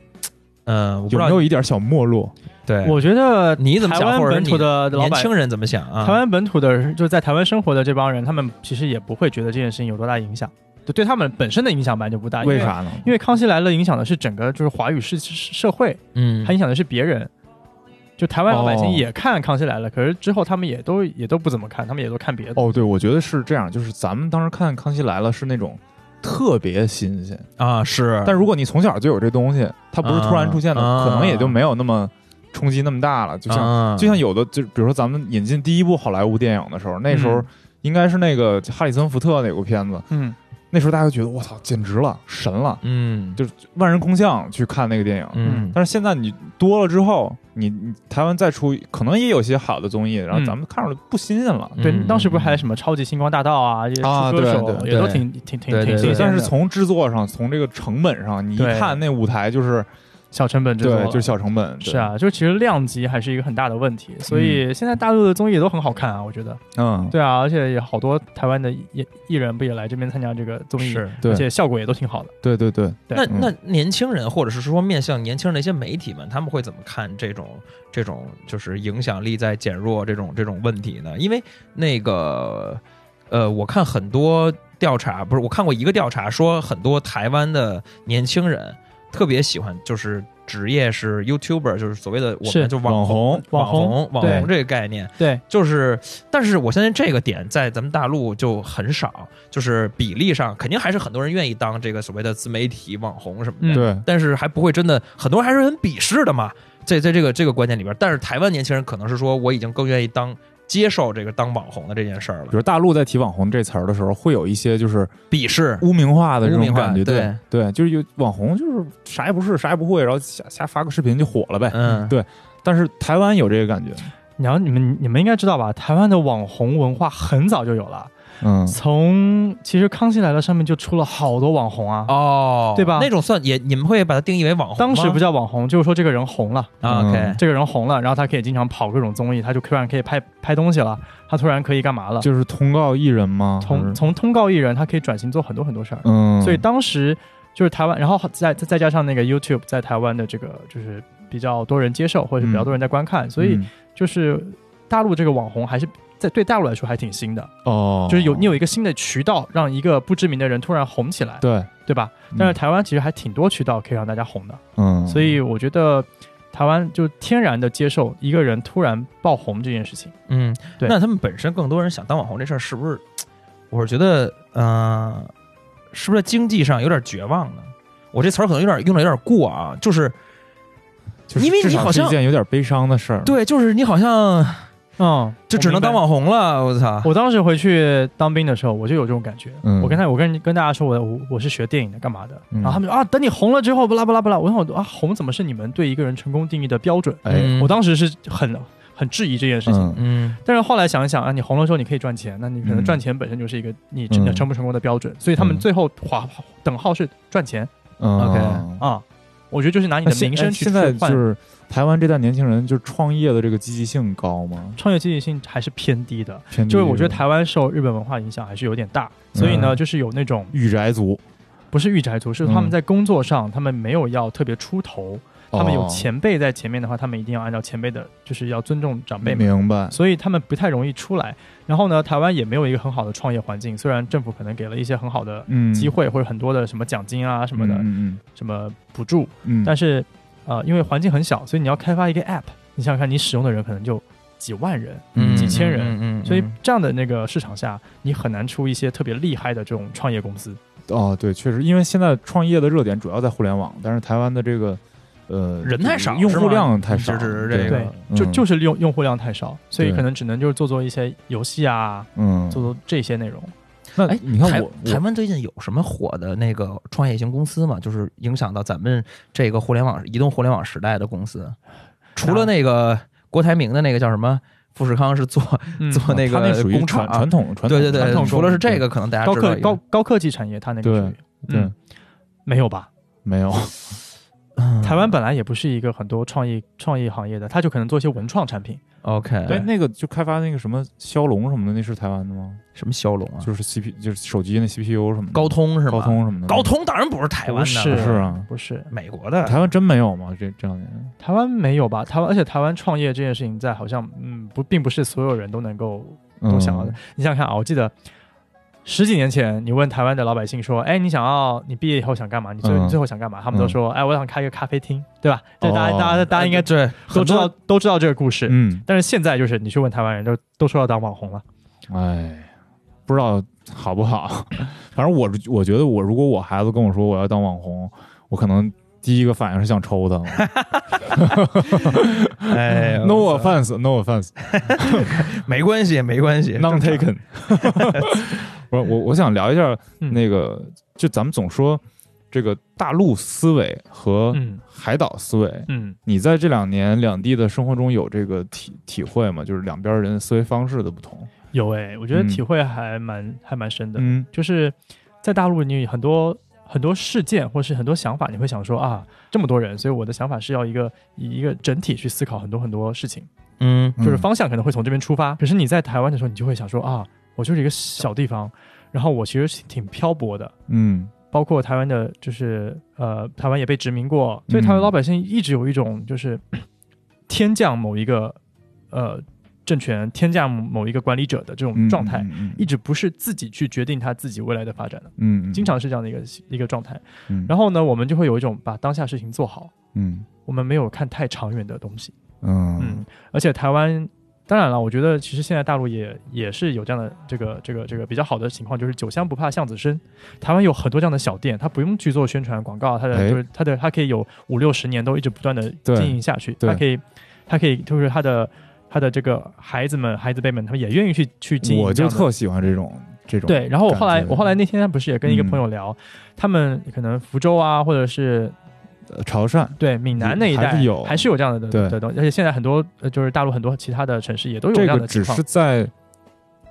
[SPEAKER 2] 嗯，我不知
[SPEAKER 1] 有
[SPEAKER 2] 道
[SPEAKER 1] 没有一点小没落？
[SPEAKER 2] 对，
[SPEAKER 4] 我觉得
[SPEAKER 2] 你怎么想
[SPEAKER 4] 台
[SPEAKER 2] 或
[SPEAKER 4] 湾
[SPEAKER 2] 者
[SPEAKER 4] 本土的老
[SPEAKER 2] 年
[SPEAKER 4] 板
[SPEAKER 2] 轻。人怎么想啊？
[SPEAKER 4] 台湾本土的，就在台湾生活的这帮人，他们其实也不会觉得这件事情有多大影响，就对他们本身的影响本来就不
[SPEAKER 2] 啊
[SPEAKER 4] 大。因
[SPEAKER 1] 为？啥呢？
[SPEAKER 4] 因为《康熙来了》影响的是整个就是华语社社会，
[SPEAKER 2] 嗯
[SPEAKER 4] 它影响的是别人。就台湾老百姓
[SPEAKER 1] 哦
[SPEAKER 4] 也看《康熙来了》，可是之后他们也都也都不怎么看，他们也都看别的。
[SPEAKER 1] 哦，对，我觉得是这样，就是咱们当时看《康熙来了》是那种特别新鲜，
[SPEAKER 2] 啊是，
[SPEAKER 1] 但如果你从小就有这东西，它不是突然出现的，
[SPEAKER 2] 啊
[SPEAKER 1] 可能也就没有那么冲击那么大了。就像、
[SPEAKER 4] 嗯
[SPEAKER 2] 啊
[SPEAKER 1] 就像有的，就比如说咱们引进第一部好莱坞电影的时候，那时候
[SPEAKER 4] 嗯
[SPEAKER 1] 应该是那个哈里森福特那部片子，
[SPEAKER 4] 嗯，
[SPEAKER 1] 那时候大家就觉得我操，简直了，神了，
[SPEAKER 2] 嗯
[SPEAKER 1] 就是万人空巷去看那个电影。
[SPEAKER 2] 嗯
[SPEAKER 1] 但是现在你多了之后，你你台湾再出，可能也有些好的综艺，然后
[SPEAKER 4] 嗯
[SPEAKER 1] 咱们看上去不新鲜了。
[SPEAKER 4] 对，
[SPEAKER 2] 嗯
[SPEAKER 4] 当时不是还有什么《超级星光大道》啊，这些
[SPEAKER 1] 啊
[SPEAKER 4] 出歌手
[SPEAKER 1] 对对
[SPEAKER 4] 也都
[SPEAKER 2] 对
[SPEAKER 4] 挺挺挺
[SPEAKER 2] 对对
[SPEAKER 4] 挺
[SPEAKER 2] 对
[SPEAKER 4] 新鲜的，
[SPEAKER 1] 但是从制作上，从这个成本上，你一
[SPEAKER 4] 对
[SPEAKER 1] 看那舞台就是
[SPEAKER 4] 小成本制作
[SPEAKER 1] 对，就是小成本。对
[SPEAKER 4] 是，啊，就其实量级还是一个很大的问题，所以现在大陆的综艺也都很好看啊，我觉得。
[SPEAKER 1] 嗯，
[SPEAKER 4] 对啊，而且也好多台湾的艺艺人不也来这边参加这个综艺，
[SPEAKER 2] 是。
[SPEAKER 1] 对
[SPEAKER 4] 而且效果也都挺好的。
[SPEAKER 1] 对对对。
[SPEAKER 4] 对
[SPEAKER 2] 那
[SPEAKER 1] 嗯
[SPEAKER 2] 那年轻人，或者是说面向年轻人的一些媒体们，他们会怎么看这种这种就是影响力在减弱这种这种问题呢？因为那个呃，我看很多调查，不是我看过一个调查，说很多台湾的年轻人特别喜欢，就是职业是 YouTuber，就是所谓的我
[SPEAKER 4] 是
[SPEAKER 2] 们就网
[SPEAKER 1] 网红，
[SPEAKER 2] 网红网
[SPEAKER 4] 对
[SPEAKER 2] 红这个概念，
[SPEAKER 4] 对，
[SPEAKER 2] 就是，但是我相信这个点在咱们大陆就很少，就是比例上肯定还是很多人愿意当这个所谓的自媒体网红什么的，
[SPEAKER 4] 嗯
[SPEAKER 1] 对，
[SPEAKER 2] 但是还不会真的很多人还是很鄙视的嘛，在在这个这个观念里边，但是台湾年轻人可能是说我已经更愿意当接受这个当网红的这件事儿了
[SPEAKER 1] 比，如大陆在提网红这词儿的时候，会有一些就是
[SPEAKER 2] 鄙视，
[SPEAKER 1] 污名化的这
[SPEAKER 2] 污
[SPEAKER 1] 种
[SPEAKER 2] 名化
[SPEAKER 1] 感觉，对
[SPEAKER 2] 对
[SPEAKER 1] 对，就是有网红就是啥也不是，啥也不会，然后瞎瞎发个视频就火了呗。
[SPEAKER 2] 嗯，
[SPEAKER 1] 对但是台湾有这个感觉，
[SPEAKER 4] 然后你们你们应该知道吧，台湾的网红文化很早就有了，
[SPEAKER 1] 嗯，
[SPEAKER 4] 从其实《康熙来了》上面就出了好多网红啊，
[SPEAKER 2] 哦，
[SPEAKER 4] 对吧
[SPEAKER 2] 那种算也你们会把它定义为网红吗？
[SPEAKER 4] 当时不叫网红，就是说这个人红了。
[SPEAKER 2] 啊，OK，
[SPEAKER 1] 嗯
[SPEAKER 4] 这个人红了，然后他可以经常跑各种综艺，他就突然可以拍拍东西了，他突然可以干嘛了？
[SPEAKER 1] 就是通告艺人吗？还
[SPEAKER 4] 从
[SPEAKER 1] 是
[SPEAKER 4] 从通告艺人，他可以转型做很多很多事儿。
[SPEAKER 1] 嗯，
[SPEAKER 4] 所以当时就是台湾，然后再再再加上那个 YouTube 在台湾的这个就是比较多人接受，或者是比较多人在观看，所以
[SPEAKER 1] 嗯
[SPEAKER 4] 就是大陆这个网红还是在对大陆来说还挺新的，
[SPEAKER 1] 哦，
[SPEAKER 4] 就是有你有一个新的渠道，让一个不知名的人突然红起来，
[SPEAKER 1] 对，
[SPEAKER 4] 对吧？
[SPEAKER 1] 嗯
[SPEAKER 4] 但是台湾其实还挺多渠道可以让大家红的，
[SPEAKER 1] 嗯，
[SPEAKER 4] 所以我觉得台湾就天然的接受一个人突然爆红这件事情。
[SPEAKER 2] 嗯，
[SPEAKER 4] 对
[SPEAKER 2] 那他们本身更多人想当网红这事儿，是不是？我是觉得，嗯、是不是在经济上有点绝望呢？我这词儿可能有点用的有点过啊，就是
[SPEAKER 1] 就是
[SPEAKER 2] 因为你
[SPEAKER 1] 至少
[SPEAKER 2] 好像
[SPEAKER 1] 是一件有点悲伤的事儿，
[SPEAKER 2] 对，就是你好像
[SPEAKER 4] 嗯，
[SPEAKER 2] 就只能当
[SPEAKER 4] 网。
[SPEAKER 2] 网红啊了，我操！
[SPEAKER 4] 我当时回去当兵的时候，我就有这种感觉。
[SPEAKER 1] 嗯
[SPEAKER 4] 我跟他，我跟跟大家说我我我是学电影的，干嘛的？
[SPEAKER 1] 嗯
[SPEAKER 4] 然后他们说啊，等你红了之后，不拉不拉不拉。我想啊，红怎么是你们对一个人成功定义的标准？
[SPEAKER 1] 哎，
[SPEAKER 2] 嗯
[SPEAKER 4] 我当时是很很质疑这件事情。
[SPEAKER 1] 嗯
[SPEAKER 2] 嗯
[SPEAKER 4] 但是后来想一想啊，你红了之后你可以赚钱，那你可能
[SPEAKER 1] 嗯
[SPEAKER 4] 赚钱本身就是一个你真的
[SPEAKER 1] 嗯
[SPEAKER 4] 成不成功的标准，所以他们
[SPEAKER 1] 嗯
[SPEAKER 4] 最后划等号是赚钱。
[SPEAKER 1] 嗯
[SPEAKER 4] OK 啊，我觉得就是拿你
[SPEAKER 1] 那
[SPEAKER 4] 的
[SPEAKER 1] 现
[SPEAKER 4] 名声
[SPEAKER 1] 哎
[SPEAKER 4] 去
[SPEAKER 1] 现在
[SPEAKER 4] 换。
[SPEAKER 1] 就是台湾这代年轻人，就是创业的这个积极性高吗？
[SPEAKER 4] 创业积极性还是偏低的，
[SPEAKER 1] 偏低
[SPEAKER 4] 就是我觉得
[SPEAKER 1] 吧
[SPEAKER 4] 台湾受日本文化影响还是有点大，所以呢，
[SPEAKER 1] 嗯
[SPEAKER 4] 就是有那种
[SPEAKER 1] 御宅族，
[SPEAKER 4] 不是御宅族，是他们
[SPEAKER 1] 嗯
[SPEAKER 4] 在工作上，他们没有要特别出头，他们有
[SPEAKER 1] 哦
[SPEAKER 4] 前辈在前面的话，他们一定要按照前辈的，就是要尊重长辈们，
[SPEAKER 1] 明白，
[SPEAKER 4] 所以他们不太容易出来。然后呢，台湾也没有一个很好的创业环境，虽然政府可能给了一些很好的
[SPEAKER 1] 嗯，
[SPEAKER 4] 机会、或者很多的什么奖金啊什么的、
[SPEAKER 1] 嗯
[SPEAKER 4] 什么补助，
[SPEAKER 1] 嗯，
[SPEAKER 4] 但
[SPEAKER 1] 是
[SPEAKER 4] 是呃，因为环境很小，所以你要开发一个 app，你想想看，你使用的人可能就几万人，
[SPEAKER 2] 嗯，
[SPEAKER 4] 几千人
[SPEAKER 2] 嗯，嗯嗯
[SPEAKER 4] 所以这样的那个市场下，你很难出一些特别厉害的这种创业公司。
[SPEAKER 1] 哦，对，确实，因为现在创业的热点主要在互联网，但是台湾的这个呃
[SPEAKER 2] 人太少
[SPEAKER 1] 用
[SPEAKER 2] 是
[SPEAKER 1] 户
[SPEAKER 2] 吗
[SPEAKER 1] 量太少，
[SPEAKER 2] 你指指
[SPEAKER 1] 对
[SPEAKER 2] 这个
[SPEAKER 4] 对，就
[SPEAKER 1] 嗯
[SPEAKER 4] 就是用用户量太少，所以
[SPEAKER 1] 对
[SPEAKER 4] 可能只能就是做做一些游戏啊，
[SPEAKER 1] 嗯，
[SPEAKER 4] 做做这些内容。
[SPEAKER 1] 那
[SPEAKER 2] 哎，
[SPEAKER 1] 你看
[SPEAKER 2] 台
[SPEAKER 1] 我
[SPEAKER 2] 台
[SPEAKER 1] 我
[SPEAKER 2] 湾最近有什么火的那个创业型公司吗？就是影响到咱们这个互联网、移动互联网时代的公司，除了那个郭台铭的那个叫什么富士康是做
[SPEAKER 4] 嗯
[SPEAKER 2] 做那
[SPEAKER 1] 他
[SPEAKER 2] 个
[SPEAKER 1] 属于
[SPEAKER 2] 工厂
[SPEAKER 1] 传
[SPEAKER 2] 啊
[SPEAKER 1] 传统传统
[SPEAKER 2] 对对对
[SPEAKER 1] 传
[SPEAKER 4] 统，
[SPEAKER 1] 统
[SPEAKER 2] 除了是这个，可能大家
[SPEAKER 4] 高
[SPEAKER 2] 知道
[SPEAKER 4] 科
[SPEAKER 2] 一个
[SPEAKER 4] 高高科技产业，它那个
[SPEAKER 1] 对
[SPEAKER 4] 属于
[SPEAKER 1] 对
[SPEAKER 4] 嗯没有吧？
[SPEAKER 1] 没有，
[SPEAKER 2] 嗯
[SPEAKER 4] 台湾本来也不是一个很多创意创意行业的，它就可能做一些文创产品。
[SPEAKER 2] OK
[SPEAKER 1] 对哎那个就开发那个什么骁龙什么的，那是台湾的吗？
[SPEAKER 2] 什么骁龙啊，
[SPEAKER 1] 就是 CP 就是手机那 CPU 什么的，
[SPEAKER 2] 高通是吗？
[SPEAKER 1] 高通什么的，
[SPEAKER 2] 高通当然不是台湾
[SPEAKER 4] 不
[SPEAKER 2] 的，
[SPEAKER 4] 是
[SPEAKER 1] 是啊，
[SPEAKER 4] 不是
[SPEAKER 2] 美国的。
[SPEAKER 1] 台湾真没有吗？这这两年
[SPEAKER 4] 台湾没有吧？台湾而且台湾创业这件事情在好像嗯不并不是所有人都能够
[SPEAKER 1] 嗯
[SPEAKER 4] 都想要的。你想想看啊，我记得。十几年前，你问台湾的老百姓说：“哎，你想要你毕业以后想干嘛？你最、
[SPEAKER 1] 嗯
[SPEAKER 4] 你最后想干嘛？”他们都说：“哎，我想开一个咖啡厅，对吧？”这大家、
[SPEAKER 1] 哦
[SPEAKER 4] 大家大家应该
[SPEAKER 2] 对
[SPEAKER 4] 都知道，都知道这个故事。
[SPEAKER 1] 嗯，
[SPEAKER 4] 但是现在就是你去问台湾人，都都说要当网红了。
[SPEAKER 1] 哎，不知道好不好。 反正我我觉得我，如果我孩子跟我说我要当网红，我可能第一个反应是想抽他。
[SPEAKER 2] 哎
[SPEAKER 1] no offense，no offense，not
[SPEAKER 2] 没关系，没关系
[SPEAKER 1] taken。不是 我，我想聊一下
[SPEAKER 4] 嗯
[SPEAKER 1] 那个，就咱们总说这个大陆思维和
[SPEAKER 4] 嗯
[SPEAKER 1] 海岛思维，
[SPEAKER 4] 嗯
[SPEAKER 1] 你在这两年两地的生活中有这个体体会吗？就是两边人的思维方式的不同。
[SPEAKER 4] 有哎、我觉得
[SPEAKER 1] 嗯
[SPEAKER 4] 体会还蛮、还蛮深的。
[SPEAKER 1] 嗯
[SPEAKER 4] 就是在大陆，你很多很多事件或是很多想法，你会想说啊，这么多人，所以我的想法是要一个以一个整体去思考很多很多事情，
[SPEAKER 2] 嗯
[SPEAKER 4] 就是方向可能会从这边出
[SPEAKER 1] 嗯
[SPEAKER 4] 发。可是你在台湾的时候，你就会想说啊，我就是一个小地方，然后我其实挺挺漂泊的，
[SPEAKER 1] 嗯
[SPEAKER 4] 包括台湾的，就是呃，台湾也被殖民过，所以台湾老百姓一直有一种就是 天降某一个呃政权、天降某一个管理者的这种
[SPEAKER 1] 嗯，
[SPEAKER 4] 状态，
[SPEAKER 1] 嗯，
[SPEAKER 4] 一直不是自己去决定他自己未来的发展的，
[SPEAKER 1] 嗯，嗯
[SPEAKER 4] 经，常是这样的一个一个状态。
[SPEAKER 1] 嗯
[SPEAKER 4] 然后呢，我们就会有一种把当下事情做好，
[SPEAKER 1] 嗯
[SPEAKER 4] 我们没有看太长远的东西。
[SPEAKER 1] 嗯
[SPEAKER 4] 嗯，而且台湾。当然了，我觉得其实现在大陆也也是有这样的这个这个这个比较好的情况，就是酒香不怕巷子深。台湾有很多这样的小店，它不用去做宣传广告，它的
[SPEAKER 1] 哎
[SPEAKER 4] 就是它的它可以有五六十年都一直不断的
[SPEAKER 1] 对
[SPEAKER 4] 经营下去，
[SPEAKER 1] 对
[SPEAKER 4] 它可以它可以就是它的它的这个孩子们孩子辈们，他们也愿意去去经营
[SPEAKER 1] 我就
[SPEAKER 4] 这样的。
[SPEAKER 1] 特喜欢这种这种。
[SPEAKER 4] 对，然后我后来
[SPEAKER 1] 感觉
[SPEAKER 4] 我后来那天不是也跟一个
[SPEAKER 1] 嗯
[SPEAKER 4] 朋友聊，他们可能福州啊，或者是
[SPEAKER 1] 呃潮汕，
[SPEAKER 4] 对闽南那一带
[SPEAKER 1] 还是有
[SPEAKER 4] 还是有这样的
[SPEAKER 1] 对
[SPEAKER 4] 的的东西，而且现在很多呃就是大陆很多其他的城市也都有
[SPEAKER 1] 这
[SPEAKER 4] 样
[SPEAKER 1] 个
[SPEAKER 4] 的
[SPEAKER 1] 只
[SPEAKER 4] 情况
[SPEAKER 1] 是。在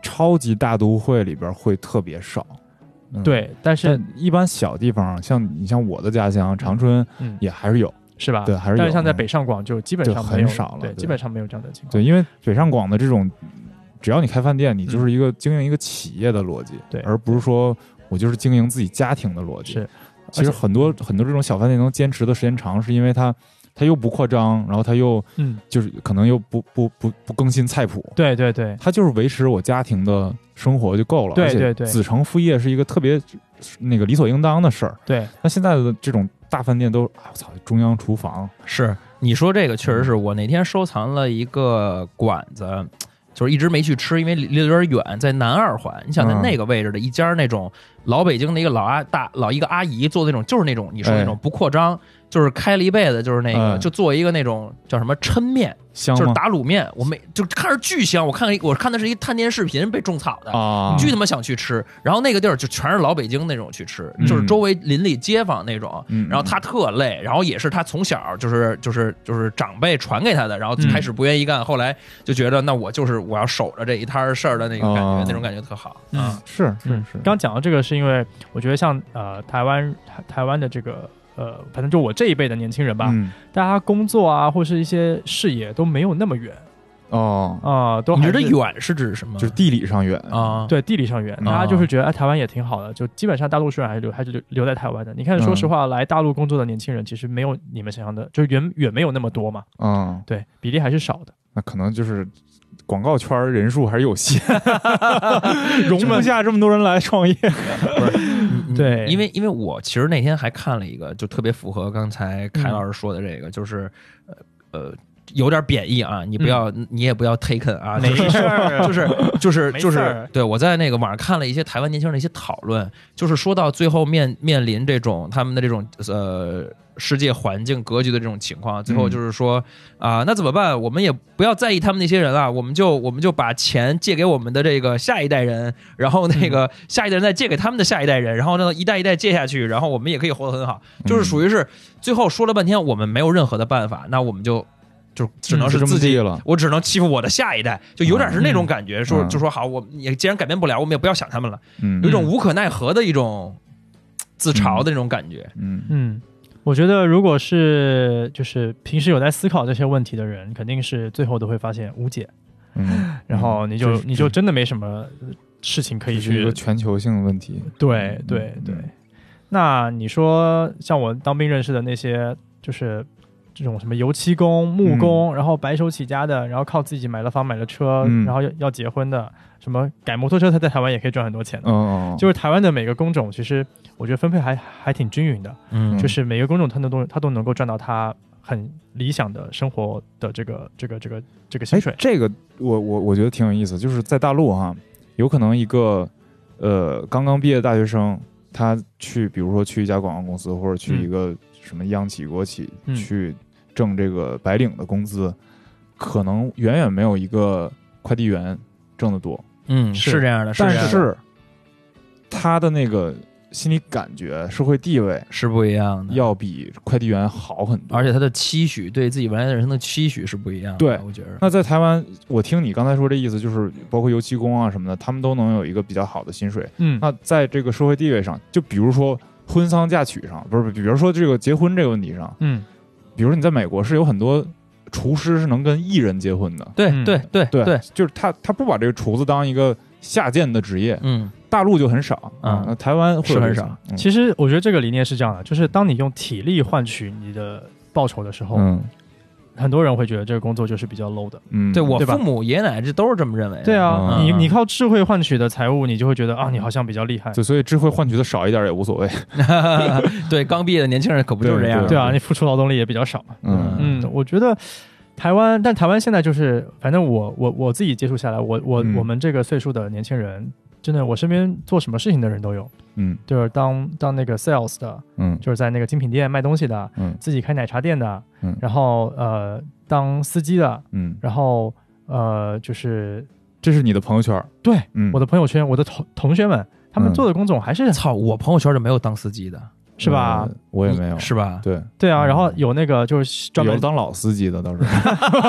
[SPEAKER 1] 超级大都会里边会特别少。嗯，
[SPEAKER 4] 对，但是
[SPEAKER 1] 但一般小地方，像你像我的家乡长春
[SPEAKER 4] 嗯，
[SPEAKER 1] 也还是有。
[SPEAKER 4] 是吧？
[SPEAKER 1] 对还是
[SPEAKER 4] 啊但是
[SPEAKER 1] 有
[SPEAKER 4] 像在
[SPEAKER 1] 嗯
[SPEAKER 4] 北上广就基本
[SPEAKER 1] 就
[SPEAKER 4] 上
[SPEAKER 1] 很
[SPEAKER 4] 没有
[SPEAKER 1] 少了
[SPEAKER 4] 对，
[SPEAKER 1] 对
[SPEAKER 4] 基本上没有这样的情况。
[SPEAKER 1] 对，因为北上广的这种，只要你开饭店，你就是一个经营一个企业的逻辑，
[SPEAKER 4] 嗯对
[SPEAKER 1] 而不是说我就是经营自己家庭的逻辑。
[SPEAKER 4] 是，
[SPEAKER 1] 其实
[SPEAKER 4] 而且
[SPEAKER 1] 很多很多这种小饭店能坚持的时间长，是因为它他又不扩张，然后他又
[SPEAKER 4] 嗯，
[SPEAKER 1] 就是可能又不不不不更新菜谱，
[SPEAKER 4] 对对对，
[SPEAKER 1] 他就是维持我家庭的生活就够了。
[SPEAKER 4] 对
[SPEAKER 1] 而且
[SPEAKER 4] 对对
[SPEAKER 1] 子承父业是一个特别那个理所应当的事儿。
[SPEAKER 4] 对，
[SPEAKER 1] 那现在的这种大饭店都，哎我操，中央厨房，
[SPEAKER 2] 是你说这个确实是我那天收藏了一个馆子，就是一直没去吃，因为离离得有点远，在南二环。你想在
[SPEAKER 1] 嗯
[SPEAKER 2] 那个位置的一家那种老北京的一个老阿大老一个阿姨做的那种，就是那种你说那种不扩张，就是开了一辈子，就是那个
[SPEAKER 1] 嗯
[SPEAKER 2] 就做一个那种叫什么抻面，
[SPEAKER 1] 香
[SPEAKER 2] 就是
[SPEAKER 1] 吗？
[SPEAKER 2] 打卤面。我每就看着巨香，我看了一我看的是一探店视频被种草的
[SPEAKER 1] 啊，
[SPEAKER 2] 巨他妈想去吃。然后那个地儿就全是老北京那种去吃，
[SPEAKER 1] 嗯
[SPEAKER 2] 就是周围邻里街坊那种。
[SPEAKER 1] 嗯
[SPEAKER 2] 然后他特累，然后也是他从小就是就是就是长辈传给他的，然后
[SPEAKER 1] 嗯
[SPEAKER 2] 开始不愿意干，后来就觉得那我就是我要守着这一摊儿事儿的那个感觉，
[SPEAKER 1] 哦
[SPEAKER 2] 那种感觉特好。
[SPEAKER 4] 嗯
[SPEAKER 2] 啊
[SPEAKER 1] 是是
[SPEAKER 4] 嗯
[SPEAKER 1] 是，
[SPEAKER 4] 刚讲到这个，是因为我觉得像呃台湾台台湾的这个呃，反正就我这一辈的年轻人吧，
[SPEAKER 1] 嗯
[SPEAKER 4] 大家工作啊或是一些视野都没有那么远
[SPEAKER 1] 哦，
[SPEAKER 4] 啊、都
[SPEAKER 2] 你
[SPEAKER 4] 还
[SPEAKER 2] 觉
[SPEAKER 4] 是
[SPEAKER 2] 得远是指什么？
[SPEAKER 1] 就是地理上远，
[SPEAKER 2] 啊，
[SPEAKER 4] 对地理上远，
[SPEAKER 2] 嗯
[SPEAKER 4] 大家
[SPEAKER 1] 啊
[SPEAKER 4] 就是觉得哎台湾也挺好的，就基本上大多数人还是留还是留留在台湾的。你看，
[SPEAKER 1] 嗯
[SPEAKER 4] 说实话，来大陆工作的年轻人其实没有你们想象的，就是远远没有那么多嘛，
[SPEAKER 1] 嗯，
[SPEAKER 4] 对比例还是少的。
[SPEAKER 1] 那可能就是广告圈儿人数还是有 限，容不下这么多人来创业。
[SPEAKER 2] 嗯
[SPEAKER 4] 对
[SPEAKER 2] 因为因为我其实那天还看了一个，就特别符合刚才凯老师说的这个，就是呃呃。有点贬义啊，你不要，你也不要 taken 啊，没事， 就是就是
[SPEAKER 4] 没事
[SPEAKER 2] 就
[SPEAKER 4] 儿
[SPEAKER 2] 是，对我在那个网上看了一些台湾年轻人的一些讨论，就是说到最后面面临这种他们的这种呃世界环境格局的这种情况，最后
[SPEAKER 1] 嗯
[SPEAKER 2] 就是说啊、那怎么办？我们也不要在意他们那些人啊，我们就我们就把钱借给我们的这个下一代人，然后那
[SPEAKER 1] 嗯
[SPEAKER 2] 个下一代人再借给他们的下一代人，然后呢一代一代借下去，然后我们也可以活得很好，
[SPEAKER 1] 嗯
[SPEAKER 2] 就是属于是最后说了半天我们没有任何的办法，那我们就。就只能
[SPEAKER 1] 嗯
[SPEAKER 2] 是
[SPEAKER 1] 就这么
[SPEAKER 2] 自己
[SPEAKER 1] 地了
[SPEAKER 2] 我只能欺负我的下一代，就有点是那种感觉，说
[SPEAKER 1] 嗯
[SPEAKER 2] 就说好，我们也既然改变不了，我们也不要想他们了，
[SPEAKER 1] 嗯
[SPEAKER 2] 有一种无可奈何的一种自嘲的那种感觉。
[SPEAKER 1] 嗯
[SPEAKER 4] 嗯，我觉得如果是就是平时有在思考这些问题的人，肯定是最后都会发现无解，
[SPEAKER 1] 嗯，
[SPEAKER 4] 然后你就
[SPEAKER 1] 这是
[SPEAKER 4] 你就真的没什么事情可以
[SPEAKER 1] 这是一
[SPEAKER 4] 去
[SPEAKER 1] 个全球性的问题。
[SPEAKER 4] 对对
[SPEAKER 1] 嗯
[SPEAKER 4] 对。那你说，像我当兵认识的那些，就是这种什么油漆工、
[SPEAKER 1] 嗯
[SPEAKER 4] 木工，然后白手起家的，然后靠自己买了房、买了车，
[SPEAKER 1] 嗯
[SPEAKER 4] 然后要要结婚的，什么改摩托车，他在台湾也可以赚很多钱的。
[SPEAKER 1] 哦哦，
[SPEAKER 4] 就是台湾的每个工种，其实我觉得分配还还挺均匀的，
[SPEAKER 2] 嗯
[SPEAKER 4] 就是每个工种他都能他都能够赚到他很理想的生活的这个这个这个这个薪
[SPEAKER 1] 哎
[SPEAKER 4] 水，。
[SPEAKER 1] 这个我我我觉得挺有意思，就是在大陆哈，有可能一个呃刚刚毕业的大学生，他去比如说去一家广告公司或者去
[SPEAKER 4] 嗯
[SPEAKER 1] 一个什么央企、国企、
[SPEAKER 4] 嗯
[SPEAKER 1] 去挣这个白领的工资，可能远远没有一个快递员挣得多，
[SPEAKER 2] 嗯，
[SPEAKER 4] 是啊
[SPEAKER 2] 是这样的，
[SPEAKER 1] 但
[SPEAKER 2] 这样的
[SPEAKER 1] 是他的那个心理感觉、社会地位
[SPEAKER 2] 是不一
[SPEAKER 4] 嗯
[SPEAKER 2] 样的，
[SPEAKER 1] 要比快递员好很多，
[SPEAKER 2] 而且他的期许对自己未来人生的期许是不一样的。
[SPEAKER 1] 对
[SPEAKER 2] 我觉得
[SPEAKER 1] 那在台湾，我听你刚才说这意思，就是包括油漆工啊什么的，他们都能有一个比较好的薪水。
[SPEAKER 4] 嗯
[SPEAKER 1] 那在这个社会地位上，就比如说婚丧嫁娶上，不是，比如说这个结婚这个问题上，
[SPEAKER 4] 嗯
[SPEAKER 1] 比如说你在美国是有很多厨师是能跟艺人结婚的，
[SPEAKER 2] 对
[SPEAKER 4] 嗯
[SPEAKER 2] 对对
[SPEAKER 1] 对，
[SPEAKER 2] 对，
[SPEAKER 1] 就是他他不把这个厨子当一个下贱的职业，
[SPEAKER 2] 嗯，
[SPEAKER 1] 大陆就很少
[SPEAKER 2] 嗯
[SPEAKER 1] 那台湾会有
[SPEAKER 2] 是很
[SPEAKER 1] 这
[SPEAKER 2] 少
[SPEAKER 1] 种，嗯
[SPEAKER 4] 其实我觉得这个理念是这样的，就是当你用体力换取你的报酬的时候，
[SPEAKER 1] 嗯
[SPEAKER 4] 很多人会觉得这个工作就是比较 low 的。
[SPEAKER 1] 嗯，
[SPEAKER 2] 对我
[SPEAKER 4] 对吧
[SPEAKER 2] 父母爷爷奶奶这都是这么认为的。
[SPEAKER 4] 对啊，
[SPEAKER 2] 嗯
[SPEAKER 4] 你
[SPEAKER 2] 嗯
[SPEAKER 4] 你靠智慧换取的财务，你就会觉得啊，你好像比较厉害。
[SPEAKER 1] 对，所以智慧换取的少一点也无所谓，
[SPEAKER 2] 对，刚毕业的年轻人可不就是这样吗？
[SPEAKER 4] 对啊，你付出劳动力也比较少嘛。
[SPEAKER 1] 嗯
[SPEAKER 4] 嗯，我觉得台湾，但台湾现在就是，反正我我我自己接触下来，我我、
[SPEAKER 1] 嗯
[SPEAKER 4] 我们这个岁数的年轻人，真的，我身边做什么事情的人都有，
[SPEAKER 1] 嗯
[SPEAKER 4] 就是当当那个 sales 的，
[SPEAKER 1] 嗯
[SPEAKER 4] 就是在那个精品店卖东西的，
[SPEAKER 1] 嗯
[SPEAKER 4] 自己开奶茶店的，
[SPEAKER 1] 嗯
[SPEAKER 4] 然后呃当司机的，
[SPEAKER 1] 嗯，
[SPEAKER 4] 然后呃，就是
[SPEAKER 1] 这是你的朋友圈，
[SPEAKER 4] 对、
[SPEAKER 1] 嗯，
[SPEAKER 4] 我的朋友圈，我的同同学们，他们
[SPEAKER 1] 嗯
[SPEAKER 4] 做的工种还是、
[SPEAKER 2] 操，我朋友圈就没有当司机的，
[SPEAKER 4] 是吧
[SPEAKER 1] 呃？？我也没有，
[SPEAKER 2] 是吧？
[SPEAKER 1] 对，
[SPEAKER 4] 对啊，
[SPEAKER 1] 嗯
[SPEAKER 4] 然后有那个就是专
[SPEAKER 1] 有
[SPEAKER 4] 门，
[SPEAKER 1] 当老司机的倒是，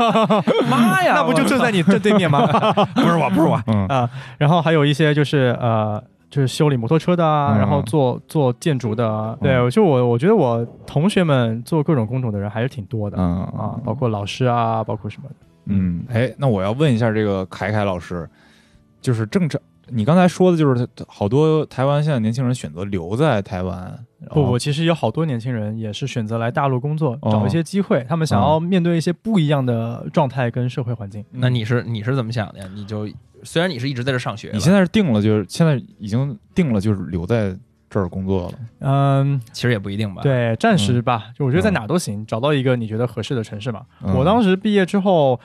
[SPEAKER 2] 妈呀，
[SPEAKER 4] 那不就
[SPEAKER 2] 我
[SPEAKER 4] 就在你正对面吗？
[SPEAKER 2] 不是我，不是我，
[SPEAKER 4] 啊
[SPEAKER 1] 嗯
[SPEAKER 4] 然后还有一些就是呃，就是修理摩托车的啊，
[SPEAKER 1] 嗯
[SPEAKER 4] 然后做做建筑的啊，对，就我我觉得我同学们做各种工种的人还是挺多的、
[SPEAKER 1] 嗯
[SPEAKER 4] 啊
[SPEAKER 1] 啊，
[SPEAKER 4] 包括老师啊，包括什么的。
[SPEAKER 1] 嗯，哎，那我要问一下这个凯凯老师，就是正常你刚才说的就是他好多台湾现在年轻人选择留在台湾，然后
[SPEAKER 4] 不，我其实有好多年轻人也是选择来大陆工作，
[SPEAKER 1] 哦
[SPEAKER 4] 找一些机会，他们想
[SPEAKER 1] 哦
[SPEAKER 4] 要面对一些不一样的状态跟社会环境。
[SPEAKER 2] 那你是你是怎么想的呀？你就虽然你是一直在这上学吧，啊
[SPEAKER 1] 你现在是定了，就是现在已经定了，就是留在这儿工作了。
[SPEAKER 4] 嗯，
[SPEAKER 2] 其实也不一定吧？，
[SPEAKER 4] 对，暂时吧，就我觉得在
[SPEAKER 1] 嗯
[SPEAKER 4] 哪都行，找到一个你觉得合适的城市嘛。
[SPEAKER 1] 嗯
[SPEAKER 4] 我当时毕业之后，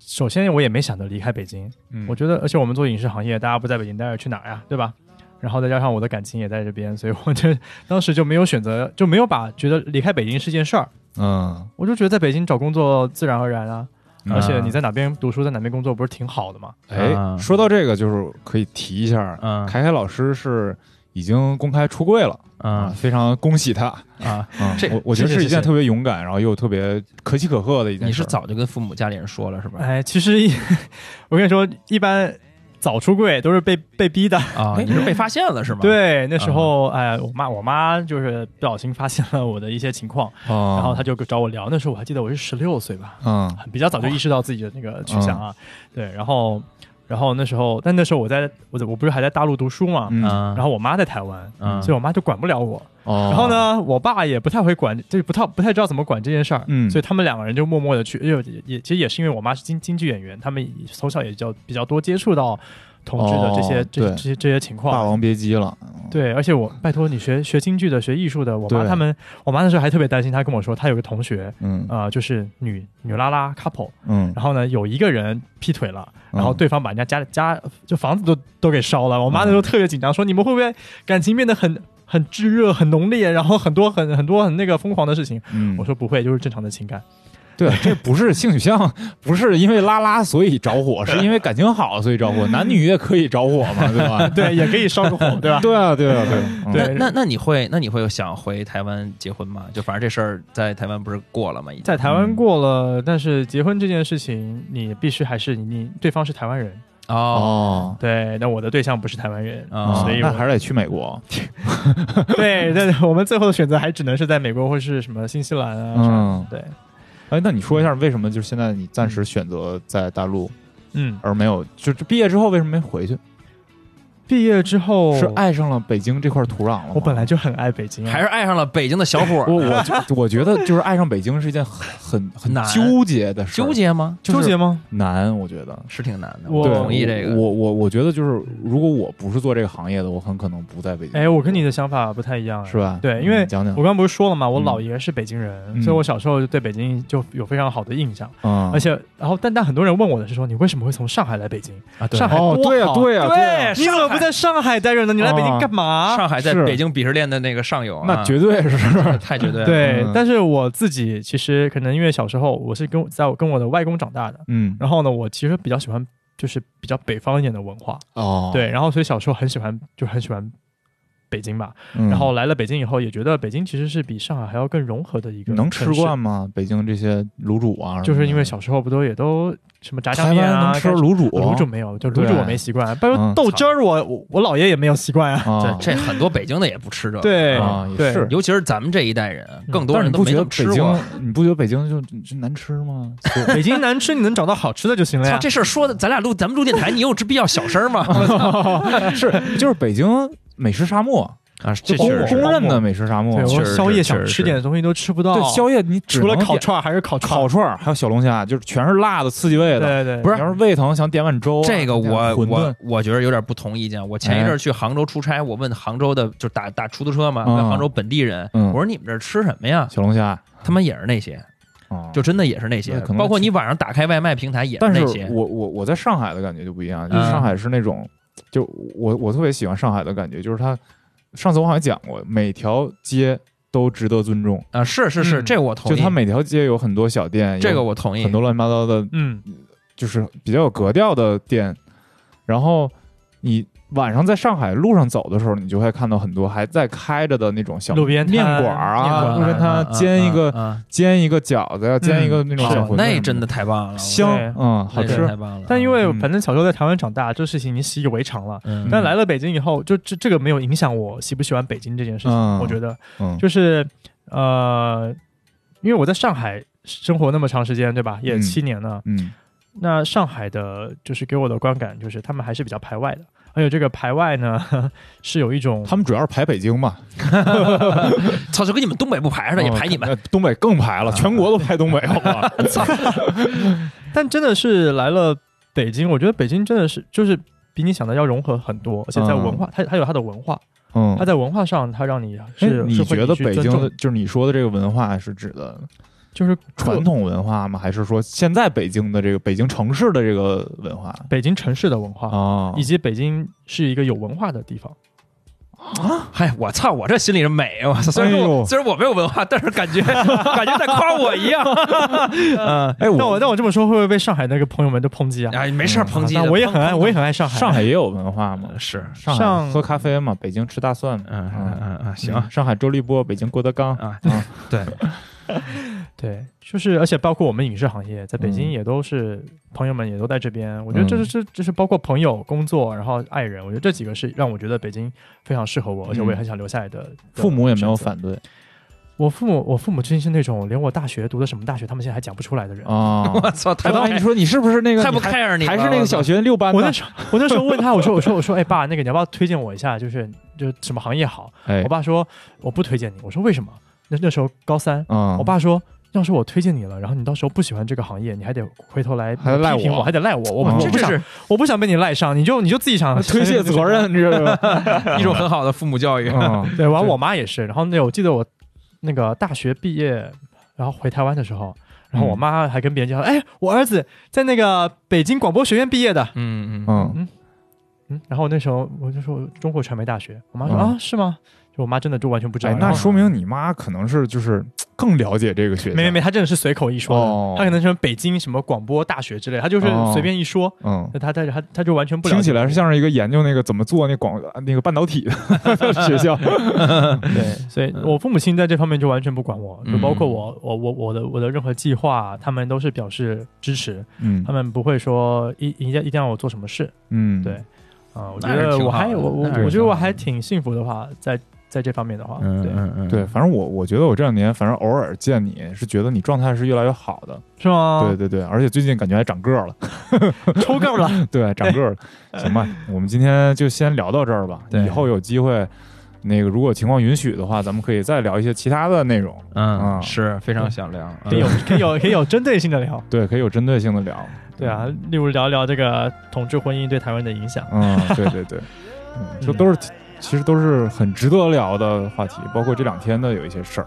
[SPEAKER 4] 首先我也没想着离开北京，
[SPEAKER 1] 嗯
[SPEAKER 4] 我觉得，而且我们做影视行业，大家不在北京待着去哪儿呀，对吧？然后再加上我的感情也在这边，所以我就 当时就没有选择，就没有把觉得离开北京是件事儿，
[SPEAKER 1] 嗯，
[SPEAKER 4] 我就觉得在北京找工作自然而然啊，
[SPEAKER 1] 嗯
[SPEAKER 4] 而且你在哪边读书，在哪边工作不是挺好的嘛？
[SPEAKER 1] 哎，
[SPEAKER 2] 啊
[SPEAKER 1] 说到这个，就是可以提一下，
[SPEAKER 2] 嗯
[SPEAKER 1] 凯凯老师是已经公开出柜了啊，
[SPEAKER 2] 啊
[SPEAKER 4] 嗯
[SPEAKER 1] 非常恭喜他。
[SPEAKER 2] 啊，
[SPEAKER 1] 嗯
[SPEAKER 2] 这
[SPEAKER 1] 我我觉得
[SPEAKER 2] 这
[SPEAKER 1] 是一件
[SPEAKER 2] 这
[SPEAKER 1] 特别勇敢，然后又特别可喜可贺的一件事。
[SPEAKER 2] 你是早就跟父母家里人说了是
[SPEAKER 1] 嗯
[SPEAKER 2] 吧？
[SPEAKER 4] 哎，其实一 我跟你说，一般早出柜都是被被逼的。
[SPEAKER 2] 啊，你是被发现了是吗？，
[SPEAKER 4] 对，那时
[SPEAKER 1] 嗯
[SPEAKER 4] 候，哎，我妈，我妈就是不小心发现了我的一些情况，
[SPEAKER 1] 哦，
[SPEAKER 4] 然后她就找我聊。那时候我还记得我是十六岁吧，
[SPEAKER 1] 嗯
[SPEAKER 4] 比较早就意识到自己的那个取向啊。对，然后，然后那时候，但那时候我在我在我不是还在大陆读书嘛，
[SPEAKER 1] 嗯
[SPEAKER 2] 啊，
[SPEAKER 4] 然后我妈在台湾，
[SPEAKER 2] 嗯
[SPEAKER 4] 所以我妈就管不了我。
[SPEAKER 1] 哦，
[SPEAKER 4] 然后呢，我爸也不太会管，就是不太不太知道怎么管这件事儿，
[SPEAKER 1] 嗯
[SPEAKER 4] 所以他们两个人就默默的去，因为也也其实也是因为我妈是京京剧演员，他们从小也就比较多接触到同志的这些、
[SPEAKER 1] 哦
[SPEAKER 4] 这些
[SPEAKER 1] 对
[SPEAKER 4] 这些这些情
[SPEAKER 1] 《霸
[SPEAKER 4] 况。
[SPEAKER 1] 王别姬》了，
[SPEAKER 4] 对，而且我拜托你学学京剧的、学艺术的，我妈
[SPEAKER 1] 对
[SPEAKER 4] 他们，我妈那时候还特别担心，她跟我说，她有个同学，
[SPEAKER 1] 嗯
[SPEAKER 4] 呃，就是女女拉拉 couple，
[SPEAKER 1] 嗯，
[SPEAKER 4] 然后呢，有一个人劈腿了，然后
[SPEAKER 1] 嗯
[SPEAKER 4] 对方把人家家家就房子都都给烧了。我妈那时候特别紧张，说你们会不会感情变得很很炙热、很浓烈，然后很多很很多很那个疯狂的事情？
[SPEAKER 1] 嗯
[SPEAKER 4] 我说不会，就是正常的情感。
[SPEAKER 1] 对， 这不是性取向， 不是因为拉拉所以着 火，是因为感情好所以着火，男女也可以着火嘛，对吧？
[SPEAKER 4] 对，也可以烧 个 火，对吧？嗯
[SPEAKER 1] 对啊，对啊，对啊，
[SPEAKER 4] 对
[SPEAKER 2] 那那那你会那你会想回台湾结婚吗？就反正这事儿在台湾不是过了吗？已经
[SPEAKER 4] 在台湾
[SPEAKER 1] 嗯
[SPEAKER 4] 过了，但是结婚这件事情，你必须还是你对方是台湾人。
[SPEAKER 2] 哦，
[SPEAKER 1] 哦。嗯
[SPEAKER 4] 对，那我的对象不是台湾人，
[SPEAKER 2] 哦
[SPEAKER 4] 所以
[SPEAKER 1] 那
[SPEAKER 4] 我
[SPEAKER 1] 还是得去美国，
[SPEAKER 4] 对，但我们最后的选择还只能是在美国或是什么新西兰啊。什么
[SPEAKER 1] 嗯，
[SPEAKER 4] 对，
[SPEAKER 1] 哎，那你说一下为什么就是现在你暂时选择在大陆，
[SPEAKER 4] 嗯，
[SPEAKER 1] 而没有就就毕业之后为什么没回去？
[SPEAKER 4] 毕业之后
[SPEAKER 1] 是爱上了北京这块土壤了吗？
[SPEAKER 4] 我本来就很爱北京、啊，
[SPEAKER 2] 还是爱上了北京的小伙
[SPEAKER 1] 嗯 我
[SPEAKER 2] 儿，
[SPEAKER 1] 我就我觉得就是爱上北京是一件很很很
[SPEAKER 2] 难
[SPEAKER 1] 纠结的事儿，
[SPEAKER 2] 纠结吗？
[SPEAKER 1] 就是
[SPEAKER 4] 纠结吗？
[SPEAKER 1] 难，我觉得
[SPEAKER 2] 是挺难的，
[SPEAKER 4] 我
[SPEAKER 2] 不
[SPEAKER 1] 对
[SPEAKER 2] 同意这个。
[SPEAKER 1] 我我我觉得就是，如果我不是做这个行业的，我很可能不在北京。
[SPEAKER 4] 哎，我跟你的想法不太一样，啊
[SPEAKER 1] 是？吧？嗯
[SPEAKER 4] 对，因为
[SPEAKER 1] 你讲讲
[SPEAKER 4] 我，刚不是说了嘛，我
[SPEAKER 1] 嗯
[SPEAKER 4] 姥爷是北京人，
[SPEAKER 1] 嗯
[SPEAKER 4] 所以我小时候就对北京就有非常好的印象。
[SPEAKER 1] 嗯，
[SPEAKER 4] 而且，然后但但很多人问我的是说，你为什么会从上海来北京？
[SPEAKER 2] 啊，对
[SPEAKER 4] 上海
[SPEAKER 1] 哦，
[SPEAKER 4] 多
[SPEAKER 1] 对呀，
[SPEAKER 4] 好
[SPEAKER 1] 对呀，对呀，
[SPEAKER 4] 你怎么不在上海待着呢？你来北京
[SPEAKER 1] 哦
[SPEAKER 4] 干嘛？
[SPEAKER 2] 上海在
[SPEAKER 1] 是
[SPEAKER 2] 北京鄙视链的那个上游啊，
[SPEAKER 1] 那绝对是，
[SPEAKER 2] 太绝对了。
[SPEAKER 4] 对，
[SPEAKER 1] 嗯
[SPEAKER 4] 但是我自己其实可能因为小时候我是跟我在我跟我的外公长大的，
[SPEAKER 1] 嗯，
[SPEAKER 4] 然后呢，我其实比较喜欢就是比较北方一点的文化，
[SPEAKER 1] 哦，
[SPEAKER 4] 对，然后所以小时候很喜欢就很喜欢北京吧，
[SPEAKER 1] 嗯，
[SPEAKER 4] 然后来了北京以后，也觉得北京其实是比上海还要更融合的一个
[SPEAKER 1] 能吃
[SPEAKER 4] 城市
[SPEAKER 1] 惯吗？北京这些卤煮啊什么的，
[SPEAKER 4] 就是因为小时候不都也都什么炸
[SPEAKER 1] 台
[SPEAKER 4] 酱面
[SPEAKER 1] 湾
[SPEAKER 4] 啊，
[SPEAKER 1] 能吃
[SPEAKER 4] 干什么
[SPEAKER 1] 卤煮，
[SPEAKER 4] 卤煮没有，就卤煮
[SPEAKER 1] 对
[SPEAKER 4] 我没习惯，但
[SPEAKER 1] 嗯
[SPEAKER 4] 是豆汁儿我我我姥爷也没有习惯啊。
[SPEAKER 1] 啊，
[SPEAKER 2] 这这很多北京的也不吃这个，
[SPEAKER 4] 对
[SPEAKER 1] 啊也
[SPEAKER 4] 对
[SPEAKER 1] 是
[SPEAKER 2] 尤其是咱们这一代人，更多
[SPEAKER 1] 嗯但是
[SPEAKER 2] 人
[SPEAKER 1] 你
[SPEAKER 2] 都
[SPEAKER 1] 不
[SPEAKER 2] 没
[SPEAKER 1] 觉
[SPEAKER 2] 怎
[SPEAKER 1] 得
[SPEAKER 2] 么
[SPEAKER 1] 北
[SPEAKER 2] 吃过。
[SPEAKER 1] 京，你不觉得北京就就难吃吗？
[SPEAKER 4] 北京难吃，你能找到好吃的就行
[SPEAKER 1] 哎
[SPEAKER 4] 了
[SPEAKER 2] 操，
[SPEAKER 4] 呀。
[SPEAKER 2] 这事儿说的，咱俩录咱们录电台，你有这必要小声 吗？
[SPEAKER 1] 啊是，就是北京美食沙漠，
[SPEAKER 2] 啊，
[SPEAKER 1] 就
[SPEAKER 2] 这
[SPEAKER 1] 公
[SPEAKER 2] 确实是
[SPEAKER 1] 公认的美食沙漠
[SPEAKER 4] 对，
[SPEAKER 2] 确
[SPEAKER 4] 我
[SPEAKER 2] 实
[SPEAKER 4] 宵夜想
[SPEAKER 2] 确实
[SPEAKER 4] 吃点东西都吃不到，
[SPEAKER 1] 对，宵夜你只
[SPEAKER 4] 除了
[SPEAKER 1] 能
[SPEAKER 4] 烤
[SPEAKER 1] 点
[SPEAKER 4] 串还是烤串
[SPEAKER 1] 烤。串儿还有小龙虾，就是全是辣的刺激味的。
[SPEAKER 4] 对对，
[SPEAKER 2] 不是
[SPEAKER 1] 你要是胃疼想点碗粥啊，
[SPEAKER 2] 这个
[SPEAKER 1] 点
[SPEAKER 2] 我
[SPEAKER 1] 馄饨
[SPEAKER 2] 我我觉得有点不同意见。我前一阵儿去杭州出差，我问杭州的就打打出租车嘛，
[SPEAKER 1] 哎嗯
[SPEAKER 2] 问杭州本地人，
[SPEAKER 1] 嗯
[SPEAKER 2] 我说你们这儿吃什么呀？
[SPEAKER 1] 小龙虾，
[SPEAKER 2] 他们也是那些，
[SPEAKER 1] 嗯
[SPEAKER 2] 就真的也是那些
[SPEAKER 1] 那可，能
[SPEAKER 2] 包括你网上打开外卖平台也
[SPEAKER 1] 但
[SPEAKER 2] 那
[SPEAKER 1] 是
[SPEAKER 2] 些。
[SPEAKER 1] 我我我在上海的感觉就不一样，就是
[SPEAKER 2] 嗯
[SPEAKER 1] 上海是那种，就我我特别喜欢上海的感觉，就是它，上次我好像讲过，每条街都值得尊重，
[SPEAKER 2] 啊，是是是，
[SPEAKER 4] 嗯
[SPEAKER 2] 这我同
[SPEAKER 1] 就
[SPEAKER 2] 意
[SPEAKER 1] 它，每条街有很多小店，
[SPEAKER 2] 这个
[SPEAKER 1] 有
[SPEAKER 2] 我同意。
[SPEAKER 1] 很多乱七八糟的，
[SPEAKER 4] 嗯，
[SPEAKER 1] 就是比较有格调的店，然后你。晚上在上海路上走的时候，你就会看到很多还在开着的那种小
[SPEAKER 4] 路边摊
[SPEAKER 1] 面馆儿
[SPEAKER 4] 面馆
[SPEAKER 1] 啊，
[SPEAKER 4] 儿嗯
[SPEAKER 1] 路边
[SPEAKER 2] 啊
[SPEAKER 1] 摊煎一个
[SPEAKER 2] 啊啊
[SPEAKER 1] 煎一个饺子呀，煎一个那种
[SPEAKER 4] 是
[SPEAKER 1] 小馄饨，
[SPEAKER 2] 那真的太棒了，
[SPEAKER 1] 香
[SPEAKER 4] 对，
[SPEAKER 1] 嗯，好
[SPEAKER 2] 那真
[SPEAKER 1] 吃
[SPEAKER 2] 太。棒了。
[SPEAKER 4] 但因为
[SPEAKER 1] 嗯
[SPEAKER 4] 反正小时候在台湾长大，这事情已经习以为常了。
[SPEAKER 2] 嗯
[SPEAKER 4] 但来了北京以后，就这这个没有影响我喜不喜欢北京这件事情。
[SPEAKER 1] 嗯
[SPEAKER 4] 我觉得
[SPEAKER 1] 嗯，
[SPEAKER 4] 就是呃，因为我在上海生活那么长时间，对吧？也
[SPEAKER 1] 嗯
[SPEAKER 4] 七年了。
[SPEAKER 1] 嗯
[SPEAKER 4] 那上海的，就是给我的观感就是他们还是比较排外的，而且这个排外呢 是有一种
[SPEAKER 1] 他们主要是排北京嘛，
[SPEAKER 2] 嗯操，就跟你们东北不排似的，也排你们。
[SPEAKER 1] 嗯东北更排
[SPEAKER 4] 啊
[SPEAKER 1] 了，全国都排 东北，好吧？
[SPEAKER 4] 但真的是来了北京，我觉得北京真的是就是比你想的要融合很多，而且在文化，它它有它的文化，
[SPEAKER 1] 嗯
[SPEAKER 4] 它，在文化上它让你
[SPEAKER 1] 哎
[SPEAKER 4] 是
[SPEAKER 1] 你
[SPEAKER 4] 是会
[SPEAKER 1] 觉得
[SPEAKER 4] 去
[SPEAKER 1] 北
[SPEAKER 4] 尊
[SPEAKER 1] 京
[SPEAKER 4] 重
[SPEAKER 1] 的，就是你说的这个文化是指的
[SPEAKER 4] 就是
[SPEAKER 1] 传
[SPEAKER 4] 统
[SPEAKER 1] 统文化吗？还是说现在北京的这个北京城市的这个文化
[SPEAKER 4] 北京城市的文化，
[SPEAKER 1] 啊
[SPEAKER 4] 以及北京是一个有文化的地方。
[SPEAKER 2] 嗨，哎我操，我这心里是美，啊我操，虽然说
[SPEAKER 1] 哎
[SPEAKER 2] 我
[SPEAKER 1] 呦
[SPEAKER 2] 虽然我没有文化，但 是感觉感觉在夸我一样。嗯，
[SPEAKER 1] 哎，
[SPEAKER 4] 但我
[SPEAKER 1] 我
[SPEAKER 4] 但我这么说会不会被上海那个朋友们都抨击啊？
[SPEAKER 2] 哎，没事儿，
[SPEAKER 1] 嗯
[SPEAKER 2] 抨击
[SPEAKER 4] 啊
[SPEAKER 2] 的。
[SPEAKER 4] 那我也
[SPEAKER 2] 抨
[SPEAKER 4] 很爱，我也很爱上海。
[SPEAKER 1] 上海也有文化嘛，
[SPEAKER 2] 是，
[SPEAKER 1] 上海
[SPEAKER 4] 上
[SPEAKER 1] 喝咖啡嘛，北京吃大蒜嘛，啊
[SPEAKER 2] 嗯嗯嗯嗯，行
[SPEAKER 1] 嗯上海周立波，北京郭德纲，
[SPEAKER 2] 啊，
[SPEAKER 1] 啊
[SPEAKER 2] 对，
[SPEAKER 4] 对，就是而且包括我们影视行业，在北京
[SPEAKER 1] 嗯
[SPEAKER 4] 也都是、朋友们也都在这边。我觉得这
[SPEAKER 1] 嗯
[SPEAKER 4] 是这这是包括朋友、工作，然后爱人，我觉得这几个是让我觉得北京非常适合我，而且我也很想留下来的。的
[SPEAKER 1] 嗯父母也没有
[SPEAKER 4] 选择
[SPEAKER 1] 反对
[SPEAKER 4] 我父母，我父母真是那种连我大学读的什么大学，他们现在还讲不出来的人。
[SPEAKER 1] 啊。
[SPEAKER 2] 我操，太
[SPEAKER 1] 我
[SPEAKER 2] 不
[SPEAKER 1] 当时你说你是不是那个
[SPEAKER 2] 太不
[SPEAKER 1] 你还
[SPEAKER 2] care 你了，
[SPEAKER 1] 还是那个
[SPEAKER 2] 我操
[SPEAKER 1] 小学六班
[SPEAKER 4] 我
[SPEAKER 1] 的
[SPEAKER 4] 那？时候，我那时候问他，我说，我说，我说，哎爸，那个你要不要推荐我一下？就是就是什么行业好？
[SPEAKER 1] 哎
[SPEAKER 4] 我，爸说我不推荐你。我说为什么？那那时候高三，
[SPEAKER 1] 嗯，
[SPEAKER 4] 我爸说，要是我推荐你了，然后你到时候不喜欢这个行业，你还得回头来
[SPEAKER 1] 还得赖
[SPEAKER 4] 批评
[SPEAKER 1] 我嗯
[SPEAKER 4] 我，还得赖我，我
[SPEAKER 1] 哇
[SPEAKER 4] 我
[SPEAKER 2] 这
[SPEAKER 4] 不
[SPEAKER 2] 就
[SPEAKER 4] 想，
[SPEAKER 2] 是
[SPEAKER 4] 我不想被你赖上，你就你就自己想
[SPEAKER 1] 推 卸责。任，你知道吧？
[SPEAKER 2] 一种很好的父母教育。
[SPEAKER 1] 嗯
[SPEAKER 4] 对，完我妈也是，然后那我记得我那个大学毕业，然后回台湾的时候。然后我
[SPEAKER 1] 嗯
[SPEAKER 4] 妈还跟别人介绍，哎，我儿子在那个北京广播学院毕业的，
[SPEAKER 2] 嗯嗯，
[SPEAKER 1] 嗯，
[SPEAKER 4] 嗯，然后那时候我就说中国传媒大学，我妈说、
[SPEAKER 1] 嗯
[SPEAKER 4] 啊，是吗？就我妈真的就完全不知道。
[SPEAKER 1] 哎，
[SPEAKER 4] 然
[SPEAKER 1] 那
[SPEAKER 4] 后
[SPEAKER 1] 说明你妈可能是就是更了解这个学校，
[SPEAKER 4] 没没没，她真的是随口一说的，
[SPEAKER 1] 哦
[SPEAKER 4] 她可能是北京什么广播大学之类，她就是
[SPEAKER 1] 哦
[SPEAKER 4] 随便一说，
[SPEAKER 1] 嗯。
[SPEAKER 4] 那她她她她就完全不了解
[SPEAKER 1] 听起来是像是一个研究那个怎么做那广呃那个半导体的 学校，
[SPEAKER 4] 对，所以我父母亲在这方面就完全不管我，就包括
[SPEAKER 2] 嗯
[SPEAKER 4] 我我我我的我的任何计划，他们都是表示支持，
[SPEAKER 1] 嗯
[SPEAKER 4] 他们不会说一一定要一定要我做什么事
[SPEAKER 1] 嗯，
[SPEAKER 4] 对啊、我觉
[SPEAKER 2] 那还是
[SPEAKER 4] 得
[SPEAKER 2] 挺
[SPEAKER 4] 我
[SPEAKER 2] 好
[SPEAKER 4] 还
[SPEAKER 2] 的
[SPEAKER 4] 我我
[SPEAKER 2] 那还是
[SPEAKER 4] 我觉
[SPEAKER 2] 挺
[SPEAKER 4] 得
[SPEAKER 2] 好
[SPEAKER 4] 我
[SPEAKER 2] 的
[SPEAKER 4] 还挺幸福的话，在在这方面的话，对，
[SPEAKER 2] 嗯嗯，
[SPEAKER 1] 对，反正我我觉得我这两年，反正偶尔见你是觉得你状态是越来越好的，
[SPEAKER 4] 是吗？
[SPEAKER 1] 对对对，而且最近感觉还长个儿了，
[SPEAKER 4] 抽够了，
[SPEAKER 1] 对，长个儿 了，行吧，我们今天就先聊到这儿吧，
[SPEAKER 2] 对
[SPEAKER 1] 以后有机会，那个如果情况允许的话，咱们可以再聊一些其他的内容，
[SPEAKER 2] 嗯
[SPEAKER 1] 嗯
[SPEAKER 2] 是非常嗯想聊，
[SPEAKER 4] 可以有可以有可以有针对性的聊，
[SPEAKER 1] 对，可以有针对性的聊，
[SPEAKER 4] 对啊，例如聊聊这个同志婚姻对台湾的影响，
[SPEAKER 1] 嗯，对对 对，嗯，这都是其实都是很值得聊的话题，包括这两天的有一些事儿，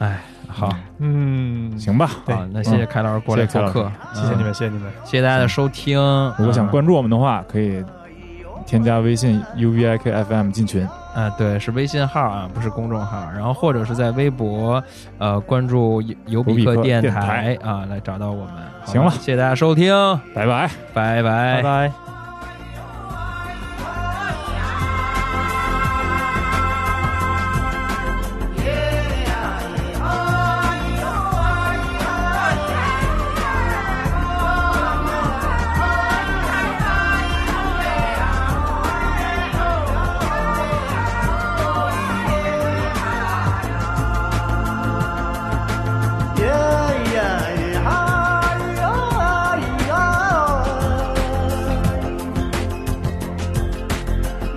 [SPEAKER 2] 哎，好
[SPEAKER 4] 嗯，，
[SPEAKER 1] 行吧，
[SPEAKER 4] 对
[SPEAKER 2] 好，那谢谢凯老师过来
[SPEAKER 1] 谢谢
[SPEAKER 2] 做
[SPEAKER 1] 凯老师
[SPEAKER 2] 客，
[SPEAKER 4] 谢谢你们，谢谢你们，
[SPEAKER 2] 嗯，谢谢大家的收听。嗯
[SPEAKER 1] 如果想
[SPEAKER 2] 关，
[SPEAKER 1] 关注我们的话，可以添加微信 u v i k f m 进群，
[SPEAKER 2] 啊，对，是微信号啊，不是公众号，然后或者是在微博，呃，关注有有比克电台啊，来找到我们。好
[SPEAKER 1] 行了
[SPEAKER 2] 谢谢大家收听，
[SPEAKER 1] 拜拜。
[SPEAKER 2] 拜拜
[SPEAKER 4] 拜拜。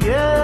[SPEAKER 5] Yeah.